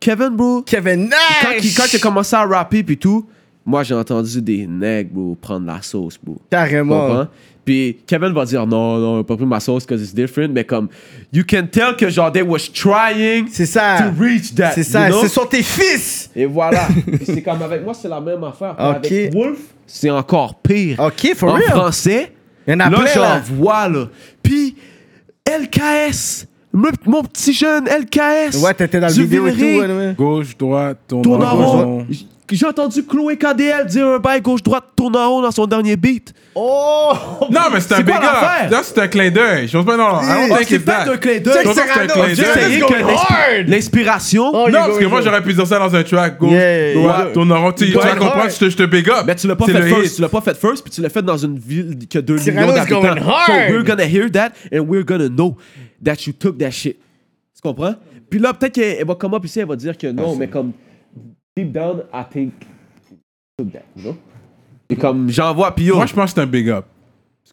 Kevin, bro,
Kevin
quand,
Nash.
il- quand j'ai commencé à rapper puis tout, moi j'ai entendu des nègres, bro, prendre la sauce, bro. Tu
Carrément.
comprends? Puis Kevin va dire non, non, pas pris ma sauce because it's different, mais comme you can tell que genre they was trying
C'est ça.
to reach that.
Ah, C'est
you
ça.
know?
Ce sont tes fils.
Et voilà. Puis c'est comme avec moi, c'est la même affaire. Puis
Ok.
Avec Wolf, c'est encore pire.
Ok, for
en
real.
français,
Il y en a
là,
plein,
j'en
là.
vois, là. Puis LKS, mon, mon petit jeune LKS.
Ouais, t'étais dans le
du
vidéo et tout.
Villeray,
ouais, ouais.
Gauche, droite, tourne
Tourne en
en
rond.
rond.
J- J'ai entendu Chloé KDL dire un bail gauche-droite, tourne en rond dans son dernier beat.
Oh!
Non, mais c'est un
C'est
big
quoi
up.
l'affaire?
Là, c'est un clin d'œil. Je pense pas, non. I don't
Oh,
think
c'est
it's
peut-être
that.
un clin
Je
d'œil.
pense que c'est un
Serrano, Jack
clin d'œil.
J'essayais
Let's
que
go
l'inspi-
hard.
l'inspiration.
Oh,
Non,
you
parce
go,
que
you
moi,
go.
j'aurais pu dire ça dans un track. Gauche,
Yeah,
droite,
yeah.
tourne en rond. Tu tu
Going
vas comprendre,
hard.
je te- je te big up.
Mais tu l'as pas
C'est
fait
le
first,
hit.
tu l'as pas fait first, puis tu l'as fait dans une ville qui a 2 millions
Cyrano's
d'habitants.
going
So
hard.
we're gonna hear that and we're gonna know that you took that shit. Tu comprends? Puis là, peut-être qu'elle elle va come up ici, elle va dire que non, mais comme deep down, I think you took that, you know? Et comme j'envoie, puis yo,
Moi, je pense que c'est un big up.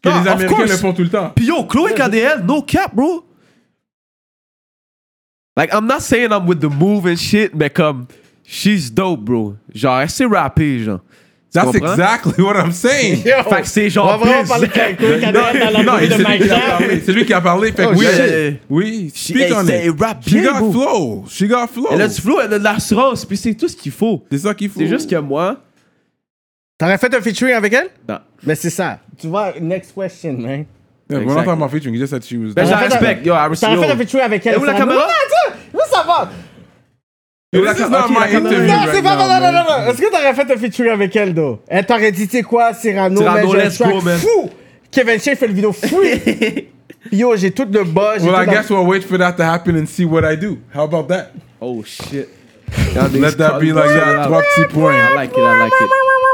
que
Ah,
les
of
Américains
course.
le font tout le temps.
Puis yo, Chloé KDL, no cap, bro. Like, I'm not saying I'm with the move and shit, mais comme, she's dope, bro. Genre, elle sait rapper, genre. Tu
That's
comprends?
exactly what I'm saying.
Fait que c'est genre
On va vraiment
plus-
parler de Chloé KDL dans la
Non,
revue
c'est
de
lui
Mike
qui a
Jack.
parlé. C'est lui qui a parlé. Fait que
Oh,
oui,
shit.
elle- oui, speak
elle-
on
elle
it.
rappe
She
bien,
got
bro.
flow. She got flow.
Elle a du flow, elle a de l'assurance, puis c'est tout ce qu'il faut.
C'est ça qu'il faut.
C'est juste que moi,
T'aurais fait un featuring avec elle?
non. Ben,
Mais c'est ça. Tu vois, next question, man.
Yeah, we're not talking about featuring. Just that she was.
Ben, je la
T'aurais fait un-
respecte. Yo, I respect.
T'aurais
yo.
fait un featuring avec elle.
Et où
ça
la
va-
caméra?
Ouais, tu- Où ça va?
Yo, that's not
Ok,
my
la caméra-
interview
Non,
right
c'est pas
now,
non, non,
man.
non, non. Est-ce que t'aurais fait un featuring avec elle, though? Elle t'aurait dit, tu sais quoi, Cyrano,
Cyrano,
man, j'ai un
let's go,
track
man.
fou. Kevin Shea fait le vidéo fou. Yo, j'ai tout le bas. j'ai
Well,
tout la-
I guess we'll wait for that to happen and see what I do. How about that?
Oh shit.
Let that be like that. Trois petits
I
points.
like it, I like it.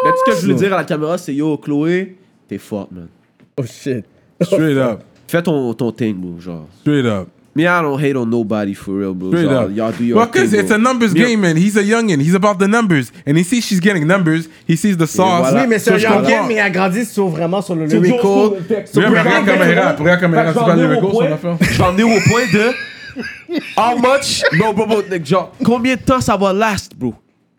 Mais tout ce que je voulais dire à la caméra, c'est yo, Chloé, t'es forte, man.
Oh shit.
Straight up.
Fais ton, ton thing, bro, genre.
Straight up.
Me, I don't hate on nobody for real, bro.
Straight
genre,
up.
Y'all do your
well,
thing.
because it's
bro.
a numbers
Yo-
game, and he's a youngin. He's about the numbers, and he sees she's getting numbers. He sees the sauce.
voilà.
Oui, mais c'est
So
un
je
young
comprends.
kid, mais il a grandi sur, vraiment sur le
Toujours
lyrical.
sur le texte.
Oui, mais regarde la caméra,
Fait que
regarde la caméra,
Bah,
c'est
j'en
pas le
ai au
record,
point-
son affaire.
J'en ai au point de. How much? Non, bro, bro, like, genre, combien de temps ça va last, bro?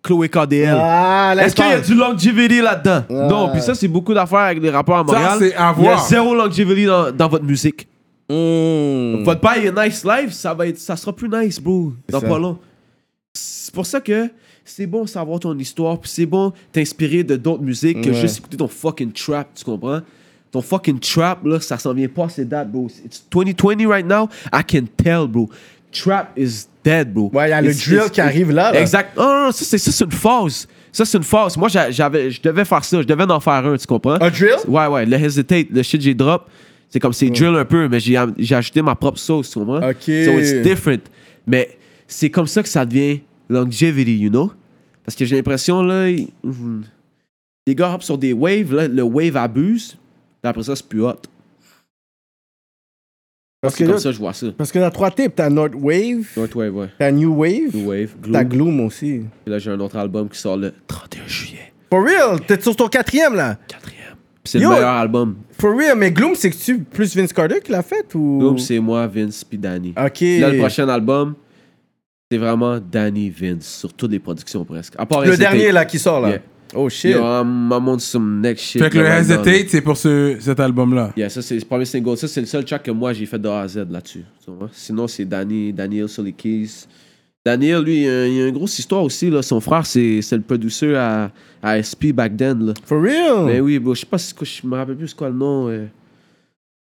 Chloé KDL.
Ah, là,
Est-ce
il
qu'il y a
parle.
du longevity là-dedans? Non, puis ça, c'est beaucoup d'affaires avec les rappeurs à Montréal.
c'est à
Il y a
voir.
zéro longevity dans, dans votre musique.
Mm.
Votre bail est nice live, ça, va être, ça sera plus nice, bro, dans
ça.
pas long. C'est pour ça que c'est bon savoir ton histoire, puis c'est bon t'inspirer de d'autres musiques que
Ouais.
juste écouter ton fucking trap, tu comprends? Ton fucking trap, là, ça s'en vient pas, c'est that, bro. It's 2020 right now, I can tell, bro. Trap is dead, bro.
Ouais, il y a le
It's-
drill
it's-
qui arrive là, là.
Exact. Non, non, non, ça, c'est, ça, c'est une phase. Ça, c'est une phase. Moi, j'a- j'avais, je devais faire ça. Je devais en faire un, tu comprends?
Un drill?
Ouais, ouais. Le hesitate, le shit, j'ai drop. C'est comme c'est drill un peu, mais j'ai, am- j'ai ajouté ma propre sauce, tu comprends?
Ok.
So it's different. Mais c'est comme ça que ça devient longevity, you know? Parce que j'ai l'impression, là, ils- mhm. les gars hop sur des waves, là, le wave abuse. puis Après ça, c'est plus hot.
Parce que,
C'est comme
là-
ça que je vois ça.
parce que t'as trois types. T'as North Wave,
North Wave, ouais.
t'as New Wave,
New Wave, Gloom.
t'as Gloom aussi.
Puis là, j'ai un autre album qui sort le 31 juillet.
For real, t'es sur ton quatrième, là.
Quatrième. Puis c'est le
Yo!
meilleur album.
For real, mais Gloom, c'est que tu plus Vince Carter qui l'a fait ou.
Gloom, c'est moi, Vince, puis Danny.
Ok.
Là, le prochain album, c'est vraiment Danny, Vince, sur toutes les productions presque. À part
Le
Hesitate.
dernier, là, qui sort, là.
Yeah.
Oh shit.
Yo, I'm, I'm on some next shit.
Fait que
là,
le
right now, là.
hesitate, c'est pour ce, cet album-là.
Yeah, ça, c'est le premier single. Ça, c'est le seul track que moi, j'ai fait de A à Z là-dessus. Tu vois? Sinon, c'est Danny, Daniel sur les keys. Daniel, lui, il y a, il y a une grosse histoire aussi. Là. Son frère, c'est c'est le producer à, à SP back then. Là.
For real.
Mais oui, bro, je sais pas si je me rappelle plus c'est quoi le nom. euh,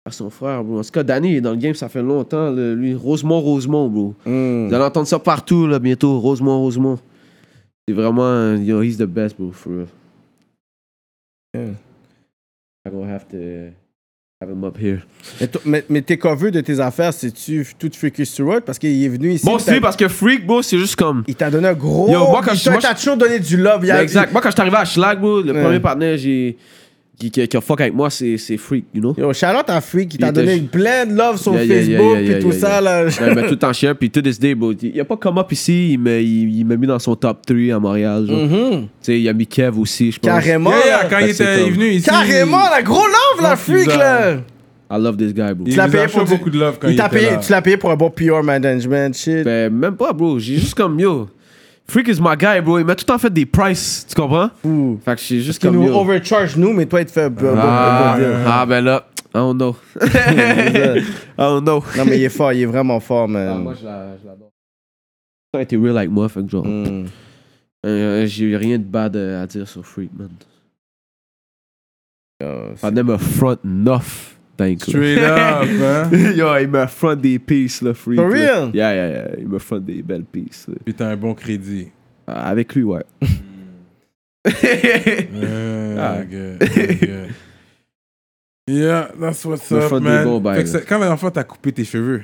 à son frère, bro. En tout cas, Danny est dans le game, ça fait longtemps. là, lui, Rosemont, Rosemont, bro.
Mm.
Vous allez entendre ça partout, là, bientôt. Rosemont, Rosemont. C'est vraiment... euh, Yo, he's the best, bro, for real.
Yeah.
I'm gonna have to have him up here.
Mais to- Mais, mais tes covers de tes affaires, c'est-tu tout Freaky Stewart parce qu'il est venu ici.
Bon,
il t'a-
c'est parce que Freak, bro, c'est juste comme...
Il t'a donné un gros.
Yo, moi, quand
il
je-
t'a-
moi,
t'a toujours donné du love. Il y a-
exact. Moi, quand je suis arrivé à Schlag, bro, le
Ouais.
premier partenaire j'ai... Qui, qui, qui a fuck avec moi, c'est c'est Freak, you know?
Yo, Charlotte a freak, qui t'a
était
donné
ju-
plein de love sur
Yeah, yeah, yeah,
Facebook
yeah,
puis
yeah,
tout
yeah,
ça,
yeah.
là.
Je me mets tout le temps chien, puis to this day, bro. Il il a pas come up ici, mais il, il m'a mis dans son top 3 à Montréal. genre.
Mhm.
Tu sais, il a mis Kev aussi, je pense.
Carrément.
Yeah, yeah,
là.
quand il
Bah, c'est
était
comme-
il est venu ici.
Carrément, la gros love, la
Non,
freak,
c'est
là.
I love this guy, bro.
Il
Tu l'as
nous a
payé
fait
pour du-
beaucoup de love quand
Il
il
t'a
était
payé,
là.
tu l'as payé pour un bon PR management, shit.
Ben, même pas, bro. J'ai juste comme, yo, Freak is my guy, bro. Il m'a tout en fait des prices, tu comprends?
Ouh.
Fait que j'ai juste
Qui
comme,
nous
yo.
overcharge, nous, mais toi, il te fait. un bon- bon-
ah,
bon deal.
ah, ben là, I don't know. I don't know.
Non, mais il est fort, il est vraiment fort,
Ah,
man.
moi, je la- je l'adore. Ça a été real avec moi, fait que genre,
Mm.
euh, j'ai eu rien de bad euh, à dire sur Freak, man.
Yo, c'est-
Pas même un front neuf d'un coup.
Straight up, hein.
Yo, il me front des pieces, là, Freak.
For
là.
real?
Yeah, yeah, yeah. Il me front des belles pieces. là.
Putain, un bon crédit.
Ah, Avec lui, ouais.
Euh,
Ah.
good, good, good. Yeah, that's what's
Le fun
up,
des
man.
bons bails,
Fait que
là.
c'est- quand la dernière fois t'as coupé tes cheveux?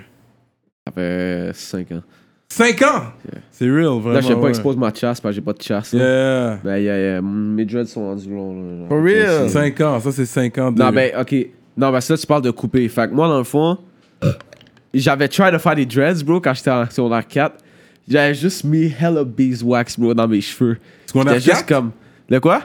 Ça fait 5 euh, ans.
5 ans! C'est real, vraiment.
Là, je sais pas
ouais.
expose ma chasse parce que j'ai pas de chasse. là.
Yeah.
Ben, yeah, yeah. mes dreads sont rendus longs. là.
For real?
5 ans, ça c'est 5 ans de...
Non, ben, ok. Non, ben, ça, tu parles de couper. Fait que moi, dans le fond, j'avais try de faire des dreads, bro, quand j'étais en secondaire 4. J'avais juste mis hella beeswax, bro, dans mes cheveux.
Secondaire
J'étais juste
4?
comme. Le quoi?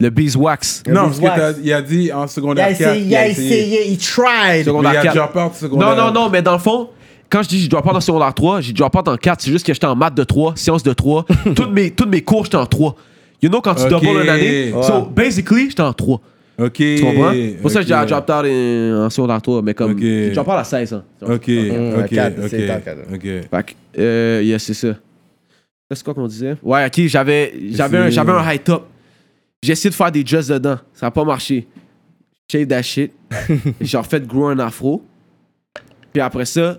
Le beeswax.
Non, parce
Bees
que
wax.
t'as- il a dit en
Il
secondaire
a essayé,
4.
il a essayé, il tried.
Mais il
Secondaire
a
4.
drop out
Non,
secondaire.
non, non, mais dans le fond, quand je dis j'ai drop out en secondaire 3, j'ai drop out en 4. C'est juste que j'étais en maths de 3, sciences de 3. toutes, mes, toutes mes cours, j'étais en 3. You know, quand tu
Ok.
doubles une année.
Ouais.
So, basically, j'étais en 3.
Ok.
Tu comprends? C'est pour ça que j'ai
ok.
drop out en, en secondaire 3, mais comme.
Ok.
J'ai drop out Ah, à hein. 16 ans.
Ok,
Mm,
ok,
quatre, c'est en quatre.
ok. Ok.
Fait que, euh, yeah, c'est ça. Ça, C'est quoi qu'on disait? Ouais, ok, j'avais, j'avais, un,
C'est-
j'avais un high top. J'ai essayé de faire des just dedans. Ça n'a pas marché. Shave that shit. j'ai refait grow un afro. Puis après ça,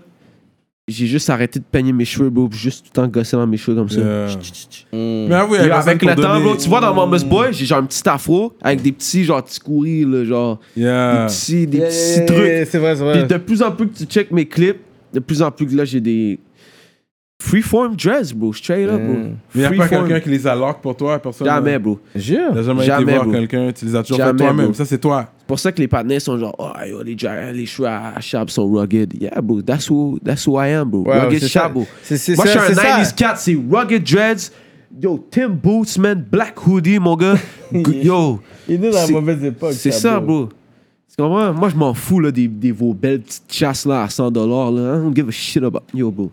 j'ai juste arrêté de peigner mes cheveux, bro. puis Juste tout le temps gosser dans mes cheveux comme ça.
Yeah.
Chut, chut, chut, chut.
Mais ah oui,
Yo,
la personne
avec le
Euh, pour
temps,
donner- Hmm.
bro, tu vois, dans mon Mama's Boy, j'ai genre un petit afro avec des petits, genre, petits couris, là, genre,
Yeah.
des petits, des
Yeah,
petits
yeah,
trucs.
yeah, C'est vrai, c'est
Puis
vrai.
de plus en plus que tu check mes clips, de plus en plus que là, j'ai des freeform dress, bro. Straight up, bro.
Mm.
Mais y a pas
Freeform.
quelqu'un qui les alloque pour toi, personne.
Jamais, bro.
Jure.
T'as jamais,
Jamais,
été voir
bro.
quelqu'un, tu les as toujours fait
Jamais,
toi-même.
bro.
Ça, c'est toi.
C'est pour ça que les partenaires sont genre, oh, yo, les, ja- les cheveux à à Chab sont rugged. Yeah, bro, that's who, that's who I am, bro.
Ouais,
rugged
c'est ça.
Chab, bro.
C'est- c'est
Moi, je
ça,
suis un
c'est ça.
90s cat, c'est rugged dreads. Yo, Tim Boots, man, black hoodie, mon gars. G- Yo,
Il est dans la
C'est-
mauvaise époque.
c'est ça, bro. Tu comprends? Moi, je m'en fous, là, des, des vos belles petites chasses, là, à 100 dollars, là. I don't give a shit about... Yo, bro.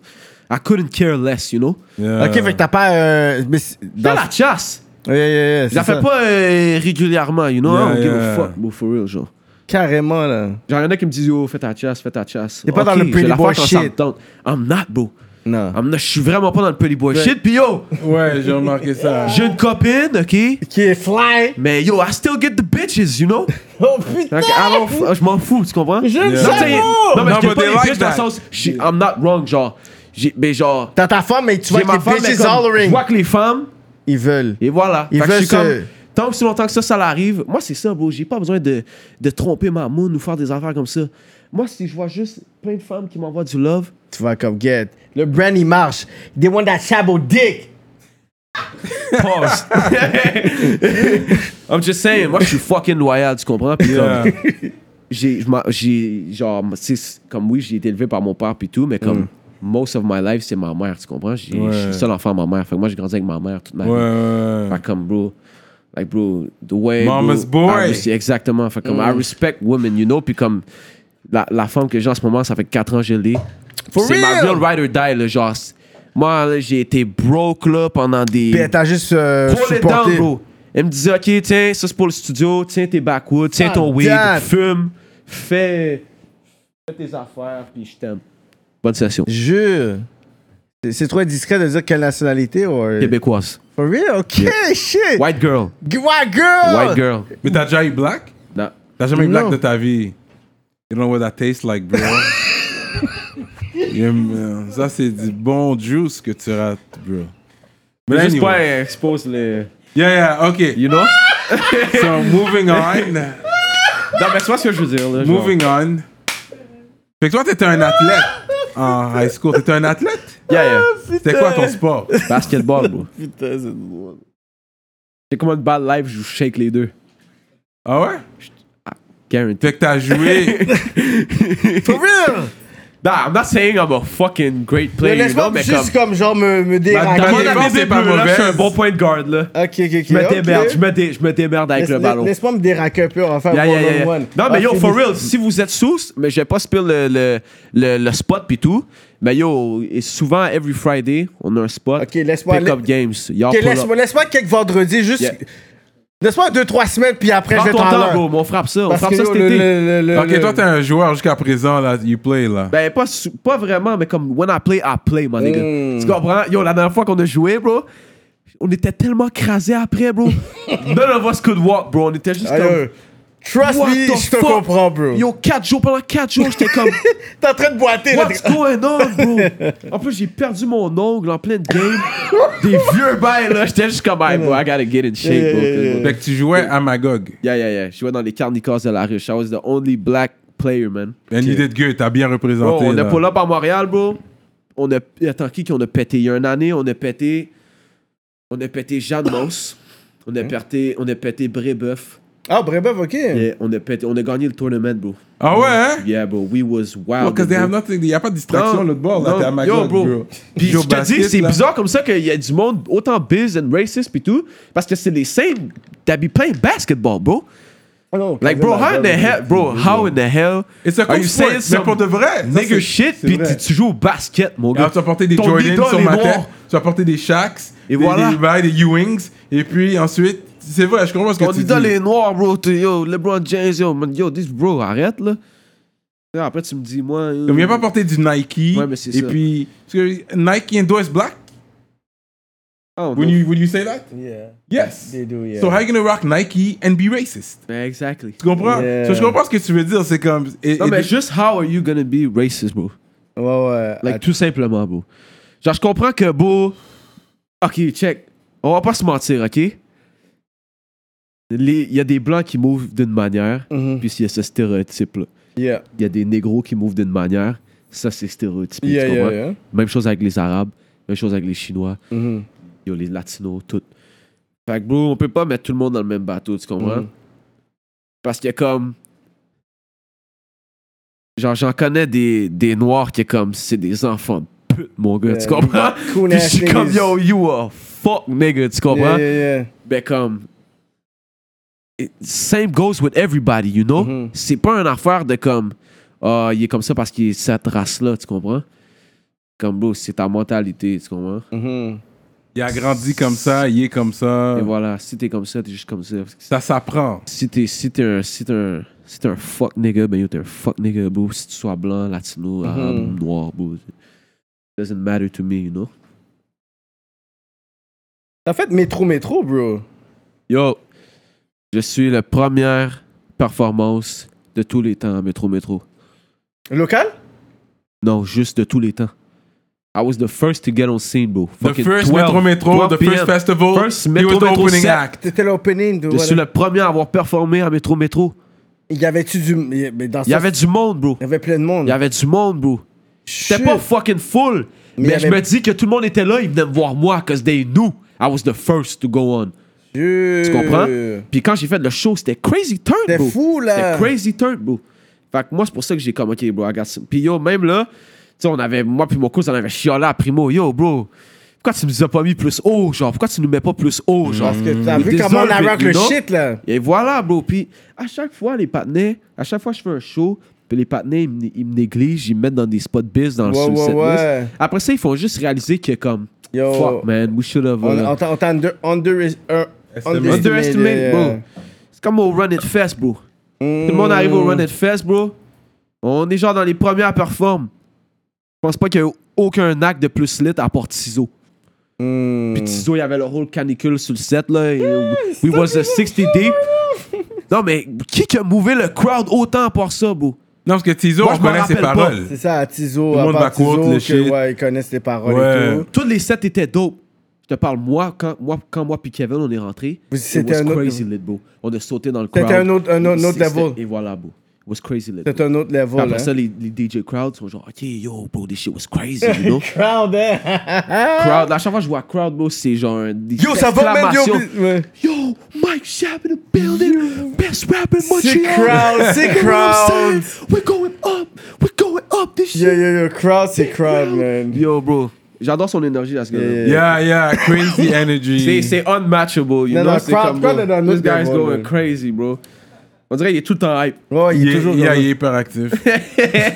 I couldn't care less, you know?
Yeah.
Ok, fait que t'as pas. euh, mais c'est-
Fais
dans-
la chasse!
Yeah, yeah, yeah,
Je la
c'est
fais
ça.
pas euh, régulièrement, you know?
Yeah,
I don't give
yeah.
a fuck, bro, for real, genre.
Carrément, là.
Genre, y'en a qui me disent, yo, fais ta chasse, fais ta chasse.
T'es pas dans le
je
pretty
vais la
boy
faire quand ça me
shit.
tente. I'm not, bro.
Non.
I'm not, je suis vraiment pas dans le pretty boy shit. Puis yo,
Ouais, j'ai remarqué ça.
j'ai une copine, ok?
Qui est fly.
Mais yo, I still get the bitches, you know?
Oh putain.
Fait que, I don't f- je m'en fous, tu comprends?
Je le
Non, tu sais,
savais.
Non, mais
Non,
je get
but
pas
they
les
like
bitches dans le
that.
sens, je suis- I'm not wrong, genre. J'ai- Mais genre,
T'as ta femme, mais tu vois
j'ai
que les
ma femme, mais
bitches
comme,
all
je
ring.
vois que les femmes,
Ils veulent.
Et voilà.
Ils
Fait que je suis
veulent se-
comme, tant que si longtemps que ça, ça l'arrive, moi, c'est ça, bro. J'ai pas besoin de, de tromper ma moune ou faire des affaires comme ça. Moi, si je vois juste plein de femmes qui m'envoient du love,
Tu vas comme get. Le brand, il marche. They want that sabo dick.
pause. I'm just saying, moi, je suis fucking loyal, tu comprends? Puis
Yeah.
comme, j'ai, je m'en- j'ai, genre, c'est- c'est- comme oui, j'ai été élevé par mon père, puis tout, mais comme, most of my life, c'est ma mère, tu comprends? J'ai- Je suis
Mm. Ouais.
le seul enfant de ma mère. Fait que moi, j'ai grandi avec ma mère toute ma
Ouais,
vie.
ouais.
Fait comme, bro, like, bro, the way.
Mama's
bro, I
boy. Mm.
res- exactement. Fait comme, I respect women, you know. Puis comme, la, la femme que j'ai en ce moment, ça fait 4 ans que je l'ai. C'est ma real ride or die, le genre. c'est- Moi, là, j'ai été broke, là, pendant des.
Puis t'as juste euh,
Pour les dents,
supporté.
bro. Elle me disait, OK, tiens, ça c'est pour le studio, tiens tes backwoods, tiens
Ah,
ton weed,
damn.
fume, fais, fais tes affaires, puis je t'aime. Bonne session.
Jure. C'est- C'est trop discret de dire quelle nationalité ou.
Québécoise.
For real? Ok, shit.
White girl.
G- White girl.
White girl.
Mais t'as déjà eu black?
Non.
T'as jamais eu
Non.
black de ta vie. You don't know what that tastes like, bro. Yeah, man. ça, c'est du bon juice que tu rates, bro. Mais
Juste
anyway.
pas expose les.
Yeah, yeah, ok.
You know?
So, moving on.
Non, mais tu vois ce que je veux dire, là. genre.
moving on. Fait que toi, t'étais un athlète en high school. T'étais un athlète?
Yeah, yeah.
C'était quoi ton sport?
Basketball, bro.
Putain, c'est drôle.
C'est comme une balle live, je vous shake les deux.
Ah ouais?
Guarantee.
Fait que t'as joué.
For real.
Nah, I'm not saying I'm a fucking great
Mais
player, you
Laisse-moi
know, mais comme...
juste comme genre me, me déranger.
Dans
Dans
mon
mon
défense,
avis,
c'est
c'est pas
pas
Là, je suis
mauvaise.
un bon point de guard, là.
Ok, ok, ok.
Je me
ok.
démerde, je me, dé- je me démerde avec
Laisse-
le ballon.
Laisse-moi me déraquer un peu, on va faire
Yeah,
un
yeah, yeah, yeah.
one-on-one.
Non, mais
Ah,
yo,
fini.
for real, si vous êtes sous, mais je vais pas spill le, le, le, le spot pis tout, mais yo, et souvent, every Friday, on a un spot.
Ok, laisse-moi
Pick up
aller.
games. Y'all
Ok,
pull up.
laisse-moi laisse-moi quelques vendredis, juste.
Yeah.
Laisse-moi deux, trois semaines, puis après,
Prends
je
ton
vais t'en
temps,
parler.
bro. mais On frappe ça. On
Parce
frappe
que
ça
yo,
cet
le-
été.
le- le- le-
Ok,
le-
toi, t'es un joueur jusqu'à présent, là. You play, là.
Ben, pas, sou- pas vraiment, mais comme when I play, I play, mon nigga.
Hmm.
Tu comprends? Yo, la dernière fois qu'on a joué, bro, on était tellement crasés après, bro. None of us could walk, bro. On était juste
Ah, yo,
comme.
Trust
What
me,
the
je te
fuck?
comprends, bro.
Yo, 4 jours, pendant 4 jours, j'étais comme.
T'es en train de boiter, là.
What's going on, bro? En plus, j'ai perdu mon ongle en pleine game. Des vieux bails, là. J'étais juste comme, hey, bro, I gotta get in shape, bro.
Fait que tu jouais à Magog.
Yeah, yeah, yeah. Je jouais dans les carnicors de la ruche. I was the only black player, man.
And you did good, t'as bien représenté.
Bro, on a
là.
pull up à Montréal, bro. On a. Attends, qui qu'on a pété Il y a une année, on a
Hein?
pété. On a pété Jeanne Moss. On a pété, on a pété Brébeuf.
Ah, Brébeuf, ok.
Yeah, on, a pété- on a gagné le tournament, bro.
Ah ouais, hein?
Yeah, bro, we was wild.
Well, 'cause they
bro.
have nothing- y a pas de distraction
Non,
l'autre bord, là,
non.
t'es à ma
Yo,
gueule,
bro.
bro.
Puis
Yo,
je te dis,
basket,
c'est
là.
bizarre comme ça qu'il y a du monde autant biz and racist puis tout, parce que c'est les same T'habilles playing basketball, bro.
Ah non,
Like, bro, how in the hell, bro, how in the hell
It's a
are
cool
you
sport,
saying
mais
some
pour de vrai. ça,
nigga
c'est-
shit
c'est
puis
vrai.
tu, tu joues au basket, mon gars.
Alors, tu vas porter des
Ton
Jordans
bidon,
sur
il est
ma
noir.
tête, tu vas porter des Shacks,
Et
des,
voilà.
des Levi's, des Ewings, et puis ensuite, c'est vrai, je comprends ce que
On
tu
dit
dis.
dans les noirs, bro. t'es- Yo, LeBron James, yo, man, yo, this bro, arrête là. Là, Après, tu me dis, moi. euh,
Comme il a pas porté du Nike,
Ouais, mais c'est
et
ça.
puis, parce que Nike endorse black,
ah, on
would
dit-
you, would you say that?
Yeah.
Yes.
They do, yeah.
So how you gonna rock Nike and be racist?
Ben, Exactly.
Tu comprends?
Yeah.
So, je comprends ce que tu veux dire, c'est comme... et-
Non,
et-
mais juste, how are you gonna be racist, bro?
Ouais, ouais.
Like,
Ah,
tout simplement, bro. Genre, je comprends que, bro. Ok, check. On va pas se mentir, ok? Les- Il y a des blancs qui mouvent d'une manière,
mhm.
puis il y a ce stéréotype-là.
Yeah.
Il y a des négros qui mouvent d'une manière, ça c'est stéréotypé. tu
Yeah, yeah,
comprends?
yeah.
Même chose avec les Arabes, même chose avec les Chinois,
Mhm.
yo, les Latinos, tout. Fait que, bro, on peut pas mettre tout le monde dans le même bateau, tu comprends?
Mhm.
Parce que, comme. Genre, j'en connais des, des Noirs qui, est comme, c'est des enfants de pute, mon gars, tu
Yeah,
comprends?
Cool
Puis je
ass
suis comme,
niggas.
yo, you a fuck nigga, tu
Yeah,
comprends?
yeah, yeah.
Ben comme. it- same goes with everybody, you know?
Mhm.
C'est pas une affaire de comme. Ah, il est comme ça parce qu'il est cette race-là, tu comprends? Comme, bro, c'est ta mentalité, tu comprends?
Mhm.
Il a grandi comme ça, il est comme ça.
Et voilà, si t'es comme ça, t'es juste comme ça. Parce que
Ça s'apprend.
Si t'es si t'es un, si t'es un, si t'es un fuck nigga, ben yo, t'es un fuck nigga, bro. Si tu sois blanc, latino, arabe,
Mhm.
noir, bro. It doesn't matter to me, you know?
T'as fait métro, métro, bro.
Yo, je suis la première performance de tous les temps à Métro Métro.
Local?
Non, juste de tous les temps. I was the first to get on scene, bro.
The
Fucking
first
12,
Metro Metro,
12
the
PM.
first festival,
First
he was
Metro
the
Metro
opening
set.
act.
C'était l'opening de.
Je suis
voilà.
le premier à avoir performé à Métro Métro.
Y avait-tu du. Mais dans
Il y
ça,
avait du monde, bro.
il y avait plein de monde.
Il y avait du monde, bro. C'était
Shit.
pas fucking full.
Mais
Mais,
il y
je
avait-
me dis que tout le monde était là, ils venaient me voir moi, cause they knew I was the first to go on.
Tu
Tu comprends? Puis quand j'ai fait le show, c'était crazy turn,
C'était
bro.
fou, là.
C'était crazy turn, bro. Fait que moi, c'est pour ça que j'ai comme, OK, bro, regarde ça. Puis yo, même là, tu sais, on avait, moi puis mon cousin, on avait chiolé à Primo. Yo, bro, pourquoi tu nous as pas mis plus haut, genre? Pourquoi tu nous mets pas plus haut, genre?
Parce que t'as
We
vu comment on a
deserve it,
rock
you
le
know?
shit, là.
Et voilà, bro. Puis à chaque fois, les partenaires, à chaque fois que je fais un show, puis les partenaires, ils, me- ils me négligent, ils me mettent dans des spots biz dans le
Ouais,
sur le
ouais,
setlist.
ouais.
Après ça, ils font juste réaliser que comme,
Yo.
fuck, man, we should have...
On,
uh,
on t'a on t'a under, under, euh,
Estimate.
Underestimate, bro. C'est comme au Run It Fest, bro. Tout le monde arrive au Run It Fest, bro. On est genre dans les premières performances. Je pense pas qu'il y a eu aucun acte de plus lit à part Tizo.
Mm.
Puis Tizo, il y avait le rôle canicule sur le set, là. et we was a 60 deep. Non, mais qui qui a mouvé le crowd autant à part ça, bro?
Non, parce que Tizo,
Moi,
on
je m'en
connaît ses
rappelle pas.
paroles.
C'est ça, à Tizo,
le
à
monde
part
va quote
Tizo,
le
que,
shit.
ouais, ils connaissent tes paroles et
Ouais.
tout.
Tous les sets étaient dope. Je te parle, moi, quand moi, quand moi puis Kevin, on est rentrés,
Vous-
it
c'était
was
un autre-
crazy lit, bro. On a sauté dans le crowd.
C'était un autre, un autre, un autre
C'était-
level.
Et voilà, bro. It was crazy lit. bro.
C'était un autre level,
Puis après ça,
hein.
les, les DJ crowds sont genre, OK, yo, bro, this shit was crazy, you know?
Crowd, hein?
crowd, à chaque fois que je vois crowd, bro, c'est genre un- des
Yo, ça va, man, yo.
exclamations.
bi- ouais.
Yo, Mike Schaap in the building, best rapper in Montreal.
C'est crowd, c'est
You know what I'm
crowd.
saying? We're going up, we're going up this shit.
Yo, yo, yo, crowd, c'est crowd, man.
Yo, bro, j'adore son énergie à ce gars-là.
Yeah,
Yeah, yeah, crazy
C'est,
energy.
c'est unmatchable, you
Non,
know?
non,
c'est
crowd-
comme,
crowd est dans
bro, this
notre
guy's
devant,
going
là.
crazy, bro. On dirait qu'il est tout le temps hype.
Ouais,
Il
il
est,
est toujours
yeah,
dans
il est hyperactif.
le-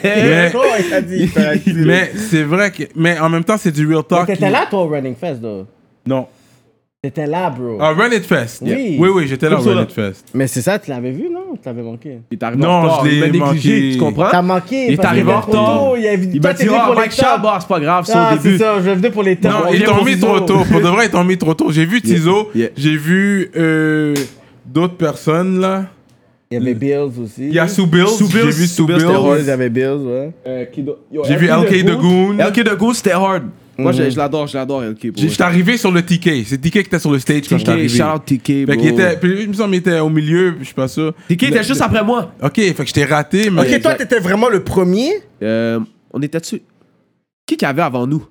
mais
Oh, il a dit hyperactif.
mais c'est vrai que... Mais en même temps, c'est du real talk.
Oh, T'étais là, toi, au Running Fest, though.
Non.
T'étais là, bro.
Ah, Run It Fest.
Oui.
Oui, oui, j'étais là au
Comme ça,
Run
là.
It Fest.
Mais c'est ça, tu l'avais vu, non? Tu l'avais manqué.
Il est arrivé
Non,
en retard,
je
il m'a
l'ai manqué.
négligé, tu comprends?
T'as manqué.
Hein? Il est
parce
arrivé
qu'il
en
était trop
retard.
tôt, Il, a...
Il m'a dit,
pour
oh,
les
Mike Schaap,
tables.
ah, c'est pas grave, ça,
Ah,
au
c'est
début.
ça, je venais pour les tables.
Non,
On
ils
vient
t'ont
pour
mis
Tizo.
trop tôt. Pour de vrai, ils t'ont mis trop tôt. J'ai vu Tizo.
Yeah.
J'ai vu euh, d'autres personnes, là.
Il y avait Bills aussi.
Il y a Sue Bills.
Sue Mm-hmm. Bills,
J'ai vu Sue
Sue Bills, c'était
Ouais,
Bills.
Il y avait Bills, ouais.
J'ai vu LK de Goon.
LK de Goon, c'était hard. Moi, je, je l'adore, je l'adore, LK.
J'ai- J'étais arrivé sur le TK. C'est TK qui était sur le stage quand j'étais
TK,
arrivé.
shout out TK,
Fait
bro.
qu'il était, puis il me semble qu'il était au milieu, puis je suis pas sûr.
TK
Le-
était juste après moi.
Ok, fait que j'étais raté, mais.
Ok, toi,
exact.
t'étais vraiment le premier.
Euh, on était dessus. Qui qu'il y avait avant nous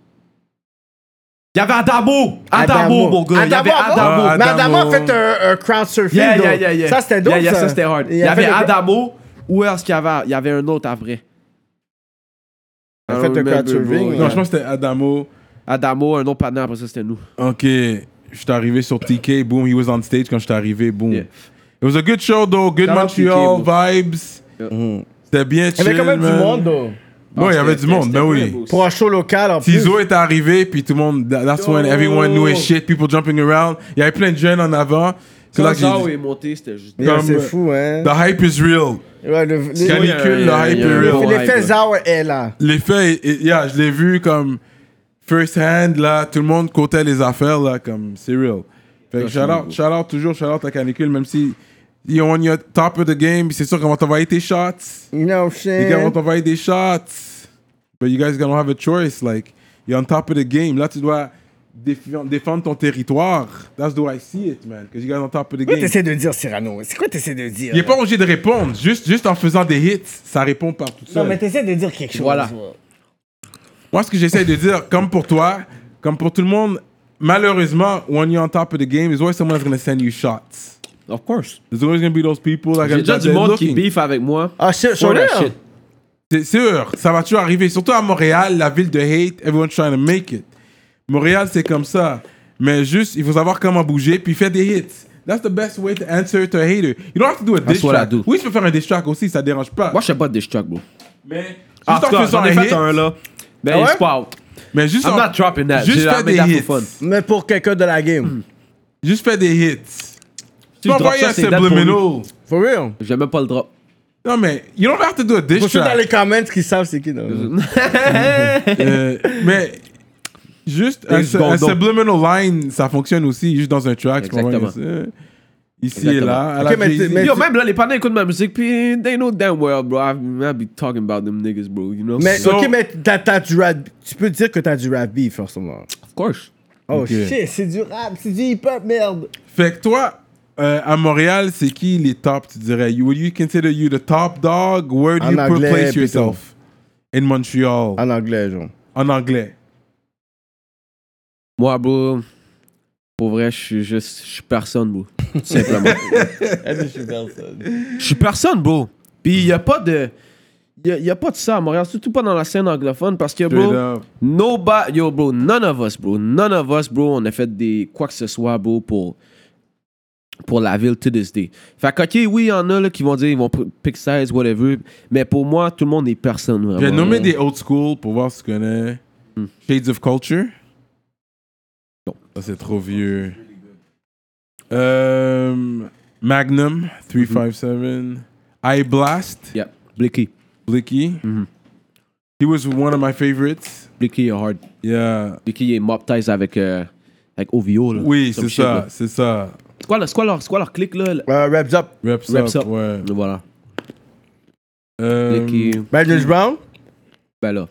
Il y avait Adamo. Adamo, mon gars. Il y avait
Adamo.
Adamo.
avant- Mais Adamo a
Adamo.
fait un, un crowd surfing.
Yeah, yeah,
donc.
yeah, yeah.
Ça, c'était dope.
Yeah, yeah,
ça,
ça, c'était hard. Il y
a
avait
fait le-
Adamo. Où est-ce qu'il y avait Il y avait un autre après.
Il a
I
fait
don't
un crowd
remember,
surfing.
bro.
Non, je pense que c'était Adamo.
Adamo, un autre partenaire, après ça, c'était nous.
Ok, je suis arrivé sur TK, boom, he was on stage quand je suis arrivé, boom.
Yeah.
It was a good show though, good
Shout out
Montreal
TK, bro.
vibes. Mm-hmm. C'était bien
Il
chill.
y avait quand même du
man.
monde, though.
Ouais, il y avait du monde, ben oui.
Pour un show local, en plus.
Tizo est arrivé, puis tout le monde, tha- that's when
Yo.
everyone knew his shit, people jumping around. Il y avait plein de jeunes en avant. C'est là
Quand
que j'ai
Zao
dit,
est monté, c'était juste.
Yeah, C'est
comme-
fou, hein.
euh,
the hype is real.
Ouais, le- le-
Canicule,
il y a-
le hype
il y a-
est
il y a-
real.
il y a-
L'effet Zao est là.
L'effet, est- est- yeah, je l'ai vu comme first hand, là, tout le monde comptait les affaires, là, comme c'est real. Fait que shout out, shout out toujours, shout out la canicule, même si you're on your top of the game, c'est sûr qu'on va t'envoyer tes shots.
You know what I'm saying?
Les gars vont t'envoyer des shots. But you guys gonna have a choice, like, you're on top of the game. Là, tu dois défi- défendre ton territoire. That's the way I see it, man, because you guys on top of the
Quoi
game.
t'essaies de dire, Cyrano? C'est quoi t'essaies de dire?
Il est pas obligé de répondre, juste, juste en faisant des hits, ça répond par tout
Non,
seul.
mais t'essaies de dire quelque chose.
Voilà.
Moi, ce que j'essaie de dire, comme pour toi, comme pour tout le monde, malheureusement, when you're on top of the game, there's always someone that's gonna send you shots.
Of course.
There's always gonna be those people that
J'ai
are
déjà
gonna
du monde qui beef avec moi.
Ah, c'est
for that shit.
C'est sûr, ça va toujours arriver. Surtout à Montréal, la ville de hate, everyone's trying to make it. Montréal, c'est comme ça. Mais juste, il faut savoir comment bouger, puis faire des hits. That's the best way to answer to a hater. You don't have to do a diss
what I
track.
do.
Oui, tu peux faire un diss track aussi, ça dérange pas.
Moi, je sais pas de distract, bro.
Mais
Ah,
juste en faisant
j'en ai
un hit,
fait un, là.
Ben,
Ah ouais?
c'est pas out.
mais juste
I'm
en
not dropping that.
juste
J'ai- I
faire
made that
des hits.
for fun.
Mais pour quelqu'un de la game.
Juste fais des hits. Tu peux
je drop
envoyer
ça,
un
c'est dead pour lui.
subliminal.
For real.
J'aime même pas le drop.
Non, mais you don't have to do a diss
Pour ceux dans
track.
les comments qui savent c'est qui. non.
Euh, mais juste un,
Une
su- un
seconde.
subliminal line, ça fonctionne aussi, juste dans un track. tu comprends?
Exactement.
Euh, Ici et
Exactement.
là. À la
Ok, mais
Jay-Z.
t'es- mais-
Yo, même là, les partenaires écoutent ma musique, puis they know damn well, bro. I, I be talking about them niggas, bro. You know?
Mais,
So-
ok, mais t'as, t'as du rap. Tu peux dire que t'as du rap beef, forcément.
of course.
Oh
Ok.
shit, c'est du rap, c'est du hip-hop, merde.
Fait que toi, euh, à Montréal, c'est qui les top, tu dirais? You, would you consider you the top dog? Where do
En
you put-
anglais,
place
plutôt.
yourself? In Montreal.
En anglais, genre.
En anglais.
Moi, bro, pour vrai, je suis juste, je suis personne, bro. Tout simplement. Je suis personne, bro. Puis il y a pas de. Il y a, y a pas de ça à Montréal, surtout pas dans la scène anglophone, parce que,
Straight
bro,
up.
nobody, yo, bro, none of us, bro, none of us, bro, on a fait des quoi que ce soit, bro, pour, pour la ville to this day. Fait que, ok, oui, il y en a là, qui vont dire, ils vont pr- pick size, whatever, mais pour moi, tout le monde est personne,
Je vais
vraiment.
nommer des old school pour voir si tu connais.
Hmm.
Shades of Culture.
Non.
Ça, c'est trop vieux. Euh, Magnum,
Mhm.
357. I Blast,
Yeah, Blicky,
Blicky.
Mhm.
He was one of my favorites.
Blicky est hard.
Yeah.
Blicky est mob ties avec, euh, avec OVO, là.
Oui,
Some
c'est
shit,
ça,
là.
c'est ça.
C'est quoi, leur- c'est quoi leur, c'est quoi leur clique, là? là?
Euh, Raps up.
Reps,
Reps
up,
up.
ouais.
Voilà.
Euh,
Blicky,
Magnus Brown.
ben là.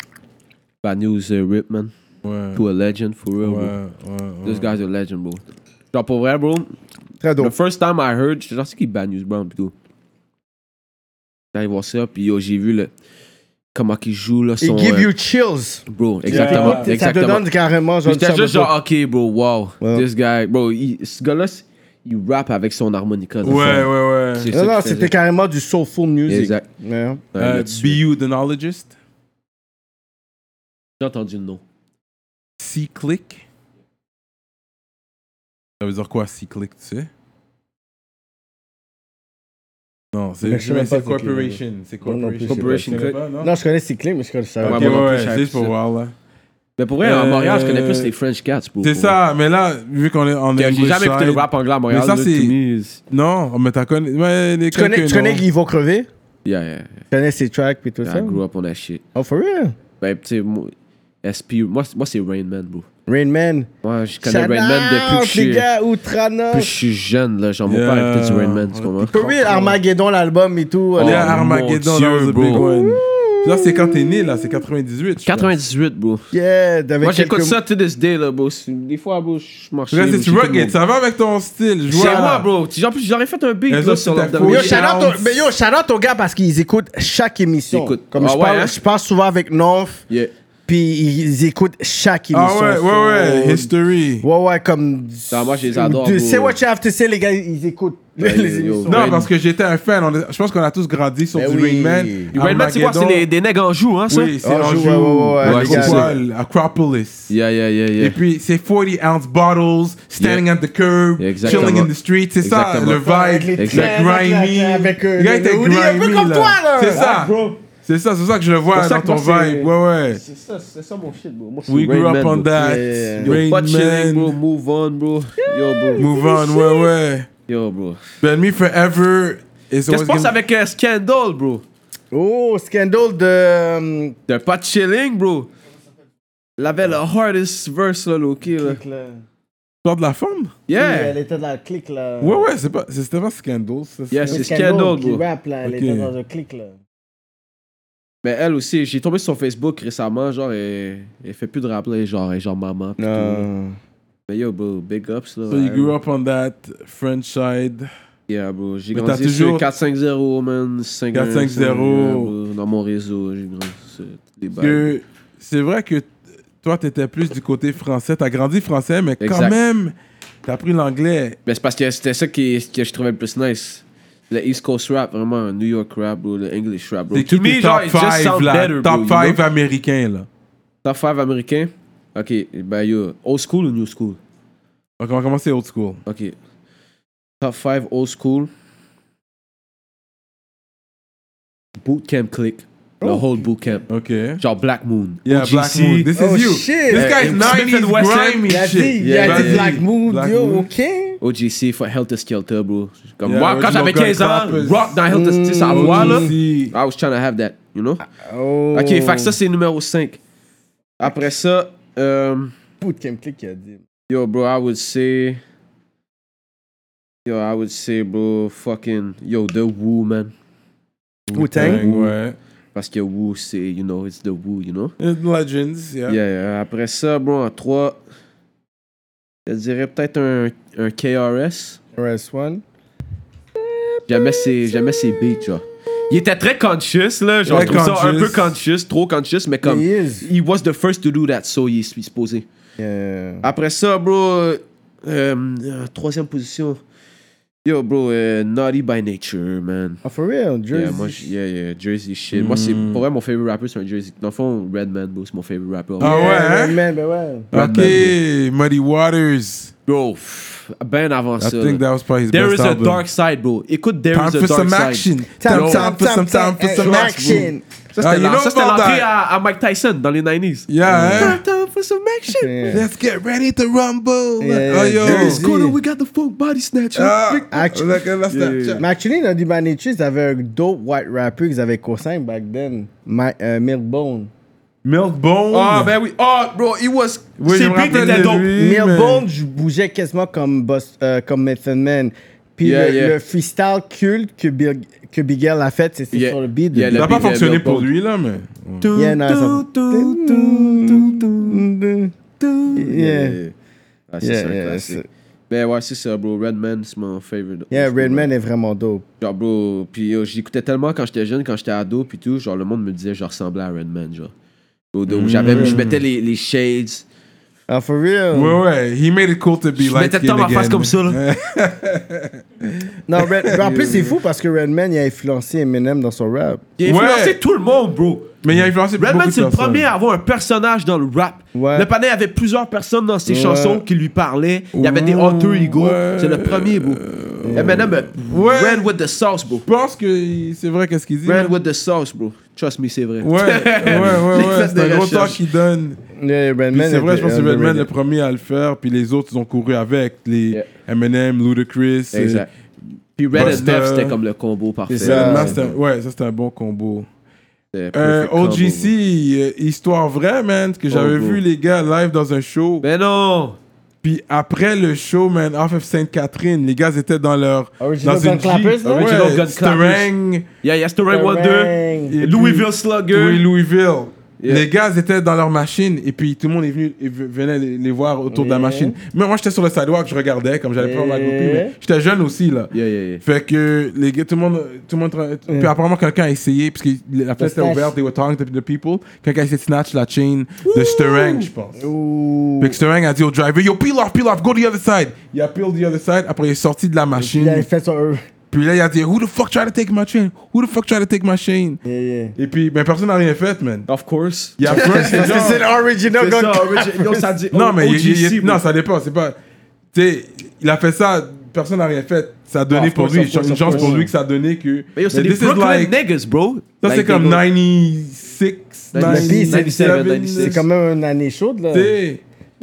Bad news, euh, Rip, man.
ouais,
To a legend, for real,
ouais,
bro.
ouais,
This
ouais.
guy's a legend, bro. Genre, pour vrai, bro,
Très
the
dope.
first time I heard, j'étais genre, c'est qui Bad News Brown, pis tout. J'allais voir ça, pis yo, j'ai vu le, comment qu'il joue, là,
It
son...
give
euh,
you chills.
Bro, exactement,
T'écoutes, Ça te
exactement.
donne carrément, genre,
J'étais
du
juste
sabre-
genre, OK, bro, wow,
Ouais.
this guy... Bro, il- ce gars-là, c'est- il rappe avec son harmonica. dans
Ouais,
le fond.
ouais, ouais.
ah, C'est ça
Non,
qu'il
non,
faisait.
c'était carrément du soulful music. hein.
Exact.
Ouais.
Ouais,
Euh,
là-dessus.
BU, The Knowledgeist.
J'ai entendu le nom.
C-Click. Ça veut dire quoi, C-Click, tu sais? Non, c'est
Mais je sais même
c'est
pas c'est qui,
Corporation. C'est
Non, non plus,
Corporation
Corporation. Tu connais
Click.
pas, non?
Non, je connais Cyclé, mais je connais ça.
Ok,
Ouais,
ouais,
moi non plus,
ouais,
je savais
juste
pas
pour
ça.
voir, là.
Mais pour vrai, à
Euh,
Montréal, je connais plus les French Cats, bro.
C'est
pour
ça, mais là, vu qu'on est en
vrai. Que J'ai
English
jamais écouté le
side-
rap anglais à Montréal.
Mais ça,
là,
c'est-
to me, it's-
Non, mais t'as connu... Ouais, les
Tu connais,
quelques
tu connais
noms.
qu'ils vont crever?
Yeah, yeah,
Tu connais ses tracks pis tout
yeah. I
ça?
grew up on that shit.
Oh, for real?
Ben, tu sais, moi, SP, moi, c'est- moi c'est Rain Man, bro.
Rain Man.
Moi, je connais
Shout
Rain Man depuis
out,
que je suis,
les
depuis
gars, Outrana.
que je suis jeune, là. Genre, mon
Yeah.
père était du Rain Man, tu comprends?
For real, Armageddon, l'album et tout.
Il y a
Oh,
Armageddon,
mon
that was a
Dieu,
big
bro.
one. Là, c'est quand t'es né, là, c'est 98. je pense.
98, bro.
Yeah, avec
Moi, j'écoute
quelques-
ça to this day, là, bro. C'est- Des fois, bro, je marche.
Là, c'est rugged, ça va avec ton style. je
C'est
vois.
moi, bro. Tu- genre, plus, J'aurais fait un beat,
Les
bro,
autres,
sur
c'était
l'album.
fou.
Yo,
Oui,
shout out
Bounce.
au- mais yo, shout out aux gars parce qu'ils écoutent chaque émission.
Ils écoutent.
Comme
Ah
je,
ouais,
parle,
hein?
je parle souvent avec Nonf.
Yeah.
Puis ils écoutent chaque émission.
Ah ouais,
so-
ouais, ouais, history.
Ouais, ouais, comme.
Non, moi, je les adore,
De-
bro.
Say what you have to say, les gars, ils écoutent les
yo, yo.
émissions. Ah,
Non,
Rain-
parce que j'étais un fan. On est- je pense qu'on a tous grandi sur
Ben
du
oui.
Rainman.
Du
Rainman, c'est quoi C'est des, des nègres en joue, hein, ça
Oui, c'est
Ah,
l'enjeu.
joue, ouais, ouais, ouais,
les gars,
Acropole, Acropolis.
Yeah, yeah, yeah, yeah.
Et puis, c'est 40 ounce bottles, standing at the curb,
Yeah, exactement.
chilling in the street. C'est ça,
Exactement.
le
Avec
vibe.
les
Exact.
traits, avec la-
Grimy.
Avec euh,
Le gars
le-
était
le hoodie, un peu
grimy,
comme
là.
toi, là.
C'est ça.
Ah, bro.
C'est ça, c'est ça que je le vois dans
ça que
ton
moi, c'est-
vibe. Ouais, ouais.
C'est ça, c'est ça mon shit, bro. Moi, c'est
We
Rain
grew
Man,
up on
bro.
that.
Yeah.
Yo,
Rain
pas de chilling, bro.
Man.
Move on, bro. Yo, bro.
Oh,
Move on, ouais, ouais.
Yo, bro.
Ben, me forever. is
Qu'est-ce
always
que tu penses
gonna-
avec euh, Scandal, bro?
Oh, Scandal de. euh,
T'es pas de chilling, bro. Elle avait le hardest verse, là, Loki, là.
clique, là.
Sort de la forme?
Elle
Yeah.
était dans le clic, là.
Ouais, ouais, c'est pas, c'était pas Scandal. ça, c'est-
Yeah, c'est
Scandal
Scandal,
qui
bro.
rappe, là. Elle
Ok.
était dans un clic, là.
Mais elle aussi, j'ai tombé sur son Facebook récemment, genre, elle, elle fait plus de rap, là, genre, elle est genre maman. pis tout. Mais yo, bro, big ups, là.
So you
Ouais,
grew up on that French side.
Yeah, bro. J'ai
Mais t'as
grandi
toujours-
sur 4-5-0, man. 5
4-5-0.
Dans mon réseau, j'ai grandi sur tous les bails.
Que c'est vrai que t- toi, t'étais plus du côté français. T'as grandi français, mais quand
Exact.
même, t'as pris l'anglais.
Mais c'est parce que c'était ça qui, que je trouvais le plus nice. Le East Coast rap, vraiment, New York rap, bro, le English rap, bro.
C'est qui
To me,
tes
genre,
top
it just
5
sound
là?
better, bro,
top
you know?
5 américain là.
Top 5 américain. Ok, ben yo, old school ou new school?
Donc on va commencer old school.
Ok. Top 5 old school. Bootcamp click. Le whole bootcamp.
Ok.
Genre Black Moon.
Oh. Yeah,
OGC.
Black Moon. This is
Oh,
you.
shit.
This guy's
Smith and
90s
Wesson.
grimy
Il a dit,
shit.
il y a
Yeah,
dit
yeah.
Black Moon,
Black
yo,
Moon.
ok.
OGC, for Helter Skelter, bro. Comme
Yeah,
moi, quand
original
j'avais
Gun
15 ans,
Clappers.
rock dans Helter Skelter, ça
Mm.
voix, là.
Si.
I was trying to have that, you know?
Oh.
Ok, fait que ça, c'est numéro 5. Après ça, euh,
Bootcamp Click qui a dit.
yo, bro, I would say. Yo, I would say, bro, fucking. Yo, The Woo, man.
Wu-Tang, Ouais.
Parce que Woo, c'est, you know, it's The Woo, you know?
And Legends, yeah.
Yeah, yeah. Après ça, bro, en 3. Je dirais peut-être un, un KRS.
RS1.
Jamais ses, jamais ses beats, genre. Il était très conscious, là. Genre,
Très
je trouve ça un
conscious.
peu conscious, trop conscious, mais comme.
He is.
He was the first to do that, so il est il est supposé.
Yeah.
Après ça, bro, euh, euh, troisième position. Yo, bro, euh, Naughty by Nature, man.
Oh, for real, Jersey.
Yeah, moi, j- yeah, yeah, Jersey shit. Moi, c'est
Hmm.
pour vrai, mon favorite rapper, c'est un Jersey. Dans le fond, Redman, bro, c'est mon favorite rapper.
Ah ouais, hein?
Ben, ben, ben, ouais.
Ok, Muddy Waters.
Bro, pff, ben avant
I
ça.
think
là.
that was probably his
There
best
is a
album.
dark side, bro. Écoute, There
Time
is a
for
dark
some
side.
action.
Tap,
Time, time
tap,
for
tap,
some time
tap,
for
eh,
some action.
action.
Ça,
Ah,
c'était
you
la-
know
ça, c'était
about
l'entrée
that.
à, à Mike Tyson dans les 90s.
Yeah, hein?
Time for some action.
Yeah.
Let's get ready to rumble.
Yeah,
oh,
yeah,
yo.
Jersey.
Cool, we got the fuck body snatcher.
Ah,
Action.
look at that Snapchat.
Mais actually, Naughty by Nature, ils avaient un dope white rapper qu'ils avaient co-signé back then. My, euh, Milkbone.
Milkbone.
Ah, ben oui. Ah, bro, it was.
Oui, je
ses
me
beats
rappelle
étaient
de
dope.
Mm,
lui, mais-
Milkbone, je bougeais quasiment comme, boss, euh, comme Method Man. Puis
Yeah,
le,
yeah.
le freestyle culte que, Big, que Bigel a fait, c'est c'est
Yeah.
sur le beat. de
Yeah,
Ça
le
n'a pas
Big Deal,
fonctionné pour
Milkbone.
lui, là, mais. Ouais.
Mm,
Yeah, no,
Yeah.
Yeah.
Ah, c'est ça,
Yeah,
un
yeah,
classique.
c'est-
Ben ouais, c'est ça, bro. Redman, c'est mon favorite.
yeah, Redman est vraiment dope.
Genre, bro, puis yo, j'écoutais tellement quand j'étais jeune, quand j'étais ado, puis tout, genre, le monde me disait, je ressemblais à Redman, genre. Bro,
Mm.
donc, j'avais, je mettais les, les shades.
Ah, for real?
Ouais, ouais, he made it cool to be
Je
like
mettais le temps ma face comme ça, là.
Non, Red- en plus, c'est fou parce que Redman il a influencé Eminem dans son rap.
Il a
Ouais.
influencé tout le monde, bro.
Mais il a influencé beaucoup
Redman,
de
c'est le
personnes.
premier à avoir un personnage dans le rap.
Ouais.
Le panel avait plusieurs personnes dans ses
Ouais.
chansons qui lui parlaient. Il y avait des
Ouais.
alter ego. C'est le premier, bro. Eminem, euh,
Ouais.
Red with the sauce, bro.
Je pense que c'est vrai qu'est-ce qu'il dit.
Red
mais-
with the sauce, bro. Trust me, c'est vrai.
Ouais, ouais, ouais, ouais.
faits
C'est
de
un gros
recherche.
talk qu'il donne.
Yeah,
Puis
Redman
C'est vrai,
était
je pense que c'est Redman
underrated.
le premier à le faire, puis les autres ils ont couru avec. Les
Yeah.
Eminem, Ludacris. euh,
Exact. Puis Red
Busta.
and Meth, c'était comme le combo parfait.
C'est ça.
Redman, c'était un- Ouais, ça c'était un bon combo.
C'était
Euh,
perfect combo,
OGC,
bro.
euh, histoire vraie, man, que j'avais
Oh, bro.
vu les gars live dans un show.
Ben-
Mais non!
Puis après le show, man, off of Sainte-Catherine, les gars étaient dans leur.
Original
dans
Gun
une
Clappers,
Jeep.
là?
Original Gun
Stering,
Yeah, yeah, Story
Bang.
1-2.
et puis-
Louisville Slugger.
Oui, Louisville.
Yeah.
Les gars ils étaient dans leur machine et puis tout le monde est venu et v- venait les, les voir autour de la
Yeah.
machine. Mais moi j'étais sur le sidewalk, je regardais comme j'allais prendre ma
Yeah.
copine. mais J'étais jeune aussi là.
Yeah, yeah, yeah.
Fait que les gars, tout le monde, tout le monde, tra- puis apparemment quelqu'un a essayé parce que la fenêtre était
snatch.
ouverte, they were talking to the people. Quelqu'un a essayé de snatch la chain de Sterang, je pense.
Ouh.
Fait que Sterang a dit au driver, yo peel off, peel off, go the other side. Il a peel the other side. Après il est sorti de la machine.
Il a fait E. sur eux.
Puis là il a dit, who the fuck tried to take my chain? Who the fuck tried to take my chain?
Yeah, yeah.
Et puis, mais personne n'a rien fait, man.
Of course.
Il y a first, les gens-
l'original
C'est ça, Origi- yo, ça dit
Non, mais il-
OGC,
il- il-
bro.
non, ça dépend. C'est pas. Tu sais, il a fait ça, personne n'a rien fait. Ça a donné
Ah, of
pour
course,
lui,
of course,
une
of
chance pour
course.
lui que ça a donné que.
Mais yo, c'est
Mais
des
this is
Brooklyn
like-
niggas, bro.
Ça, c'est
Like,
comme
they go-
96,
Le pire,
97.
c'est-
97,
C'est quand même une année chaude, là.
Tu sais,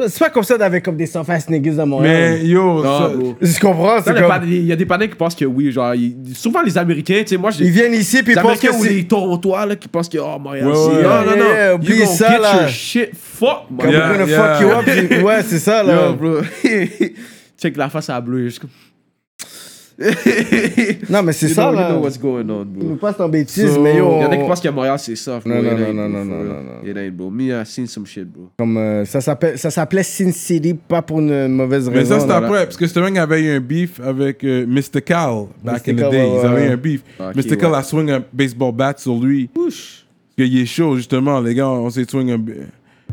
C'est pas comme ça d'avec comme des sans face niggas à Montréal.
Mais yo,
Non,
ça-
Ah, bro.
Je comprends,
Ça,
c'est
le pan-
comme...
Il y a des panneaux qui pensent que oui, genre, ils- souvent les Américains, tu sais, moi, j'ai.
Ils viennent ici, puis
Les
ils pensent que
Américains ou
c'est-
les Torontois, là, qui pensent que, oh, Montréal,
Ouais,
c'est-
ouais.
Non, non,
Yeah,
non.
yeah,
You
oublie
gonna
ça,
get
là.
your shit. Fuck,
Comme
man.
Yeah,
we're gonna
yeah.
fuck you up. puis- Ouais, c'est ça, là.
Yo, bro. Check la face à la bleue. je suis comme-
Non, mais c'est
You
ça,
know- you
là.
know what's going on, bro.
Nous passe en bêtise,
So,
mais yo...
y en a qui
on-
pensent que Montréal c'est soft.
Non,
bro.
non,
It
non,
ain't, bro,
non, non,
for
non,
real.
non, non.
It ain't, bro. Me, I seen some shit, bro.
Comme, euh, ça s'appelle- ça s'appelait Sin City, pas pour une mauvaise
Mais
raison.
ça, c'était
là.
après, parce que Sterling avait eu un beef avec euh, Mr. Cal back
Mr.
in the
Cal,
day.
ouais,
Ils avaient eu
ouais.
un beef.
Ok,
Mr. Cal
ouais.
a swing un baseball bat sur lui.
Ouch.
Parce qu'il est chaud, justement. Les gars, on s'est swing un,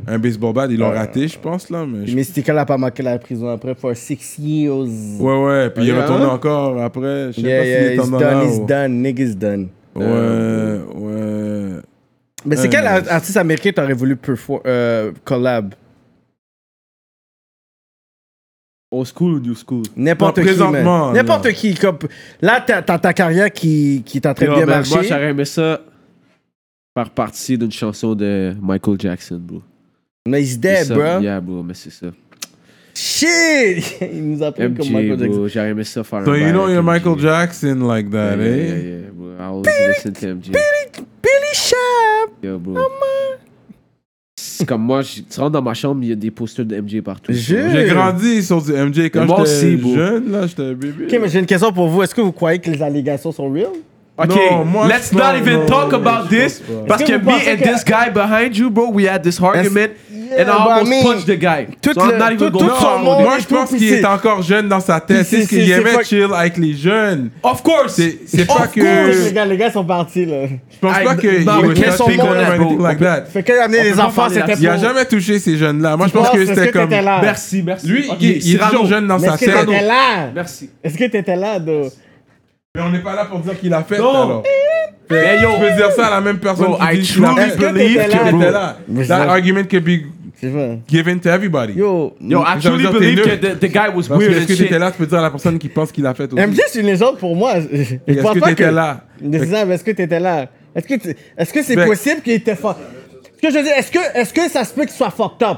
un baseball bat. Ils l'ont raté, je pense, là. Mais je-
Mystica l'a pas marqué la prison après for six years.
Ouais, ouais. Puis il est
Yeah.
retourné encore après. Je sais
Yeah,
pas
yeah,
s'il est
he's
en
done,
honneur
he's
ou-
done, nigga's done.
Ouais, ouais.
Mais c'est
Ouais,
quel
mais-
artiste américain t'aurais voulu perfor- euh, collab?
Old school ou new school?
N'importe
Non,
qui, man.
présentement, là.
N'importe qui. Comme, là, t'as t'as ta carrière qui, qui t'a très
Yo,
bien
ben,
man,
marché.
Moi, j'aurais aimé ça par partie d'une chanson de Michael Jackson, bro.
mais he's
C'est
dead,
ça,
bro.
Yeah, bro, mais c'est ça.
Shit! Il nous a pris comme
MJ,
Michael Jackson.
bro, j'aurais aimé ça faire
So
un
you
bail
know
avec
you're
MJ.
Michael Jackson like
Yeah,
that,
yeah,
eh?
yeah, yeah, bro. I always listen to MJ.
Billy Sharp!
Yo, bro. C'est comme moi, je- tu rentres dans ma chambre, il y a des posters de MJ partout.
Je-
J'ai grandi sur du MJ quand
Moi aussi,
j'étais
bro.
jeune, là, j'étais bébé.
Ok, mais j'ai une question pour vous. Est-ce que vous croyez que les allégations sont real?
Ok,
Non, moi,
Let's
non,
not even
non,
talk
non,
about
je
this
pense pas.
parce
Est-ce
que
que vous
me
pensez
and
que-
this guy behind you, bro, we had this argument and I
but I
almost
mean,
punched the guy.
tout
So I'm
le-
not even
tout-
going
tout
to-
son monde
Moi,
et
je
tout,
pense
puis
qu'il
c'est-
est encore jeune dans sa
Puis
tête. C'est
c'est-
ce qu'il
c'est- c'est
aimait
pas-
chill avec les jeunes.
Of course. Oh,
C'est c'est pas
Of course.
Les
que.
gars, les gars sont partis, là.
Je pense
I-
pas que.
non,
he
mais
was
qu'est-ce
touching
qu'on
or
a, bro?
anything like that.
Fait que amener les
peut pas
enfants,
parler
c'était
là-dessus.
pour...
Il a jamais touché ces jeunes-là. Moi, je pense
penses-
que
est-ce
c'était
Oh, que t'étais
comme.
là?
Merci, merci.
Lui,
Ok,
il il est
Cyrano,
toujours jeune dans
Mais
sa
est-ce que
tête.
t'étais là?
Merci.
Est-ce que t'étais là, d'où?
Mais on n'est pas là pour dire qu'il a fait,
Non.
alors.
Mais yo,
Tu peux dire ça à la même personne
Bro, I
qui dit qu'il a
truly
fait.
believe
que
que-
t'étais là.
Mais c'est
That
vrai.
argument can be
C'est vrai.
given to everybody.
Yo,
yo, I
Ça veut
truly
dire
believe
t'es nul.
que the, the guy was
Parce que
weird
est-ce
and
que
shit.
t'étais là, tu peux dire à la personne qui pense qu'il a fait aussi.
MJ, c'est une légende pour moi. Je- Je
Et Est-ce
pense
que
pas
t'étais là
Mais c'est ça, mais est-ce que t'étais là? Est-ce que tu- est-ce que c'est
Fait-
possible qu'il était fort? Ce que je veux dire, est-ce que, est-ce que ça se peut qu'il soit fucked up?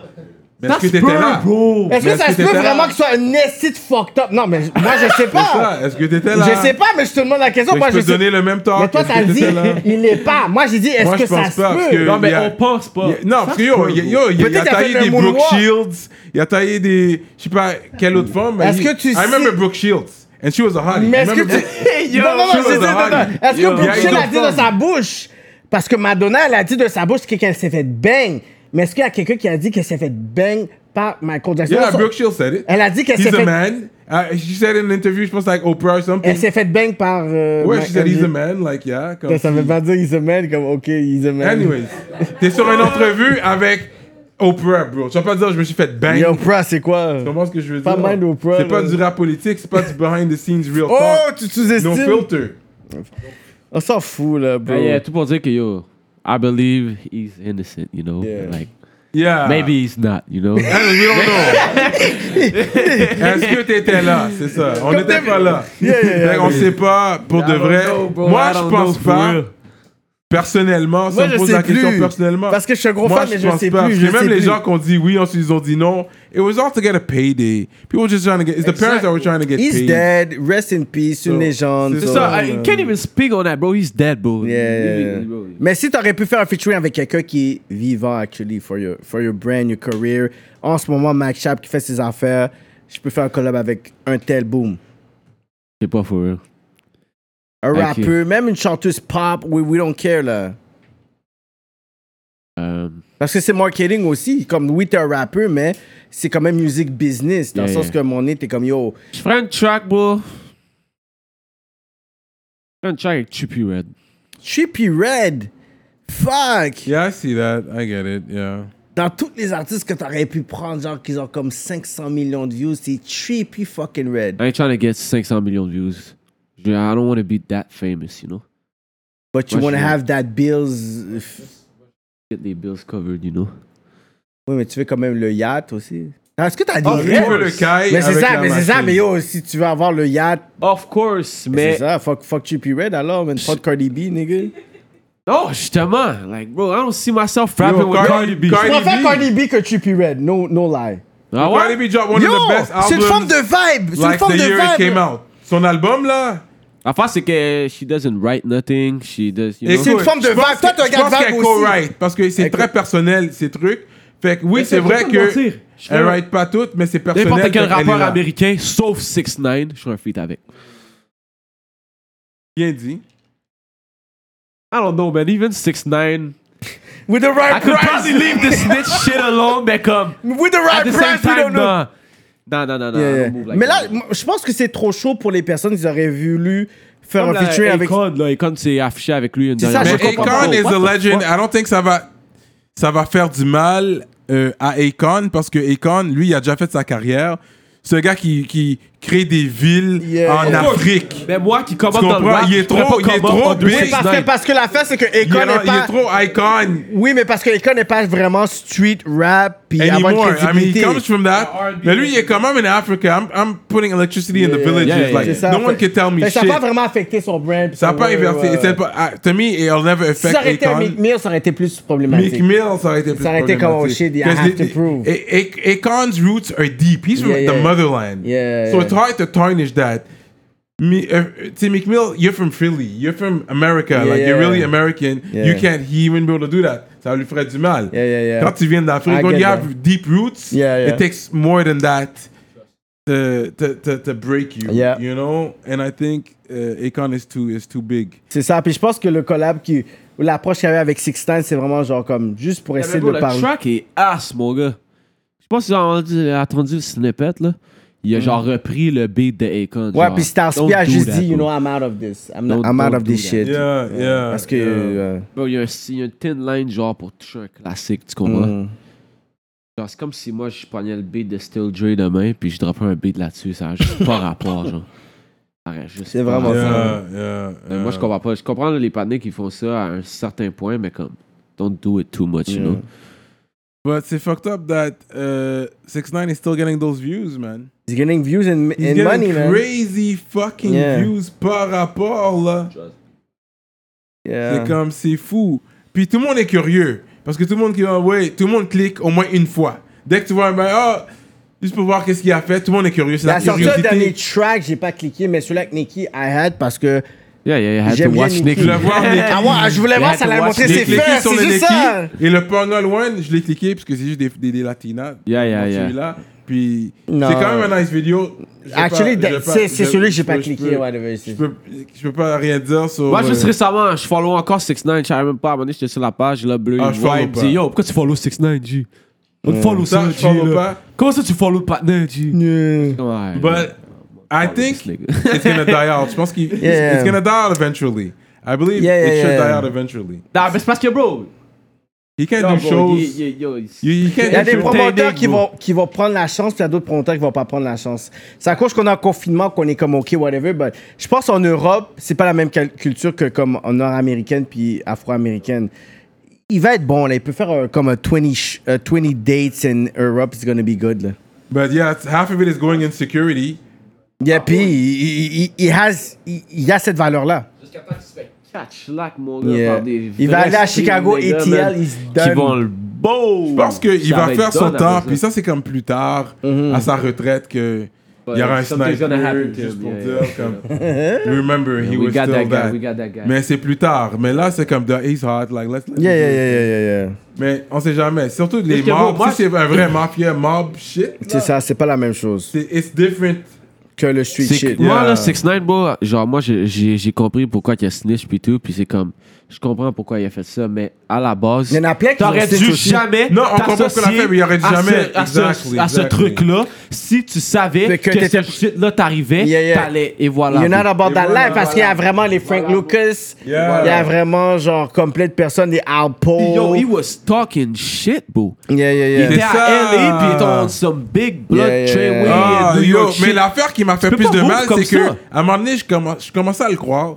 Mais Est-ce que t'étais là
bro.
Est-ce
Mais
que ça
est-ce
se
que
peut
t'étais là?
vraiment qu'il soit un esti de fucked up? Non, mais moi, je sais
C'est
pas.
ça, Est-ce que t'étais là
Je sais pas, mais je te demande la question.
Mais
moi,
je peux te
sais-
donner le même temps.
Mais toi, t'as dit, il est pas. Moi, j'ai dit, est-ce
Moi,
que
je
ça
pense
se
pas, parce
peut?
que-
Non, mais
Yeah.
on pense pas.
Non, parce que yo, yo, yo, il a
Peut-être
taillé
qu'il a fait
des
un
Brooke
moonwalk.
Shields, il a taillé des. Je sais pas quelle autre femme. mais
Est-ce
il-
que tu
I
sais-
remember Brooke Shields, and she was a hottie.
Mais est-ce que
Remember
tu.
Brooke-
non, non,
she
non,
was
je veux
a
dire, non, non.
hottie.
Est-ce que
Yo.
Brooke
Yeah,
Shields
yo.
a dit de sa bouche? Parce que Madonna, elle a dit de sa bouche que- qu'elle s'est fait bang. Mais est-ce qu'il y a quelqu'un qui a dit qu'elle s'est fait bang par Michael Jackson?
Yeah,
Son-
Brooke Shields said it.
Elle a dit qu'elle
He's
s'est
a
fait.
man. Uh, she said in an interview, je pense like Oprah or something.
Elle s'est fait bang par. euh,
Ouais, she
Michael
said he's a
Jackson.
man, like yeah. comme
Ça, Ça veut
si-
pas dire he's a man, comme ok, he's a man.
Anyways, t'es sur une entrevue avec Oprah, bro. Tu vas pas dire je me suis fait bang.
Yo, Oprah, c'est quoi?
Tu comprends ce que je veux
Pas
dire?
mal d'Oprah,
C'est pas
là.
du rap politique, c'est pas du behind the scenes real
Oh,
talk.
tu
No
sous-estimes?
filter.
On s'en fout, là, bro.
Oh,
Ah,
Yeah, yeah, tout pour dire que yo, I believe he's innocent, you know?
Yeah.
Like,
Yeah.
maybe he's not, you know?
Ah, mais we don't know. Est-ce que t'étais là? C'est ça. On n'était pas là.
Yeah, yeah, yeah.
Fait qu'on sait pas pour de vrai. Moi, je pense pas. Personnellement, ça
Moi,
me
je
pose la
sais
question
plus.
personnellement.
Parce que je suis un gros
Moi,
fan, mais
je
je
pense
sais
pas.
plus.
Parce
Je
que même
sais
les
plus.
gens qui ont dit oui, ensuite ils ont dit non. It was all to get a payday. People were just trying to get. It's the parents that were trying to get
He's
paid.
dead, rest in peace, une
So,
légende.
c'est
so-
So, I can't even speak on that, bro. He's dead, bro.
Yeah. Mais si t'aurais pu faire un featuring avec quelqu'un qui est vivant, actually, for your, for your brand, your career, en ce moment, Mac Chap qui fait ses affaires, je peux faire un collab avec un tel boom.
C'est pas for real.
Un
Ok.
rappeur, même une chanteuse pop, we, we don't care, là.
Um,
Parce que c'est marketing aussi. Comme oui, t'es un rappeur, mais c'est quand même music business. Dans le
Yeah,
sens que mon nez, t'es comme yo.
Je ferais une track, bro. Je ferais une track avec Chippy Red.
Trippy Red! Fuck!
Yeah, I see that. I get it. Yeah.
Dans tous les artistes que t'aurais pu prendre, genre qu'ils ont comme 500 millions de views, c'est Trippy fucking Red.
I ain't trying to get 500 million views. Yeah, I don't want to be that famous, you know?
But you
Moi,
wanna
je-
have that bills.
Get their bills covered, you know?
Oui, mais tu veux quand même le yacht aussi. Ah, Est-ce que t'as des
Oh,
yachts?
tu veux le caille
Mais c'est
avec
ça,
la
mais c'est ça,
machine.
mais yo, si tu veux avoir le yacht, ben,
Of course,
c'est
mais.
ça, fuck, fuck Trippy Red alors, man, fuck Cardi B, nigga.
Oh, justement. Like, bro, I don't see myself rapping
Yo,
with Cardi B.
Je préfère
B.
Cardi B que Trippy Red, no, no lie.
Ah ouais?
Cardi B dropped one
Yo,
of the best albums.
c'est une forme de vibe, c'est une
Like
forme
the
de
year it
vibe.
came out. Son album là.
L'affaire, c'est que she doesn't write nothing. She does, you
Écoute,
know?
une forme de
je pense
vibe. Toi, t'es un
que-
gars de
je pense
vibe
qu'elle
aussi.
co-write, parce que c'est très personnel ces trucs. Fait que oui, c'est vrai
c'est pas mentir.
que
Je fais-
elle write pas toutes, mais c'est personnel.
N'importe quel
fait qu'elle est
rappeur
là.
américain, sauf 6 9 je ferais un feat avec.
Bien dit.
I don't know, man. Even 6 9
With the
I
right
could
price,
probably leave this snitch shit alone, mais comme.
with the
At
right
the same
price, we
time,
don't know.
non. Non, non, non, non. I
Yeah, yeah.
don't move like
mais là,
that.
m- je pense que c'est trop chaud pour les personnes qui auraient voulu faire
Comme
un
la
featuring avec.
Akon, là, Akon s'est affiché avec lui une
C'est
dernière
ça,
Mais
je comprends pas.
Akon is
What
a
the
legend.
fuck?
I don't think ça va, ça va faire du mal euh, à Akon parce que Akon, lui, il a déjà fait sa carrière. C'est un gars qui, qui crée des villes
Yeah.
en
Of course.
Afrique.
Mais moi qui commande
Tu
dans le
comprends?
rap,
Il est
je ferais
trop-
pas
il est
commande
trop
en deux
big.
six
Parce que,
nine.
parce que l'affaire, c'est que
Il
Akon
est,
n'est
il est
pas.
trop Icon.
Oui, mais parce que Akon n'est pas vraiment street rap puis avoir une
anymore. I mean, he
crédibilité.
comes from that.
R&B.
Mais lui, il est comme I'm in Africa. I'm, I'm putting electricity in the
Yeah,
villages.
yeah, yeah,
like,
yeah.
C'est ça,
no one
fait-
can tell me
fait que
shit.
Ça n'a pas vraiment affecté son brand.
Ça n'a pas inversé. C'est pas- ah, To me, it'll never
Si
affect
ça aurait été un Meek
Akon.
Mill, ça aurait été plus problématique.
Meek Mill, ça aurait été plus
Ça aurait été comme, oh, shit, I have to prove.
Akon's roots are deep. He's from
Yeah,
the
yeah.
motherland.
Yeah,
so
yeah.
it's hard to tarnish that. Me, uh, see, Meek Mill, you're from Philly. You're from America.
Yeah,
like, you're
yeah.
really American.
Yeah.
You can't even be able to do that. Ça lui ferait du mal.
Yeah, yeah, yeah.
Quand tu viens d'Afrique,
I
when
get
you
that.
have deep roots,
Yeah, yeah.
it takes more than that to, to, to, to break you.
Yeah.
You know? And I think uh, Akon is too, is too big.
C'est ça. Puis je pense que le collab qui. ou L'approche qu'il y avait avec Sixtine, c'est vraiment genre comme juste pour
Mais
essayer
bro,
de
le
parler.
track est ass, mon gars. Je pense qu'ils ont entendu, euh, entendu le snippet, là. Il a genre repris le beat de Akon.
Hmm. Ouais,
genre,
puis Starsky
Don't
a
do
juste
that,
dit, you
bro.
know, I'm out of this. I'm,
Don't-
I'm out
don't
of
do
this
that.
shit.
Yeah, yeah.
Parce que.
yeah.
euh,
Bro, il y a un, il y a une thin line, genre, pour toucher un classique, tu comprends?
mm.
Genre, c'est comme si moi, je prenais le beat de Still Dre demain, puis je droppais un beat là-dessus, ça n'a juste pas rapport, genre. Ça aurait juste
C'est
pas
vraiment
rapport.
Yeah, yeah,
Mais Moi, je
yeah.
comprends pas. Je comprends là, les paniques qui font ça à un certain point, mais comme, don't do it too much,
hmm.
you know?
But c'est fucked up that uh, 6 9 is still getting those views, man.
He's getting views and,
He's
and
getting
money, man.
crazy fucking
Yeah.
views par rapport, là.
Yeah.
C'est comme, c'est fou. Puis tout le monde est curieux. Parce que tout le monde qui va, ouais, tout le monde clique au moins une fois. Dès que tu vois, ben, ah, juste pour voir qu'est-ce qu'il a fait, tout le monde est curieux. C'est la,
La sortie du
curiosité.
dernier track, j'ai pas cliqué, mais celui avec Nicki, I had parce que.
Yeah, yeah, you had to
J'aime bien
watch
Nicki.
Nick.
Je voulais voir Nicki.
Ah ouais, je voulais voir, ça allait montrer
J'ai
ses
cliqué
fesses,
sur
c'est
le
juste
Nicky
ça.
et le Pongal One, je l'ai cliqué parce que c'est juste des, des, des latinas.
Yeah, yeah,
Donc,
yeah.
Celui-là. Puis
Non.
c'est quand même un nice vidéo. Je sais
Actually,
pas, je sais
c'est
pas,
c'est
je-
celui que j'ai
je
pas
peux- je
cliqué.
peux-
whatever,
Je
c'est-
peux, je peux pas rien dire sur.
Moi, juste
euh,
récemment, je follow encore 6 9 Je savais même pas abonné, j'étais sur la page, là, bleu,
Ah,
il
je
me voit,
follow
il me
pas.
dit, yo, pourquoi tu follow 6 9 G? On
Hmm.
te follow
Ça,
ça,
je
G,
follow
là.
pas.
Comment ça, tu follow le partner, G?
Yeah.
Ouais.
But I
Follow this
think
nigga.
it's gonna die out. Je pense qu'il
Yeah.
it's gonna die out eventually. I believe
Yeah, yeah,
it should
yeah.
die out eventually.
Non, mais c'est parce que, bro.
He can't
non,
do
bro,
shows.
il- il- yo, il-
You, you can't
Il y a
do
des
shows.
promoteurs
technique,
qui
bro.
vont, qui vont prendre la chance, puis il y a d'autres promoteurs qui vont pas prendre la chance. C'est à cause qu'on est en confinement qu'on est comme OK, whatever. But je pense en Europe, c'est pas la même cal- culture que comme en nord-américaine puis afro-américaine. Il va être bon, là. Il peut faire un- comme un 20, sh- un 20 dates in Europe, it's gonna be good, là.
But yeah, it's- half of it is going in security.
Yeah, puis il, il- il- il has- il- il a cette valeur-là.
Jusqu'à temps qu'il se fait catch slack, mon gars,
Yeah.
par des
Il va
vrais
aller à
stream
Chicago,
niggas,
ATL,
man,
il se
Qui
donne.
vont le beau.
Je pense qu'il va faire son temps, puis ça, c'est comme plus tard, à sa retraite, que il y aura un
Something's
sniper,
gonna happen to
juste
him,
pour
yeah,
dire,
yeah.
comme, remember, he
we
was
got
still
that guy,
that.
we got that guy.
Mais c'est plus tard. Mais là, c'est comme, the- he's hot, like, let's...
Yeah, yeah, yeah, yeah, yeah, yeah.
Mais on sait jamais. Surtout
Parce
les
que, bon,
mobs,
moi,
si c'est un vrai mafia mob shit,
C'est ça, c'est pas la même chose
c'est- it's different.
que le street
C'est
shit.
que- Moi,
Yeah.
là, 6 9 bro, genre, moi, j'ai- j'ai j'ai compris pourquoi il y a Snitch puis tout, puis c'est comme,
Je comprends pourquoi il a fait ça, mais à la base,
Il y en a plein qui
t'aurais
ont
dû
dit aussi.
jamais
Non, on comprend ce
t'associer
qu'on a fait, mais il aurait dû
à ce-
jamais.
à ce,
Exactly,
à ce
exactly.
truc-là si tu savais
Mais que
que,
t'étais-
cette shit-là t'arrivait,
Yeah, yeah.
t'allais et voilà.
You're not about
Et
that
voilà,
life parce qu'il y a vraiment les Frank Lucas.
Yeah.
Il y a vraiment, genre, comme plein de personnes, des Al Poe.
Yo, he was talking shit, bro.
Yeah, yeah, yeah.
Il était
C'est
à
ça.
LA puis il était on some big blood
Yeah, yeah,
train
yeah.
way
Ah,
and New
yo,
York shit.
mais l'affaire qui m'a fait
peux
plus
pas
de
move
mal,
comme
c'est que
ça.
à un moment donné, je, commence, je commençais à le croire.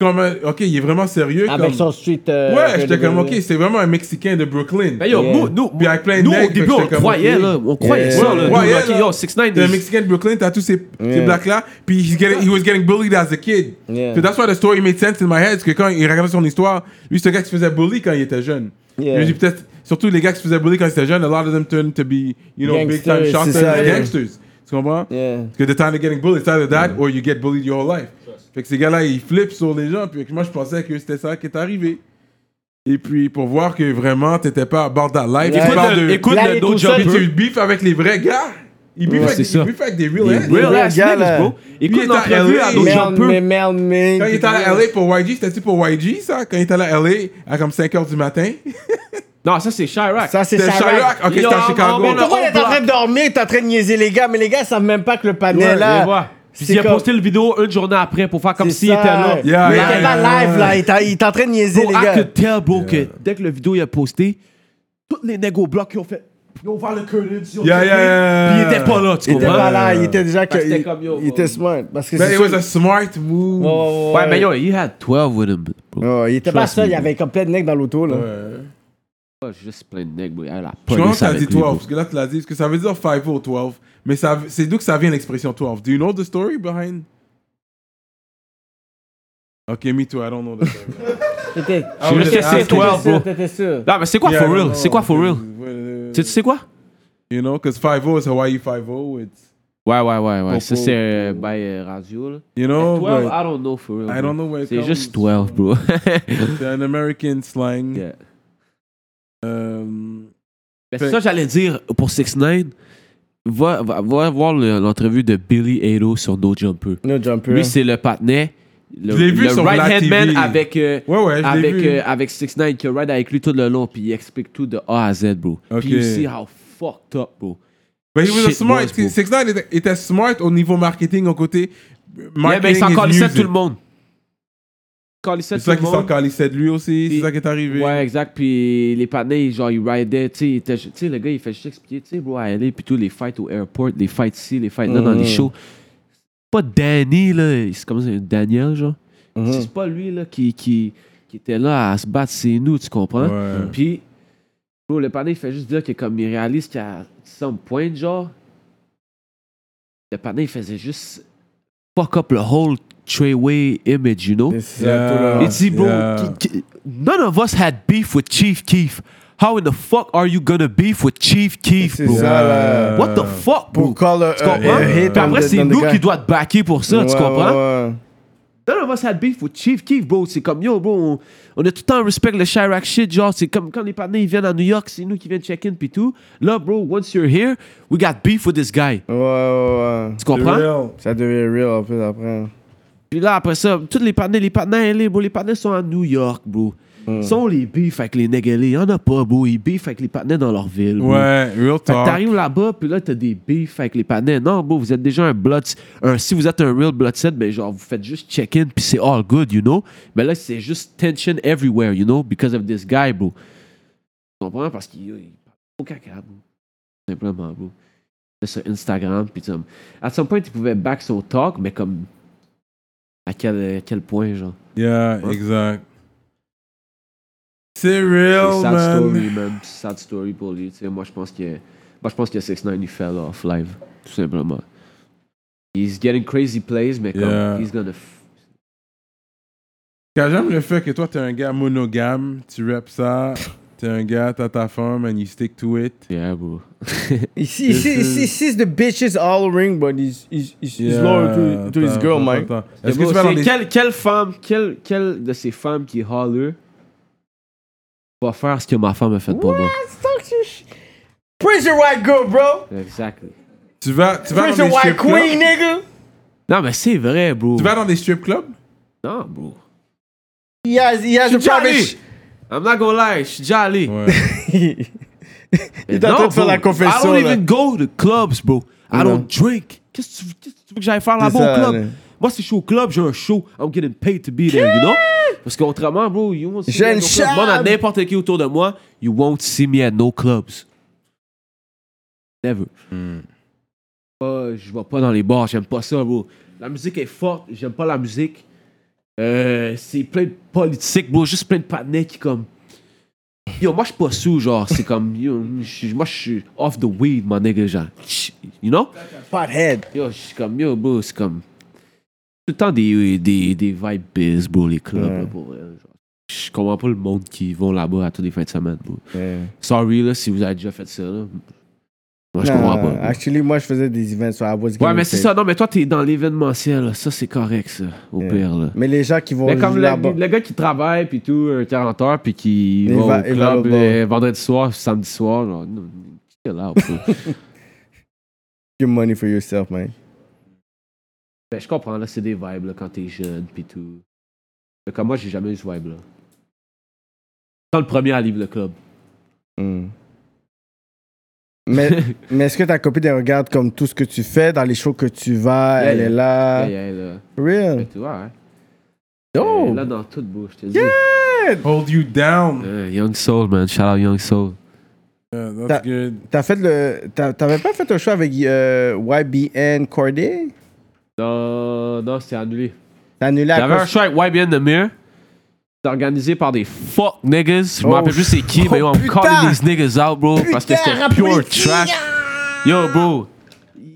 Comme, euh, ok, il est vraiment sérieux.
Ah, Avec
comme-
son street. euh,
Ouais, j'étais comme, ok,
WWE.
c'est vraiment un Mexicain de Brooklyn.
Ben yo,
Yeah.
nous, nous,
Puis avec plein de
nous,
nègres,
au début,
fait que
on
j'étais comme,
croyait,
ok.
là. On croyait
Yeah.
ça,
On
là.
croyait,
Nous, ok,
là.
uh, yo, 6 9
T'es un Mexicain de Brooklyn, t'as tous ces, ces
Yeah.
blacks-là, puis he's getting- he was getting bullied as a kid.
Yeah.
So that's why the story made sense in my head, parce que quand il regardait son histoire, lui, c'est un gars qui se faisait bully quand il était jeune.
Yeah.
Je dis peut-être, surtout les gars qui se faisaient bully quand ils étaient jeunes, a lot of them turned to be, you know,
Gangsters,
big time
c'est
shots
ça, yeah.
gangsters. Tu comprends?
Yeah.
Parce que the time they're getting bullied, it's either that
Mm.
or you get bullied your whole life. Fait que ces gars-là, ils flippent sur les gens. Puis moi, je pensais que c'était ça qui est arrivé. Et puis, pour voir que vraiment, t'étais pas à bord that life.
Yeah.
tu
Écoute
parles
le-
de-
écoute
Là,
le
il est
no
tout
job.
seul.
Puis tu beefes avec les vrais gars. Ils beefent
Ouais,
avec,
c'est
des-
ça.
ils beefent avec des real ass.
Real ass
gars, là.
niggas, bro.
Lui,
Écoute
il est à
l'entrevue
LA.
à nos
Mais
Merde, mais
jumpers.
merde, mais.
Quand il était à LA pour YG, c'était-tu pour YG, ça? Quand il était à LA à comme 5 h du matin?
Non, ça, c'est Chirac.
Ça, c'est
C'était
Chirac.
Chirac. Ok,
Yo,
c'était à
on-
Chicago.
on-
Mais pourquoi
on
il est en train de dormir, t'es en train de niaiser les gars, mais les gars savent même pas que le panel
Ouais,
là.
Et voilà. Puis
c'est
il a
comme-
posté le vidéo une journée après pour faire comme
c'est
s'il
ça.
était là.
Yeah,
mais il
yeah,
était
yeah,
pas
yeah,
live
yeah.
là, il était- il était en train de niaiser
Bro,
les
I
gars.
could tell, bro, que dès que le vidéo il a posté, tous les nègres au bloc, ils ont fait. Ils ont ouvert le curtain, ils ont
Yeah, yeah,
filmé,
yeah, yeah.
Puis il était pas là, tu
Euh, Il était
comprends?
pas là, il était déjà que.
que c'était
Il,
comme, yo,
il était smart. Parce que
Mais
c'est
Ben, it
sûr-
was a smart move.
Ouais, ouais,
Ouais, mais
ouais.
yo, he had 12 with him, bro.
Ouais, il était pas
Trust
seul,
me.
il y avait comme plein de mecs dans l'auto là.
Ouais.
Pas juste plein de nègres, bro. Il y a
Je
la
comprends que
police
t'as dit
avec lui,
12,
bro.
parce que là, tu l'as dit, parce que ça veut dire 5 ou 12, mais ça- c'est d'où que ça vient l'expression 12. Do you know the story behind? Ok, me too, I don't know the story.
T'étais
Ah oui,
Je sais,
ah,
c'est
c'était-
12, bro.
sûr, t'étais sûr.
Non, mais c'est quoi
Yeah,
for
I don't
real?
know.
C'est quoi for real?
Euh,
Tu sais- tu sais quoi?
You know, because 5 is Hawaii 5 it's,
Ouais, ouais, ouais, ouais. Ça,
Popo.
c'est euh, by euh, radio, là.
you
Mais
know,
12,
but
I don't know for real.
Oh I
bro.
don't know where it
C'est
comes
juste 12, Oh, bro.
C'est an American slang.
Yeah.
Um,
Ben,
Fait-
c'est ça que j'allais dire pour 6 9 va, va, va voir le- l'entrevue de Billy Halo sur No Jumper.
No jumper.
Lui, c'est le patinet. Le,
Je l'ai vu
le
sur
right
la
hand
TV.
man avec, euh,
ouais, ouais, je l'ai
avec,
vu.
euh, avec 6 9 qui ride avec lui tout le long, puis il explique tout de A à Z, bro.
Ok.
Puis you see how fucked up, bro.
But he was a
shit
smart.
boys, bro.
6 9 était smart au niveau marketing, au côté marketing
Yeah, mais il s'en
is
calissait de
music.
tout le monde.
C'est
Calissait de tout
ça
le
qu'il s'en
monde.
calissait de lui aussi, c'est
Puis-
ça qui est arrivé.
Ouais, exact. Puis les partenaires, genre, ils ridaient. Tu sais, ils étaient ju- tu sais, le gars, il fait juste expliquer, tu sais, bro, à LA, puis tous les fights au airport, les fights ici, les fights là dans les
Ah.
shows. C'est Pas Danny, là. C'est comme ça, Daniel, genre.
Uh-huh.
C'est pas lui, là, qui, qui, qui était là à se battre, c'est nous, tu comprends?
Ouais.
Puis, bro, le partenaire, il fait juste dire que comme il réalise qu'à some point, genre, le partenaire, il faisait juste fuck up le whole Treyway image, you know?
C'est ça, tout
Yeah.
là.
Il dit, bro,
Yeah.
qui- qui- none of us had beef with Chief Keef. How in the fuck are you gonna beef with Chief Keef,
C'est
bro?
ça là.
What the fuck, bro?
Pour call euh, a-
tu comprends?
a hit
Puis
on
après,
the-
c'est
on the
nous
guy.
qui doit te backer pour ça,
Ouais,
tu comprends?
ouais, ouais.
None of us had beef with Chief Keef, bro. C'est comme, yo, bro, on, on a tout le temps respect le Chirac shit, genre, c'est comme quand les partenaires, ils viennent à New York, c'est nous qui viennent check-in, pis tout. Là, bro, once you're here, we got beef with this guy.
Ouais, ouais, ouais.
Tu comprends?
Ça devient real en plus après.
Puis là, après ça, tous les partenaires, les partenaires LA, bro, les partenaires sont à New York, bro. Sont les beefs avec les nègres LA. Y'en a pas, bro. Ils beefent avec les partenaires dans leur ville. bro.
Ouais, real
Fait que
talk.
t'arrives là-bas, puis là, t'as des beefs avec les partenaires. Non, bro, vous êtes déjà un blood. un- si vous êtes un real blood set, ben genre, vous faites juste check-in, puis c'est all good, you know. Mais là, c'est juste tension everywhere, you know, because of this guy, bro. Tu comprends? Parce qu'il il parle au caca, bro. Simplement, bro. Il était Sur Instagram, puis comme. À some point, il pouvait back son talk, mais comme. À quel, à quel point, genre.
Yeah, exact. C'est
C'est
real,
sad story,
man.
man. Sad story pour lui. Tu sais, moi, je pense que, moi, je pense que 6 9 il fell off live, tout simplement. He's getting crazy plays, mais comme,
Yeah.
he's gonna. f-
Quand j'aime le fait que toi, t'es un gars monogame, tu rappes ça, t'es un gars, t'as ta femme, and you stick to it.
Yeah, bro.
Ici, ici,
This
ici,
is-
ici, the bitches all ring, but he's, he's, he's, he's
Yeah,
loyal to, to his
Euh, attends,
girl,
attends,
Mike.
attends. Est-ce que
Bro,
tu vas dans
c'est
les...
quelle, quelle femme, quelle, quelle de ces femmes qui holler va faire ce que ma femme a fait pour moi?
Praise your white girl, bro.
Exactly.
Tu vas, tu vas
Praise
dans
your
des
white
strip clubs?
queen, nigga.
Non, mais c'est vrai, bro.
Tu vas dans des strip clubs?
Non, bro.
He has, he has a
Je suis déjà
private.
allé.
sh-
I'm not gonna lie, je suis déjà allé.
Ouais.
Il est
Non,
en train de faire
bro.
la confession.
I don't
là.
even go to clubs, bro. I
Non.
don't drink. Qu'est-ce que tu veux- qu'est-ce que tu veux que j'aille faire là-bas
C'est ça,
au club?
là.
Moi, si je suis au club, j'ai un show. I'm getting paid to be there, you know? Parce qu'autrement, bro, you won't see
J'ai
me at
une
no clubs. Demande à
chambre.
n'importe qui autour de moi, you won't see me at no clubs. Never. Euh, je vais pas dans les bars, j'aime pas ça, bro. La musique est forte, j'aime pas la musique. Euh, c'est plein de politique, bro. Juste plein de panneaux qui, comme. Yo, moi, je suis pas sous, genre. C'est comme. Yo, je suis- moi, je suis off the weed, mon nigga, genre. You know?
Pothead.
Yo, je suis comme. Yo, bro, c'est comme. Tout le temps des, des, des vibes biz, bro, les clubs,
Ouais.
là, pour vrai, genre. Je comprends pas le monde qui vont là-bas à toutes les fins de semaine, bro. Sorry, là, si vous avez déjà fait ça, là. Moi, je
Non,
comprends pas. bro.
Actually, moi, je faisais des events sur I was
hein. Ouais,
getting
mais c'est
paid.
ça. Non, mais toi, t'es dans l'événementiel. là. Ça, c'est correct, ça. Au
Yeah.
pire, là.
Mais les gens qui vont
Mais comme
là-bas.
le, le gars qui travaille, puis tout, un 40 heures, puis qui
Il
va,
va-
au
il va
club
là-bas.
euh, vendredi soir, samedi soir, genre, non, chill out, bro.
Give money for yourself, man.
Ben, je comprends, là, c'est des vibes, là, quand t'es jeune, puis tout. Mais comme moi, j'ai jamais eu ce vibe, là. Tant le premier à livre le club.
Mm. Mais, mais est-ce que ta copine elle regarde comme tout ce que tu fais dans les shows que tu vas,
Yeah,
elle
yeah.
est là.
Hey, Ben, hey, là.
Real.
Fait que, ouais, ouais.
Yo. Oh!
Ben, Hey, Là, dans toute bouche, je te dis.
Hold you down.
Euh, young Soul, man. Shout out Young Soul.
Yeah,
Ta-
that's good.
T'as fait le. t'as- T'avais pas fait un show avec euh, YBN Corday?
Non, non, c'est annulé.
T'as annulé à
J'avais un
cause-
show avec YBN The Mirror. C'était organisé par des fuck niggas. Je me
Oh,
rappelle plus c'est qui, mais yo, I'm
putain.
calling these niggas out, bro. parce que
Putain,
c'était
rappelez
pure
qui,
trash. Yo, bro.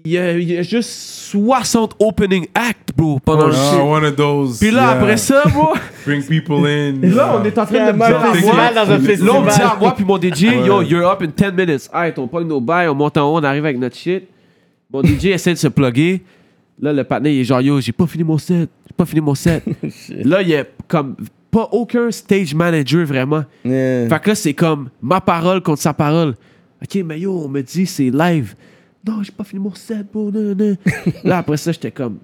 Il y, a, il y a juste 60 opening acts, bro, pendant le
Oh,
show.
one of those.
Puis là,
yeah.
après ça, bro,
Bring people in.
là, on est en train de me
Vraiment,
dire à
c'est
moi,
mal dans un
Là, on me dit
festival.
à moi puis mon DJ, yo, you're up in 10 minutes. Alright, on pogne nos bails, on monte en haut, on arrive avec notre shit. Mon DJ essaie de se plugger. Là, le patiné, il est genre, yo, j'ai pas fini mon set. J'ai pas fini mon set. là, il y a comme pas aucun stage manager vraiment.
Yeah.
Fait que là, c'est comme ma parole contre sa parole. Ok, mais yo, on me dit, c'est live. Non, j'ai pas fini mon set, bro. non, non. là, après ça, j'étais comme.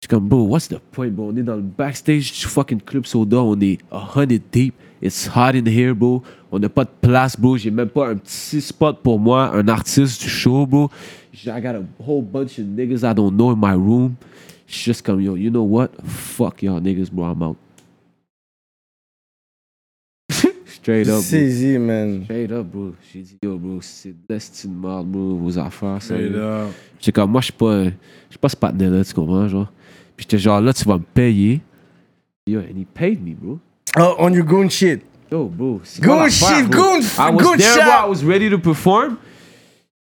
J'étais comme, bro, what's the point, bro? On est dans le backstage du fucking club soda. On est 100 deep. It's hot in here, bro. On n'a pas de place, bro. J'ai même pas un petit spot pour moi, un artiste du show, bro. I got a whole bunch of niggas I don't know in my room. Je suis juste comme, yo, you know what? Fuck y'all niggas, bro. I'm out. Straight up, bro.
Saisi, man.
Straight up, bro. J'ai dit, yo, bro, c'est de l'estime mort, bro, vos affaires. ça.
Straight up.
J'étais comme, moi, je suis pas, je suis pas ce partenaire-là, tu comprends, genre. Puis j'étais genre, là, tu vas me payer. Yo, and he paid me, bro.
Oh, on your goon shit.
Yo, bro, c'est
Good
quoi l'affaire,
shit,
bro?
good-
I was
good
there,
shot.
bro, I was ready to perform.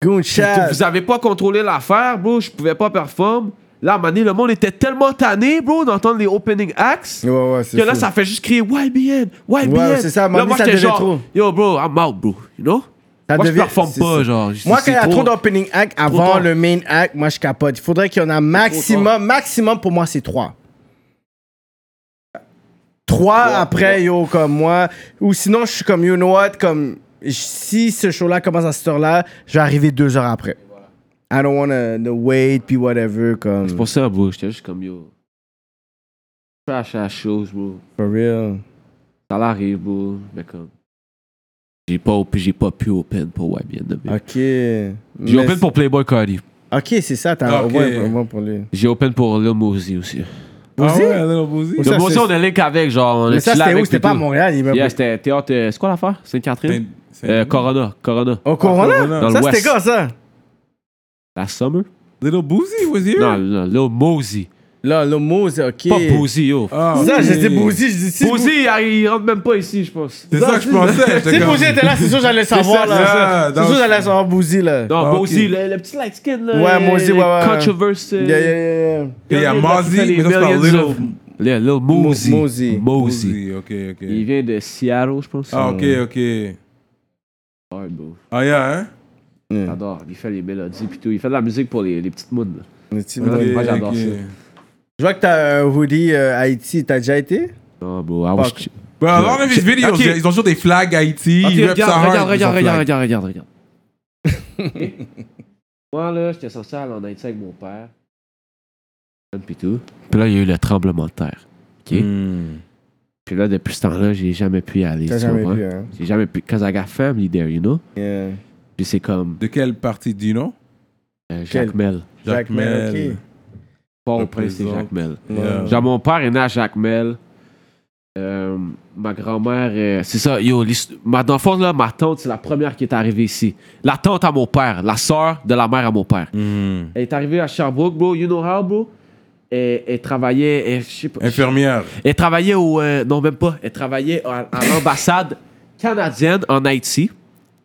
Goon
Vous
shit.
avez pas contrôlé l'affaire, bro, je pouvais pas perform. Là, à un moment donné, le monde était tellement tanné, bro, d'entendre les opening acts.
Ouais, ouais, c'est
que là,
fou.
ça fait juste crier YBN, YBN.
Ouais, c'est ça, à un moment
là,
donné,
moi,
ça
j'étais
devient
genre,
trop.
yo, bro, I'm out, bro. You know?
Ça
moi,
devient-
je performe
c'est
pas,
ça.
genre.
Moi,
c'est
quand il y a trop
trop-
d'opening act avant
tard.
le main act, moi, je capote. Il faudrait qu'il y en a maximum. Maximum, pour moi, c'est trois. Trois après, yo, comme moi. Ou sinon, je suis comme, you know what, comme, j- si ce show-là commence à cette heure-là, je vais arriver deux heures après. I don't wanna no, wait, puis whatever, comme,
C'est pour ça, bro. J'étais juste comme yo. Trash ass shows, bro.
for real.
Ça l'arrive, bro. Mais comme. J'ai pas, op- j'ai pas pu open pour YBN. de Bill.
OK. J'ai
J'ai open pour Playboy Cardi.
OK, c'est ça,
Ah,
t'as
Ok.
ouais, vraiment pour lui.
J'ai open pour Lil Mosey aussi.
Ah
Aussi?
ouais, a little boozy.
Aussi?
Lil
Ça,
Mosey,
c'est-
on est link avec, genre. On
Mais
est
ça,
chill
c'était
avec,
où? C'était
puis
pas à
tout.
Montréal, il m'a
Yeah, c'était théâtre. euh, C'est quoi l'affaire Sainte-Catherine Euh, Corona. Corona.
Au Corona?
Corona.
Dans
Ça,
le
c'était
West.
quoi, ça?
La Summer
Little Boozy was here?
Non, non, Lil Mosey.
Là, le mot, c'est OK.
Pas Mosey, yo.
Ah,
Ça,
ok.
je dis Bouzy, je dis si.
Mosey, il rentre même pas ici, je pense.
C'est ça que je pensais. j'étais
Si
comme-
Bouzy était là, c'est sûr que j'allais savoir,
ça,
là.
c'est ça.
C'est sûr que j'allais savoir Bouzy, là.
Non,
Ah, ok.
Mosey, le, le petit light skin, là.
Ouais, Mosey, ouais, ouais.
Controversy.
Yeah, yeah, yeah.
Et il y a Mozzie, mais ça, c'est par Little
Little, little Mosey.
Mo- Mosey.
Mosey.
Boozy. Ok, ok.
Il vient de Seattle, je pense.
Ah, ok, ok.
Ouais, bro.
Ah, yeah, hein?
J'adore. Il fait les mélodies pis tout. Il fait de la musique pour les, les petites mounes. là.
Mais tu-
Ok,
moi, j'adore
ok.
ça.
Je vois que t'as un hoodie euh, Haïti, t'as déjà été?
Non, bro. I was...
Fuck.
Ok,
Bro, a lot of his videos,
Ok.
ils ont toujours des flags Haïti. ils rep ça
regarde,
hard, ils ont
regarde, regarde,
flag.
regarde, regarde, regarde, regarde. Moi, là, j'étais censé aller en Haïti avec mon père. Pis tout. Puis là, il y a eu le tremblement de terre. Ok? Puis là, depuis ce temps-là, j'ai jamais pu y aller.
T'as
tu
jamais
comprends?
pu, hein?
J'ai jamais pu. Cause I got family there, you know?
Yeah.
Puis c'est comme
De quelle partie du nom
euh, Jacmel.
Jack Man,
Mel.
ok.
Port-au-Prince, c'est
Représente.
Jacmel.
Yeah.
Genre, mon père est né à Jacmel. Euh, ma grand-mère, euh, c'est ça, yo, l'hist- ma, dans le fond, là, ma tante, c'est la première qui est arrivée ici. La tante à mon père, la sœur de la mère à mon père.
Hmm.
Elle est arrivée à Sherbrooke, bro, you know how, bro? Elle, elle travaillait, elle, je sais pas-
Infirmière.
elle travaillait au, euh, non, même pas, elle travaillait à, à l'ambassade canadienne en Haïti.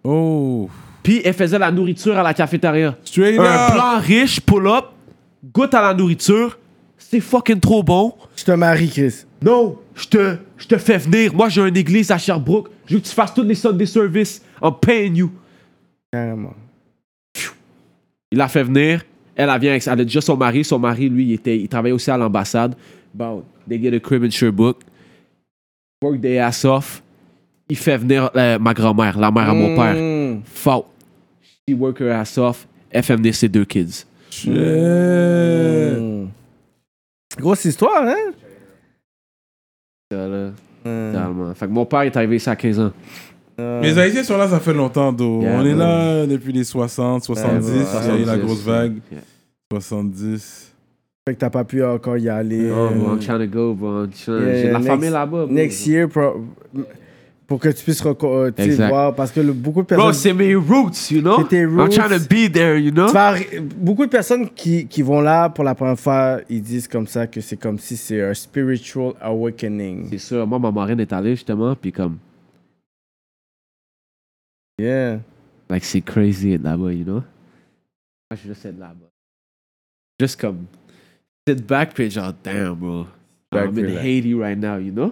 Oh.
Puis elle faisait la nourriture à la cafétéria.
Straight
Un
up.
plan riche, pull-up, goûte à la nourriture, c'est fucking trop bon.
Je te marie, Chris.
Non, Oh, je te, je te fais venir. Moi, j'ai une église à Sherbrooke. Je veux que tu fasses toutes les Sunday service en paying you.
Carrément.
Il la fait venir. Elle, elle vient avec, elle a déjà son mari. Son mari, lui, il, était, il travaillait aussi à l'ambassade. Bon, they get a crib in Sherbrooke. Work their ass off. Il fait venir euh, ma grand-mère, la mère à mon père.
Mm.
Faute. She work her ass off. Elle fait venir ses deux kids.
Shit.
Mm. Grosse histoire, hein?
Ça, là,
Mm.
totalement. Fait que mon père est arrivé ici à 15 ans.
Euh,
Les Haïtiens sont là, ça fait longtemps, d'où.
Yeah,
On est
bro.
là depuis les 60, 70.
Ouais, bro.
Il y a eu la
70,
grosse vague.
yeah.
70.
Fait que t'as pas pu encore y aller. euh.
Oh, bro, I'm trying to go, bro. I'm tryna-
Yeah,
J'ai de la
next-
famille là-bas. bro.
Next year, pro- pour que tu puisses reco- euh, tu sais,
Exact.
voir. Parce que le- beaucoup de
Bro,
personnes.
c'est mes roots, you know?
C'est tes
I'm
roots.
trying to be there, you know?
Tu vas arri- beaucoup de personnes qui, qui vont là pour la première fois, ils disent comme ça que c'est comme si c'est un spiritual awakening.
C'est sûr, moi, ma marraine est allée justement, puis comme,
Yeah.
like, c'est crazy être là-bas, you know? Moi, je suis juste être là-bas. Juste comme, sit back, puis genre, damn, bro.
Ah,
Back,
I'm in
relax.
Haiti right now, you know?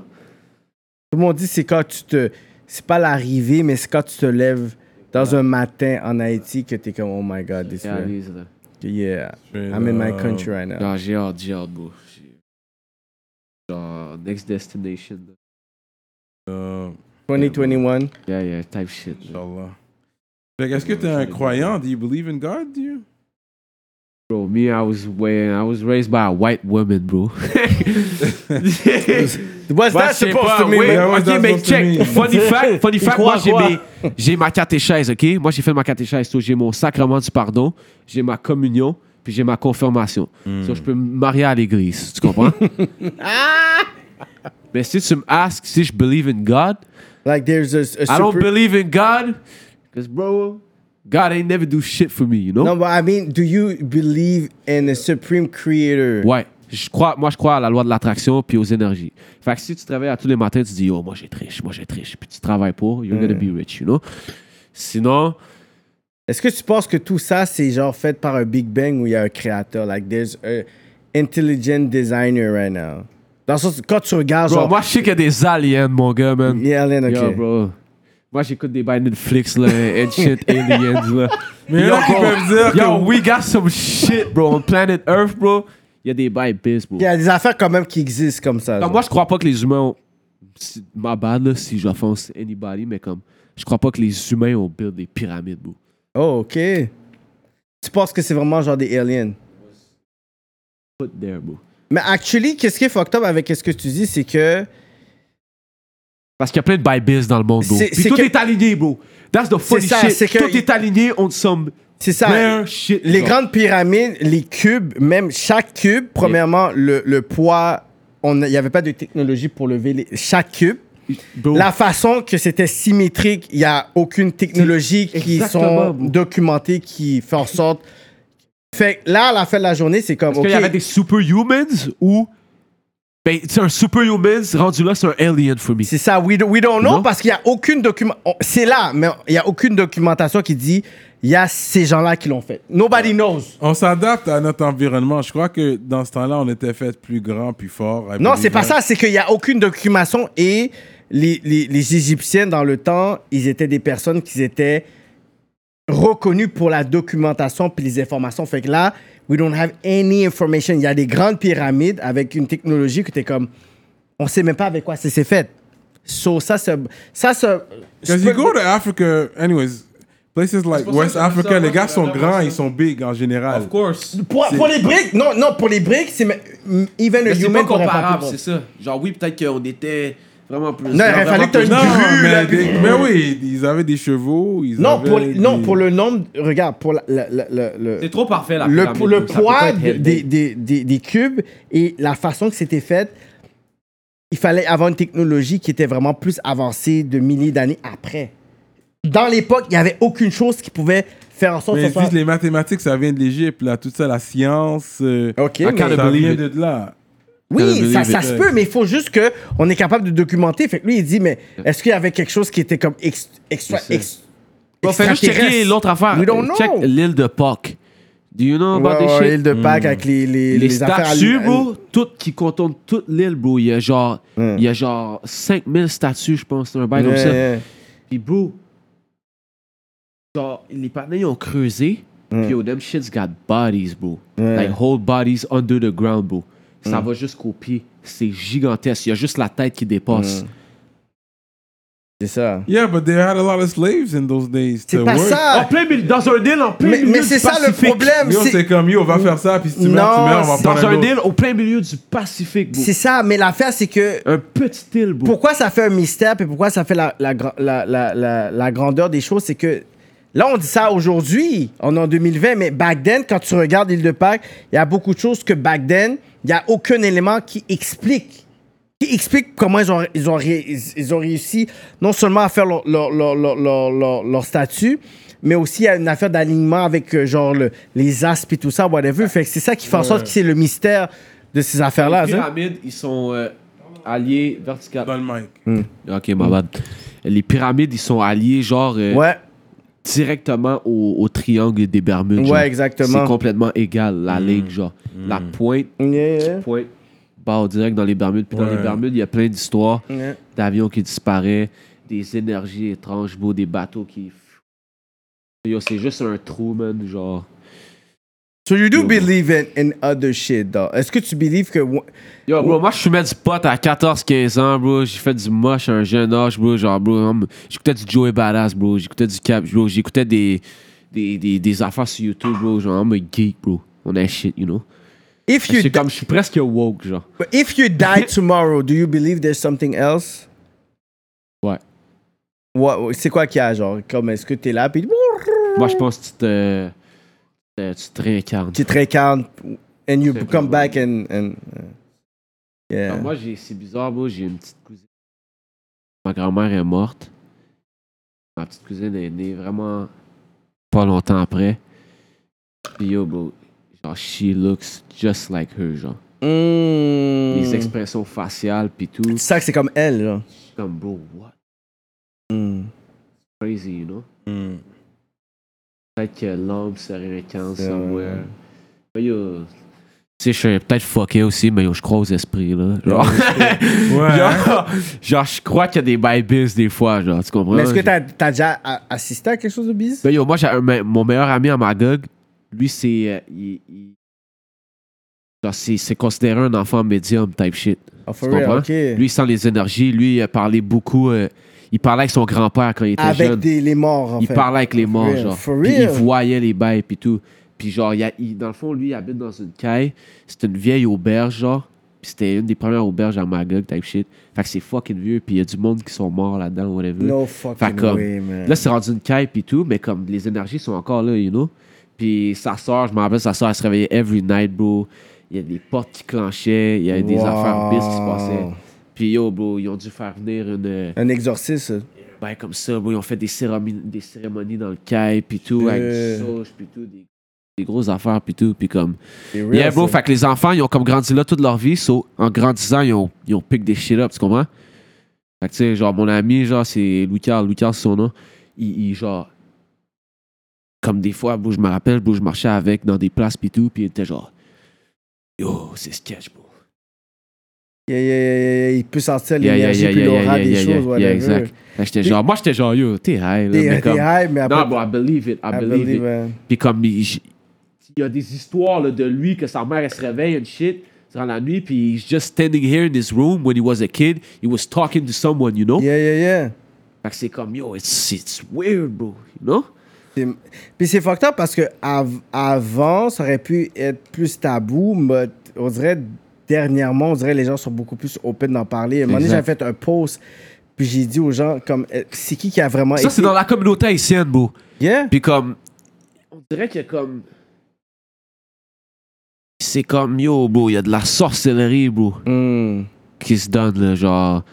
Tout le monde dit c'est quand tu te. C'est pas l'arrivée, mais c'est quand tu te lèves dans un matin en Haïti que t'es comme oh my god, this
Yeah,
way.
these are-
Yeah.
Straight
I'm in my
up.
country right now.
Genre, j'ai hâte, j'ai hâte, bro. J'ai- Genre, next destination.
Euh,
2021.
Yeah, yeah, type shit. là.
Inch'Allah. Fait que est-ce que t'es un croyant? Do you believe in God? Do you?
Bro, me, I was, way, I was raised by a white woman, bro.
What's
Moi,
that
je sais
supposed
Bah, pas,
to mean?
ouais,
Yeah, what's
ok,
that
mais
supposed to
check.
mean?
Funny fact, funny fact,
croit
moi j'ai
quoi?
mes- j'ai ma catéchèse, ok? Moi j'ai fait ma catéchèse, so j'ai mon sacrement du pardon, j'ai ma communion, puis j'ai ma confirmation.
Hmm.
So, je peux me marier à l'église, tu comprends? mais si tu me asks si je believe in God,
Like there's a, a
I don't
super-
believe in God, because bro, God ain't never do shit for me, you know?
No, but I mean, do you believe in a supreme creator?
Ouais. Je crois, moi, je crois à la loi de l'attraction puis aux énergies. Fait que si tu travailles à tous les matins, tu dis, yo, moi, j'ai triche, moi, j'ai triche, puis tu travailles pour, you're gonna be rich, you know? Sinon,
Est-ce que tu penses que tout ça, c'est genre fait par un Big Bang où il y a un créateur? Like, there's a intelligent designer right now. Dans le sens, quand tu regardes,
bro,
genre...
moi, je sais qu'il y a des aliens, mon gars, man.
Yeah, Alan, OK.
Yo, bro. Moi, j'écoute des by Netflix, là, and shit, aliens, là.
Mais il y en a qui
bro.
peuvent dire
Yo,
que-
we got some shit, bro, on planet Earth, bro. Il y a des by biz, bro.
Il y a des affaires quand même qui existent comme ça.
Non,
genre.
moi, je crois pas que les humains ont. si- Ma bad, là, si j'offense anybody, mais comme, je crois pas que les humains ont build des pyramides, bro.
Oh, OK. Tu penses que c'est vraiment genre des aliens?
Put there, bro.
Mais actually, qu'est-ce qui est fucked up avec ce que tu dis, c'est que...
Parce qu'il y a plein de buy biz dans le monde, bro.
C'est-
Puis
c'est
tout
que-
est aligné, bro. That's the funny
C'est ça, c'est
shit.
que-
Tout est aligné on some
C'est ça.
rare shit.
Les
genre.
grandes pyramides, les cubes, même chaque cube, premièrement,
Mm.
le, le poids, on a- il n'y avait pas de technologie pour lever les- chaque cube.
Bro,
La façon que c'était symétrique, il n'y a aucune technologie qui
Exactement,
sont
bro.
documentées qui fait en sorte. Fait que là, à la fin de la journée, c'est comme.
Est-ce qu'il y
ok,
avait des superhumans ou. Ben, c'est un superhuman rendu là, c'est un alien for me.
C'est ça, we, do- we don't know
Non.
parce qu'il n'y a aucune document. on- C'est là, mais il n'y a aucune documentation qui dit il y a ces gens-là qui l'ont fait. Nobody knows.
On s'adapte à notre environnement. Je crois que dans ce temps-là, on était fait plus grand, plus fort. I
Non,
believe
c'est pas
that.
ça, c'est qu'il n'y a aucune documentation et les, les, les Égyptiens, dans le temps, ils étaient des personnes qui étaient reconnues pour la documentation puis les informations. Fait que là, we don't have any information. Il y a des grandes pyramides avec une technologie que t'es comme, on sait même pas avec quoi c'est c'est fait. So, ça, c'est... Ça, c'est...
Because you go to Africa, anyways, places like
ça
West
que j'aime
Africa,
ça,
les
moi,
gars
j'aime
sont
vraiment
grands,
ça.
ils sont big en général.
Of course.
Pour, pour les briques, non, non, pour les briques, c'est... mm, Even a
Mais c'est
human
pas
qu'on aurait pas pu
comparable,
prendre.
c'est ça. Genre, oui, peut-être qu'on était
Vraiment plus.
Non, il aurait fallu que t'aies une
Non,
grue, là,
mais,
puis-
des- mais oui, ils avaient des chevaux. Ils
Non,
avaient
pour,
des-
non, pour le nombre. Regarde, pour la- la- la- la- le-
C'est trop parfait, la
le,
pyramide,
pour le
ça peut pas
poids
être
des,
healthy.
des- des- des cubes et la façon que c'était fait, il fallait avoir une technologie qui était vraiment plus avancée de milliers d'années après. Dans l'époque, il n'y avait aucune chose qui pouvait faire en sorte
Mais
que
ils
ce soit-
disent les mathématiques, ça vient de l'Égypte, là, tout ça, la science. euh,
Ok,
ça
mais-
vient de là.
Oui, ça, ça
it.
se peut, mais il faut juste que on est capable de documenter. Fait que lui, il dit, mais est-ce qu'il y avait quelque chose qui était comme ex- extra, ex-
Bon, fais juste checker
extraterrestre?
l'autre affaire.
We don't know.
Check l'île de Pâques. Do you know about
Ouais,
this
ouais,
shit?
l'île de
Hmm.
Pâques avec les, les,
les,
les affaires à-
statues, bro, toutes qui contournent toute l'île, bro. Il y a genre,
Hmm.
il y a genre 5000 statues, je pense, c'est un bail comme
Ouais,
ça.
ouais.
Puis, bro, genre, les partenaires, ils ont creusé. Puis, yo, them shit's got bodies, bro. Like, whole bodies under the ground, bro. Ça va jusqu'aux pieds. C'est gigantesque. Il y a juste la tête qui dépasse.
C'est ça.
Yeah, but they had a lot of slaves in those days.
C'est
to
pas
work.
ça.
En plein milieu- dans un île, en plein
Mais,
milieu
mais
du
c'est ça le
Pacifique.
problème.
Yo,
c'est-
c'est comme, yo, va faire ça, puis si tu meurs, tu
Non,
meurs, on va
c'est-
prendre
Dans
un
un
autre.
île, au plein milieu du Pacifique, bro.
C'est ça, mais l'affaire, c'est que
Un petit île, bro.
pourquoi ça fait un mystère et pourquoi ça fait la, la, gra- la, la, la- la grandeur des choses, c'est que là, on dit ça aujourd'hui, on est en 2020, mais back then, quand tu regardes l'île de Pâques, il y a beaucoup de choses que back then, il n'y a aucun élément qui explique. Qui explique comment ils ont, ils ont, ré- ils- ils ont réussi non seulement à faire leur, leur, leur, leur, leur- leur- leur statut, mais aussi à une affaire d'alignement avec euh, genre le- les asps et tout ça, whatever. Fait que c'est ça qui fait en sorte que c'est le mystère de ces affaires-là.
Les
tu sais.
pyramides, ils sont euh, alliés verticalement.
Dans le mic.
Ok, ma bad. Les pyramides, ils sont alliés, genre, euh,
Ouais,
directement au, au triangle des Bermudes. genre.
ouais, exactement.
C'est complètement égal, la ligne, genre. La pointe,
Yeah, yeah.
pointe, barre direct dans les Bermudes. Puis dans les
Ouais.
Bermudes, il y a plein d'histoires
Ouais.
d'avions qui disparaissent, des énergies étranges, beau, des bateaux qui. Yo, c'est juste un trou, man, genre.
So you do
Yo.
believe in, in other shit, though. Est-ce que tu believe que...
Yo, bro, moi, je fumais du pot à 14-15 ans, bro. J'ai fait du moche à un jeune âge, bro. Genre, bro, hum, j'écoutais du Joey Badass, bro. J'écoutais du Cap, bro. J'écoutais des, des, des, des affaires sur YouTube, bro. Genre, I'm a geek, bro. On a shit, you know.
If you,
C'est comme, je suis presque woke, genre.
di- if you die tomorrow, do you believe there's something else?
Ouais.
Ouais, ouais, c'est quoi qu'il y a, genre? Comme, est-ce que t'es là, puis
Moi, je pense que tu te, te- tu te réincarnes.
tu te réincarnes, and you
C'est Ah,
come
probable.
back and... and uh, yeah.
Alors, moi, j'ai- c'est bizarre, bro. J'ai une petite cousine. Ma grand-mère est morte. Ma petite cousine est née vraiment pas longtemps après. Puis yo, bro, genre, she looks just like her, genre.
Mm.
Les expressions faciales, puis tout.
Tu sens que c'est comme elle, genre.
C'est comme, bro, what?
Mm.
Crazy, you know?
Hmm.
Peut-être que l'homme se réincarne
C'est
somewhere. Mais yo, tu sais, je suis peut-être fucké aussi, mais yo, je crois aux esprits, là. Genre,
Ouais.
genre, genre, je crois qu'il y a des babies des fois, genre, tu comprends?
Mais est-ce que t'as as déjà a- assisté à quelque chose de bizarre?
Ben, yo, moi, j'ai un- me- mon meilleur ami à Magog, lui, c'est. euh, il- il- genre, c'est c'est considéré un enfant médium type shit.
Oh, for
Ben, Tu
real,
comprends?
ok.
Lui, il sent les énergies. Lui, il a parlé beaucoup. euh, il parlait avec son grand-père quand il était
Avec
jeune.
des, les morts, en
il
fait.
parlait avec les morts,
real,
genre.
for
Puis il
real.
voyait les bails, puis tout. Puis genre, il y a- il- dans le fond, lui, il habite dans une caille. C'est une vieille auberge, genre. Puis c'était une des premières auberges à Magog, type shit. Fait que c'est fucking vieux, puis il y a du monde qui sont morts là-dedans, whatever.
No
Fait
fucking
comme,
way, man.
là, c'est rendu une caille et tout, mais comme les énergies sont encore là, you know. Puis sa soeur, je me rappelle, sa soeur, elle se réveillait every night, bro. Il y a des portes qui clenchaient, il y a des
Wow.
affaires bis qui se passaient. Puis yo, bro, ils ont dû faire venir une. euh,
Un exorciste.
Ben, comme ça, bro, ils ont fait des cérémonies, des cérémonies dans le caille, puis tout, avec
Euh.
du sauge, puis tout, des, des grosses affaires, puis tout, puis comme.
C'est real,
Yeah, bro,
ça.
fait que les enfants, ils ont comme grandi là toute leur vie, so, en grandissant, ils ont, ils ont pick des shit up, tu comprends? Fait que, tu sais, genre, mon ami, genre, c'est Lucas, Lucas, c'est son nom, il, il, genre, comme des fois, bro, je me rappelle, bro, je marchais avec dans des places pis tout, pis il était genre, yo, c'est sketch, bro.
Yeah, yeah, yeah, yeah, yeah. Il peut sentir
Yeah, yeah,
l'énergie
yeah,
puis
yeah,
l'aura
yeah,
des
yeah, yeah,
choses,
yeah,
whatever.
exact. Fait que j'étais genre, moi, j'étais genre, yo, t'es high, là,
Des,
mais
des
comme,
high, mais après,
non, bro, I believe it, I,
I
believe, it.
believe, euh,
Puis comme il, j- il y a des histoires là, de lui que sa mère elle se réveille and shit durant la nuit puis he's just standing here in his room when he was a kid, he was talking to someone, you know.
Yeah, yeah, yeah.
Fait que c'est comme yo, it's, it's weird, bro, you know.
C'est- Puis c'est fucked up parce que av- avant, ça aurait pu être plus tabou, mais on dirait dernièrement, on dirait que les gens sont beaucoup plus open d'en parler. À un moment donné, j'avais fait un post, puis j'ai dit aux gens, comme, euh, c'est qui qui a vraiment
Ça, c'est dans la communauté haïtienne, bro.
Yeah?
Puis comme. On dirait qu'il y a comme. C'est comme yo, bro, il y a de la sorcellerie, bro,
Hmm.
qui se donne, là, genre.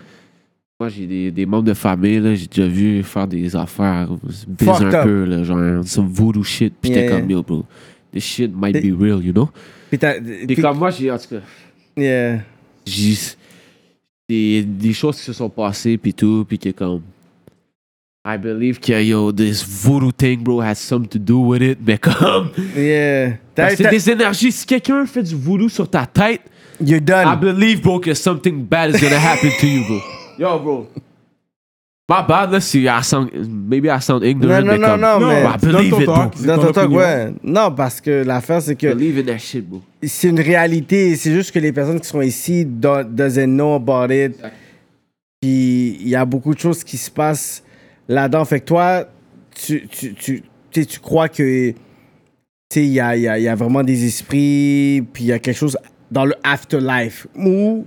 Moi, j'ai des, des membres de famille, là, j'ai déjà vu faire des affaires, se baiser
Fucked
un
up.
peu, là, genre, some voodoo shit. Puis
Yeah,
t'es
yeah.
comme yo, bro, this shit might
Des-
be real, you know?
Puis t'as-
Puis
puis-
comme moi, j'ai, en tout cas,
yeah.
j'ai. Des, des choses qui se sont passées, puis tout, puis que comme. I believe que yo, this voodoo thing, bro, has something to do with it, mais comme.
Yeah.
Parce
T'as-
que
t'as-
Ben, C'est des énergies. Si quelqu'un fait du voodoo sur ta tête,
You're
I
done.
believe, bro, que something bad is gonna happen to you, bro. Yo, bro. My bad, là, si I sound, maybe I sound ignorant,
Non, non,
mais
non,
comme,
non, mais-
I believe
Don't
it, bro.
talk, bah, c'est
Non,
ton
t'entends,
opinion.
ouais. Non, parce que l'affaire, c'est que
Believe in that shit, bro.
c'est une réalité. C'est juste que les personnes qui sont ici don't, doesn't know about it. Puis il y a beaucoup de choses qui se passent là-dedans. Fait que toi, tu, tu, tu, tu sais, tu crois que tu sais, il y a, il y, a, il y a vraiment des esprits, puis il y a quelque chose dans le afterlife où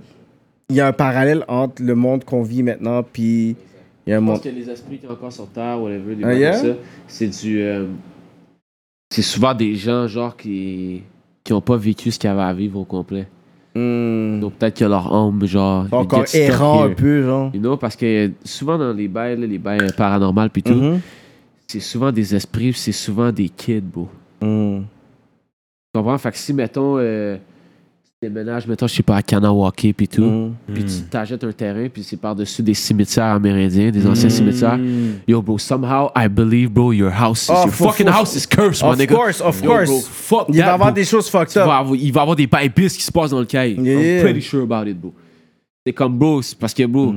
il y a un parallèle entre le monde qu'on vit maintenant, puis il y a un
Je pense
monde.
que les esprits qui sont encore sur Terre, whatever, des
Ah,
bails comme
yeah?
ça, c'est du. euh, c'est souvent des gens, genre, qui. qui n'ont pas vécu ce qu'ils avaient à vivre au complet.
Hmm.
Donc peut-être que leur âme, genre. it
Encore
gets stuck
errant un
here.
peu, genre.
You know, parce que souvent dans les bails, là, les bails paranormales, puis tout.
Mhm.
c'est souvent des esprits, puis c'est souvent des kids, bro.
Hmm.
Tu comprends? Fait que si, mettons, euh, tu déménages, mettons, je sais pas, à Kanawake, puis tout,
Hmm.
puis tu t'achètes un terrain, puis c'est par-dessus des cimetières amérindiens, des
Hmm.
anciens cimetières. Yo, bro, somehow, I believe, bro, your house is...
Oh,
your
faut-
fucking
faut-
house is cursed, my
Of
nigga.
course, of
Yo, bro,
course.
fuck
Il va y
that,
avoir
bro.
des choses fucked
Tu vas
up.
avoir- il va y avoir des bails épices qui se passent dans le cahier.
Yeah, yeah. Hmm.
I'm pretty sure about it, bro. C'est comme, bro, c'est parce que, bro,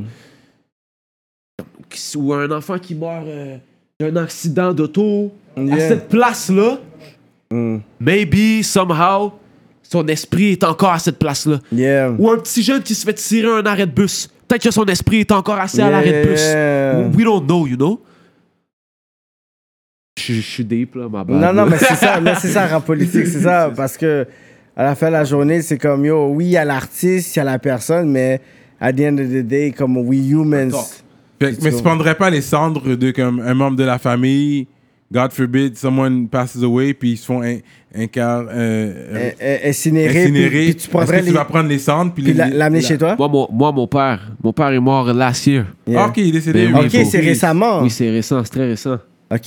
ou un enfant qui meurt euh, d'un accident d'auto, à
Yeah.
cette place-là,
Mm.
maybe, somehow, son esprit est encore à cette place-là.
Yeah.
Ou un petit jeune qui se fait tirer un arrêt de bus. Peut-être que son esprit est encore assez à l'arrêt de bus.
Yeah.
We don't know, you know? Je je suis deep, là, ma bad.
Non, non, mais c'est ça, mais c'est ça, rap politique, c'est ça, parce que à la fin de la journée, c'est comme, yo, oui, il y a l'artiste, il y a la personne, mais at the end of the day, comme we humans.
Fait que- mais tu prendrais pas les cendres de comme un membre de la famille, God forbid, someone passes away, puis ils se font un, un quart, euh,
in- in- Incinéré,
incinérés.
Eh, puis, puis tu
Est-ce
prendrais
que
les-
tu vas prendre les cendres, puis,
puis
les-
la- l'amener chez toi?
Moi mon, moi, mon père, mon père est mort last year.
Yeah.
Ah, ok, il est décédé.
Ben
oui.
Ok,
oui,
c'est
oui.
récemment.
Oui, c'est récent, c'est très récent.
Ok.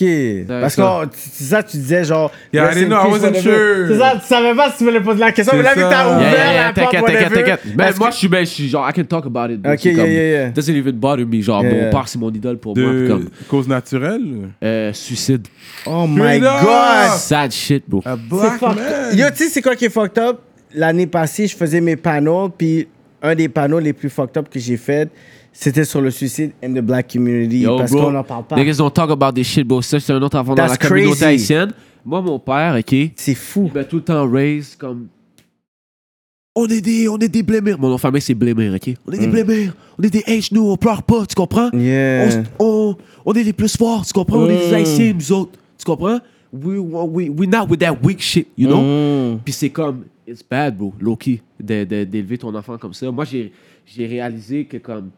Parce que
ça.
oh, tu- c'est ça, tu disais genre.
Yeah, I
rest in
didn't know, I
peace,
wasn't
whatever.
sure.
C'est ça, tu savais pas si tu voulais poser la question,
C'est
mais là, vu que
ça.
t'as
Yeah,
ouvert
yeah,
Ah. la porte, whatever.
Ben,
Est-ce
moi,
que-
je suis, ben, je suis genre, I can talk about it.
Ok,
C'est
yeah,
comme-
yeah, yeah.
Doesn't even bother me. Genre,
Yeah,
mon
yeah.
père, c'est mon idole pour moi.
De
puis Comme,
cause naturelle.
euh, suicide.
Oh my
Straight up.
god!
Sad shit, bro.
A
C'est
black
fucked
man.
up. Yo, tu sais, c'est quoi qui est fucked up? L'année passée, je faisais mes panneaux, puis un des panneaux les plus fucked up que j'ai fait, c'était sur le suicide in the black community.
Yo,
parce
bro,
qu'on n'en parle pas.
Niggas don't talk about this shit, bro. Ça, c'est un autre enfant dans
That's
la communauté
crazy.
haïtienne. Moi, mon père, ok, il
C'est fou.
m'a tout le temps raise comme. On est des, on est des blémires. Mon nom de famille, c'est blémires, ok? On est des blémires. On est des H, nous, on pleure pas, tu comprends?
Mm. Yeah. Mm.
On, s- on- on est les plus forts, tu comprends? On est des haïtiens, nous autres, tu comprends? We, we, we not with that weak shit, you know?
Mm.
Puis c'est comme, it's bad, bro, Loki, d'élever ton enfant comme ça. Moi, j'ai j'ai réalisé que, comme,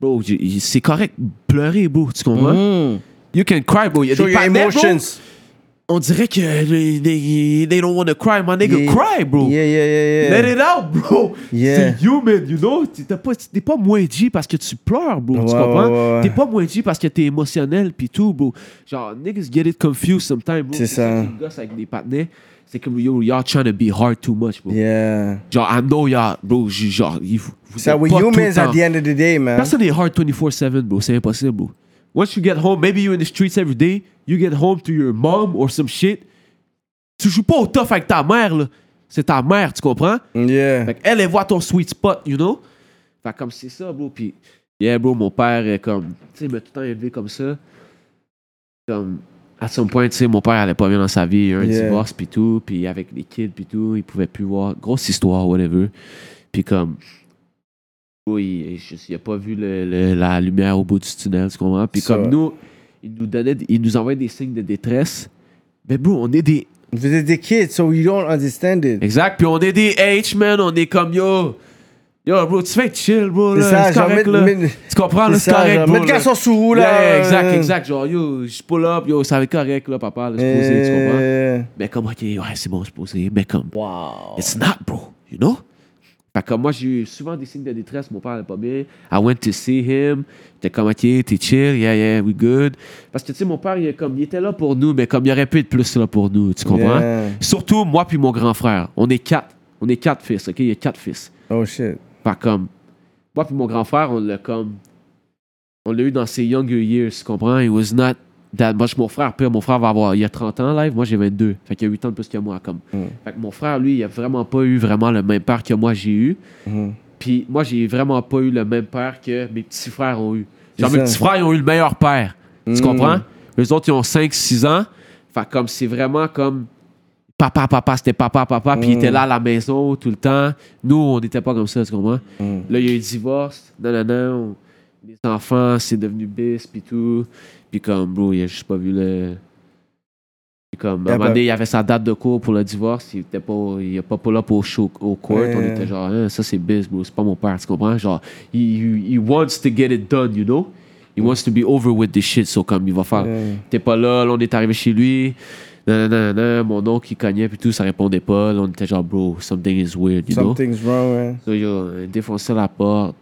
bro, j'ai- j'ai- c'est correct, pleurer, bro, tu comprends?
Mm.
You can cry, bro. Il y a
Show
des
your
panels, bro,
emotions.
On dirait que they, they, they don't want to cry, my nigga.
Yeah.
Cry, bro.
Yeah, yeah, yeah, yeah.
Let it out, bro.
Yeah.
C'est human, you know. T'es t'as pas, t'es pas moins G parce que tu pleures, bro.
Ouais,
tu comprends?
ouais, ouais.
T'es pas moins G parce que t'es émotionnel pis tout, bro. Genre, niggas get it confused sometimes, bro.
C'est ça.
qui me gosse avec des partenaires. C'est comme, yo, y'all trying to be hard too much, bro.
Yeah.
Genre, I know y'all, bro, j- genre, il- vous vous
Ça,
êtes
we
pas tout le
humans at
temps.
the end of the day, man.
Personne n'est hard 24-7, bro. C'est impossible, bro. Once you get home, maybe you're in the streets every day, you get home to your mom or some shit. Tu joues pas au tough avec ta mère, là. C'est ta mère, tu comprends?
Yeah.
Fait qu'elle, elle voit ton sweet spot, you know? Fait comme c'est ça, bro. Puis, yeah, bro, mon père, est comme, tu sais, il m'a tout le temps élevé comme ça. Comme, à son point, tu sais, mon père allait pas bien dans sa vie. Il y a eu un
Yeah.
divorce, puis tout. Puis, avec les kids, puis tout, il pouvait plus voir. Grosse histoire, whatever. Puis, comme, bro, il, il- je- il a pas vu le- le- la lumière au bout du tunnel, tu comprends? Puis,
Ça.
comme nous, il nous donnait, il nous envoyait des signes de détresse. Mais, bro, on est des.
Vous êtes des kids, so you don't understand it.
Exact. Puis on est des H, man. On est comme yo. Yo, bro, tu fais être chill, bro.
C'est
là,
ça,
C'est
genre,
correct,
mets-
là.
mets-
Tu comprends, là,
C'est
c'est
ça,
correct,
genre,
bro.
mets le
là.
garçon sous roue, là.
Yeah,
euh,
exact, exact. Genre, yo, je pull up, yo, ça va être correct, là, papa, là, je suis posé, tu comprends?
Euh,
Mais comme, ok, ouais, c'est bon, je suis posé, mais comme,
Wow.
it's not, bro, you know? Fait que moi, j'ai eu souvent des signes de détresse, mon père n'est pas bien. I went to see him. J'étais comme, ok, t'es chill, yeah, yeah, we good. Parce que, tu sais, mon père, il, est comme, il était là pour nous, mais comme il aurait pu être plus là pour nous, tu comprends?
Yeah.
Surtout moi puis mon grand frère. On est quatre. On est quatre fils, ok? Il y a quatre fils.
Oh shit.
Fait que comme, moi puis mon grand frère, on l'a comme, on l'a eu dans ses younger years, tu comprends? It was not that much. Mon frère, pire, mon frère va avoir, il a 30 ans live, moi j'ai 22. Fait qu'il a 8 ans de plus que moi, comme.
Mm.
Fait que mon frère, lui, il a vraiment pas eu vraiment le même père que moi j'ai eu.
Mhm.
Puis moi, j'ai vraiment pas eu le même père que mes petits frères ont eu.
C'est
Genre, mes
ça.
petits frères, ils ont eu le meilleur père. Tu
Mhm.
comprends? Les autres, ils ont 5-6 ans. Fait que comme, c'est vraiment comme papa, papa, c'était papa, papa, puis il
Mm.
était là à la maison tout le temps. Nous, on n'était pas comme ça, tu comprends?
Mm.
Là, il y a eu le divorce, non, non, non, on- les enfants, c'est devenu bis, puis tout. Puis comme, bro, il a juste pas vu le... Puis comme,
Y
à
a
un moment
pas-
donné, il avait sa date de cours pour le divorce, il était pas, il a pas pull up au show, au court,
Ouais.
on était genre, Hein, ça c'est bis, bro, c'est pas mon père, tu comprends? Genre, he, he- he wants to get it done, you know? He wants to be over with this shit, so comme, il va faire...
Euh,
T'es pas là, là, on est arrivé chez lui. Nan, nan, nan, nan, mon oncle, il cognait, puis tout, ça répondait pas. Là, on était genre, bro, something is weird, you know?
Something's wrong, ouais.
So, yo, il défonçait la porte,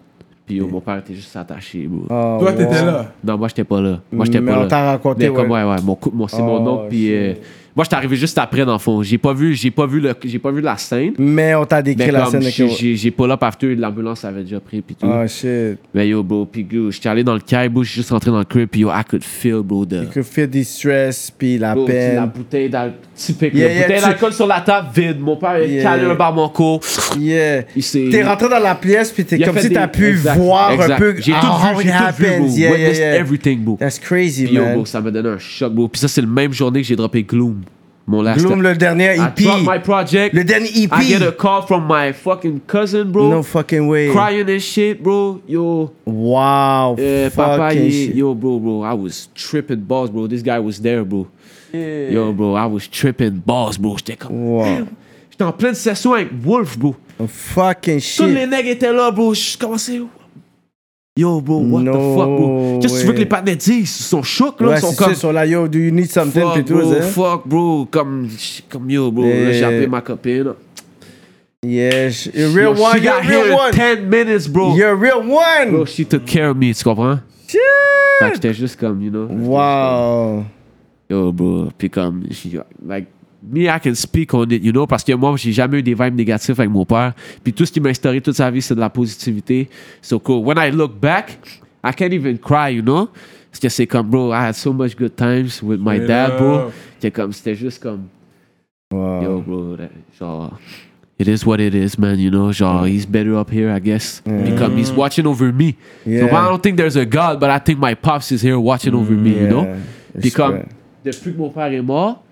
puis yo, mon père était juste attaché, bro.
Oh,
Toi,
wow.
t'étais là.
Non, moi, j'étais pas là. Moi, j'étais
Mais
pas
on
là.
t'a raconté,
Mais
ouais.
comme, ouais, ouais, mon cou- mon- c'est mon
Oh,
oncle, puis...
shit.
euh, moi, j'étais arrivé juste après, dans le fond. J'ai pas vu, j'ai pas vu, le, j'ai pas vu la scène.
Mais on t'a décrit
Mais
la
Ben, comme,
scène.
j'ai,
ok, ouais.
j'ai, j'ai pas là partout, l'ambulance avait déjà pris, puis tout.
Oh shit.
Mais yo, bro, puis yo, j'étais allé dans le caille, bro, je suis juste rentré dans le crib, puis yo, I could feel, bro, the...
Que fait du stress, puis la
Bro, tu- La
peine.
bouteille d'alcool, typique.
Ben, Yeah,
la
yeah,
bouteille
tu-
d'alcool sur la table vide. Mon père, il
Yeah.
a calé un bar mon cou.
Yeah.
Il s'est-
T'es rentré dans la pièce, puis t'es
il a
comme
fait
si
des-
t'as pu
Exact,
voir un
exact.
peu.
J'ai tout
how
vu,
it
j'ai tout vu, bro.
happens. Yeah, yeah,
Witnessed
yeah.
everything, bro.
That's crazy,
Puis yo,
man.
bro, ça m'a donné un choc, bro. Puis ça, c'est le même journée que j'ai droppé Gloom. Mon last
Gloom, le dernier
I
EP.
dropped my project.
Le dernier
I get a
EP.
call from my fucking cousin, bro.
No fucking way.
Crying and shit, bro. Yo,
Wow.
euh, papa,
Fucking
il-
shit.
yo, bro, bro, I was tripping balls, bro. This guy was there, bro. Yo, bro, I was tripping balls, bro. J'étais comme,
Wow.
j'étais en pleine session avec Wolf, bro.
Fucking
Tous les
shit.
nègres étaient là, bro. Je commençais. Yo, bro, what
No
the fuck, bro? Qu'est-ce que tu veux
way.
que les partenaires disent? Ils sont chocs, là.
Ouais,
ils sont
c'est ça,
comme.
sur la yo, do you need something, puis
fuck,
tout,
bro,
hein?
fuck, bro. Comme, comme yo, bro. Là,
Eh.
j'ai appelé ma copine.
Yeah, sh- you're real
Yo,
one,
she
you're
got
real
here
one.
in 10 minutes, bro.
You're real
Bro,
one.
she took care of me, tu comprends? Fait que
Shit.
j'étais juste comme, you know.
Wow.
Yo, bro. Puis comme, she- like, me, I can speak on it, you know, parce que moi, j'ai jamais eu des vibes négatives avec mon père. Puis tout ce qui m'a instauré toute sa vie, c'est de la positivité. So cool. When I look back, I can't even cry, you know? Parce que c'est comme, bro, I had so much good times with my
Straight
dad, bro.
up. Oh.
C'était comme, c'était juste comme, yo, bro, that- genre, it is what it is, man, you know? Genre, he's better up here, I guess. Puis comme, he's watching over me. So, I
Yeah.
don't think there's a God, but I think my pops is here watching over me, you know? Puis comme,
Respect.
depuis que mon père est mort,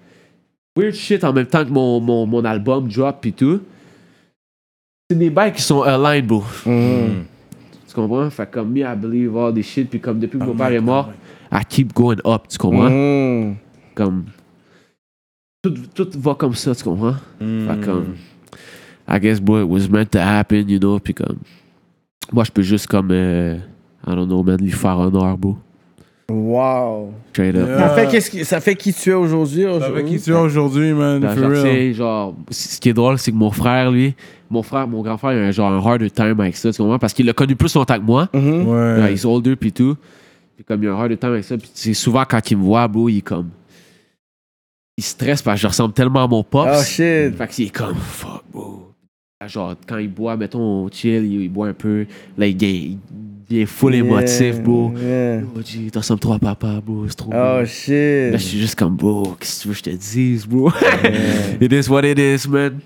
weird shit en même temps que mon, mon, mon album drop pis tout. C'est des bails qui sont aligned, bro.
Mhm.
Tu comprends? Fait comme me, I believe all this shit. Puis comme depuis
Ah,
que mon père est mort, I keep going up, tu comprends?
Mhm.
Comme. Tout, tout va comme ça, tu comprends?
Hmm.
Fait comme. I guess, bro, it was meant to happen, you know? Puis comme. Moi, je peux juste comme. euh, I don't know, man, lui faire honneur, bro.
Wow.
Straight up.
Ça
Euh,
fait, qu'est-ce qui, ça fait qui tu es aujourd'hui.
Avec
aujourd'hui?
qui tu es aujourd'hui, man,
Ben, Genre,
for
genre, tu
real.
sais, genre, c- ce qui est drôle, c'est que mon frère, lui, mon frère, mon grand frère, il a un genre un harder time avec ça, tu comprends? Parce qu'il l'a connu plus longtemps que moi.
Mhm.
Genre,
Ouais.
il est older, puis tout. Puis comme il a un harder time avec ça, puis c'est souvent quand il me voit, bro, il est comme. Il stresse parce que je ressemble tellement à mon pops.
Ah,
Oh shit.
Fait qu'il est comme fuck, bro. Genre, quand il boit, mettons, on chill, il, il boit un peu. Là, il, gagne- il est full
Yeah,
émotif, bro.
yeah.
Oh, G, t'en ressembles trop à papa, bro. C'est trop.
Ah,
beau.
Oh
Là, je
shit.
suis juste comme, bro, qu'est-ce que tu veux que je te dise, bro? it is what it is, man.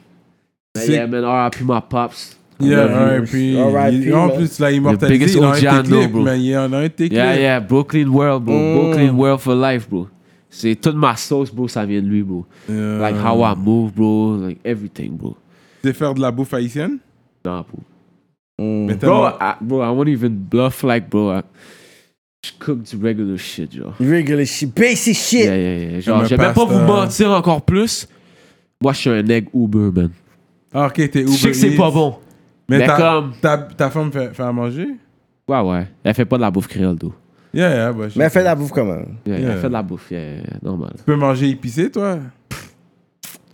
Mais
C'est-
yeah, man, R.I.P. my pops.
Yeah, puis
R.I.P.,
En
man.
plus, tu l'as immortalisé.
biggest
Il en a un
OG I
de tes
know,
clips,
bro.
man. Il en a un de tes
Yeah,
clips.
yeah, Brooklyn World, bro.
Mm.
Brooklyn World for life, bro. C'est toute ma sauce, bro, ça vient de lui, bro.
Euh,
Like how I move, bro. Like everything, bro.
Tu sais faire de la bouffe haïtienne?
Nah, bro.
Mm.
Mais
Bro,
tellement-
I, bro, I won't even bluff, like, bro. I just cook du regular shit, yo.
Regular shit. Basic shit.
Yeah, yeah, yeah. Genre,
Comme un
je vais même pas
pasta.
vous mentir encore plus. Moi, je suis un egg Uber, man.
Ah, ok, t'es Uber
Je sais que c'est pas
Eats.
bon.
Mais,
Mais
ta,
comme-
ta, ta femme fait, fait à manger?
Ouais, ouais. Elle fait pas de la bouffe créole, d'où.
Yeah, yeah, bah, je-
Mais fais la bouffe quand même.
Yeah,
Yeah.
Elle fait de la bouffe, yeah, yeah, normal.
Tu peux manger épicé, toi?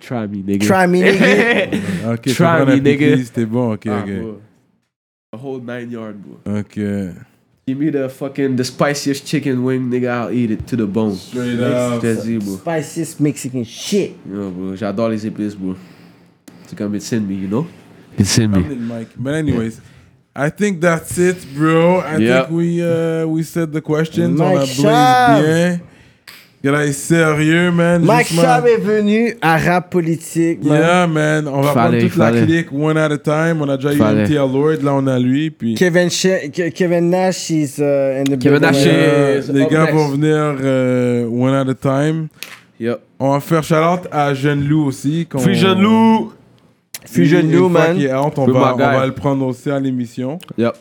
Try me, nigga.
Try me, nigga.
Ah, Ok, tu
Try
prends la
me, nigga.
piquise, t'es bon, ok,
Ah,
ok.
bro. The whole nine yard, bro.
Ok.
Give me the fucking, the spiciest chicken wing, nigga, I'll eat it to the bone.
Straight up.
Je te dis, bro.
Spiciest Mexican shit.
Yo, bro, j'adore les épices, bro. C'est comme it's in me, you know?
It's in me.
Amenez le mic. But anyways, I think that's it, bro. I
Yeah.
think we uh, we said the questions. on
Mike
a
Schaaf.
blaze bien. Gars, est sérieux, man.
Mike
Justement-
Schaub est venu à rap politique, man.
Yeah, man. On va
Fallait,
prendre toute la
fallait.
clique one at a time. On a déjà eu
Fallait.
MTL Lord, là on a lui. Puis
Kevin, Sh- Ke- Kevin Nash is uh, in the building.
Kevin Nash
Yeah.
Euh,
is
les
up
gars
oh, next.
vont venir euh, one at a time.
Yep.
On va faire shout à Jeune Loup aussi. qu'on-
Free Jeune Loup!
Free Jeune
Une
Loup,
fois
man.
qu'il est out, on,
Free
va,
my
on
guy.
va le prendre aussi à l'émission.
Yep.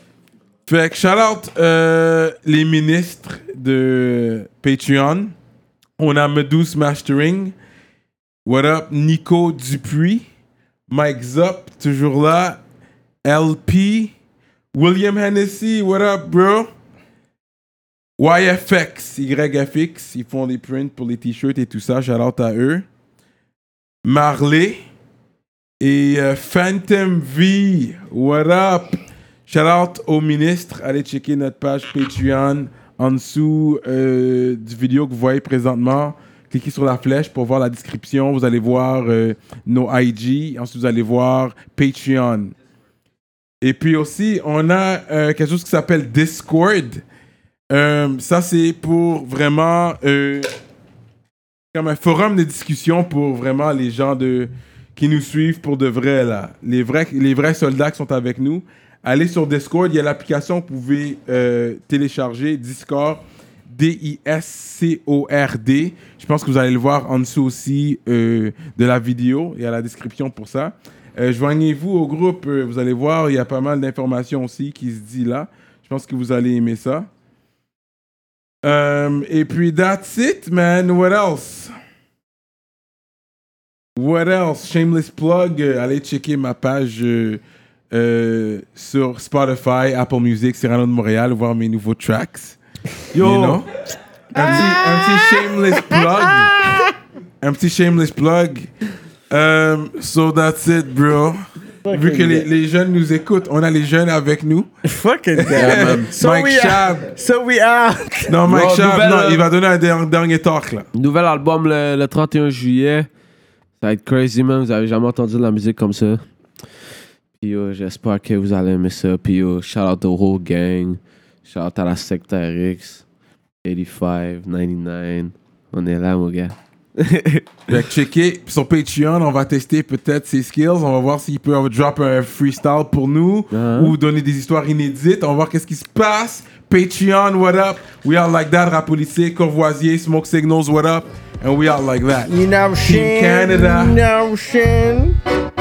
Fait que shout out euh, les ministres de Patreon. On a Medus Mastering. What up, Nico Dupuis. Mike Zop, toujours là. LP. William Hennessy, what up, bro? YFX, YFX, ils font des prints pour les t-shirts et tout ça. Shout out à eux. Marley. Et euh, Phantom V, what up? Shout out au ministre. Allez checker notre page Patreon en dessous euh, du vidéo que vous voyez présentement. Cliquez sur la flèche pour voir la description. Vous allez voir euh, nos IG. Ensuite, vous allez voir Patreon. Et puis aussi, on a euh, quelque chose qui s'appelle Discord. Euh, ça, c'est pour vraiment euh, comme un forum de discussion pour vraiment les gens de, qui nous suivent pour de vrai, là. Les vrais, les vrais soldats qui sont avec nous. Allez sur Discord, il y a l'application que vous pouvez euh, télécharger, Discord, D-I-S-C-O-R-D. Je pense que vous allez le voir en dessous aussi euh, de la vidéo, il y a la description pour ça. Euh, Joignez-vous au groupe, euh, vous allez voir, il y a pas mal d'informations aussi qui se dit là. Je pense que vous allez aimer ça. Um, et puis, that's it, man. What else? What else? Shameless plug. euh, allez checker ma page euh, euh, sur Spotify, Apple Music, Cyrano de Montréal, voir mes nouveaux tracks. Yo!
Ah.
Un, petit, un petit shameless plug. un petit shameless plug. Um, so that's it, bro. Vu que les, les jeunes nous écoutent, on a les jeunes avec nous.
Fucking damn. so,
Mike
we are,
Chab.
so we are.
Non, Mike
Bon,
Schaaf,
nouvelle,
non,
euh,
il va donner un der- dernier talk, là.
Nouvel album le, le 31 juillet. Ça va être crazy, man. Vous avez jamais entendu de la musique comme ça. Puis euh, j'espère que vous allez aimer ça. Puis euh, shout out au whole gang. Shout out à la secteur X. 85, 99. On est là, mon gars.
Fait que checker sur Patreon, on va tester peut-être ses skills, on va voir s'il peut drop un freestyle pour nous
Ah.
ou donner des histoires inédites, on va voir qu'est-ce qui se passe. Patreon, what up? We are like that, rap policier, courvoisier, smoke signals, what up? And we are like that.
You know what I'm
Team
saying?
Canada.
You know what I'm saying?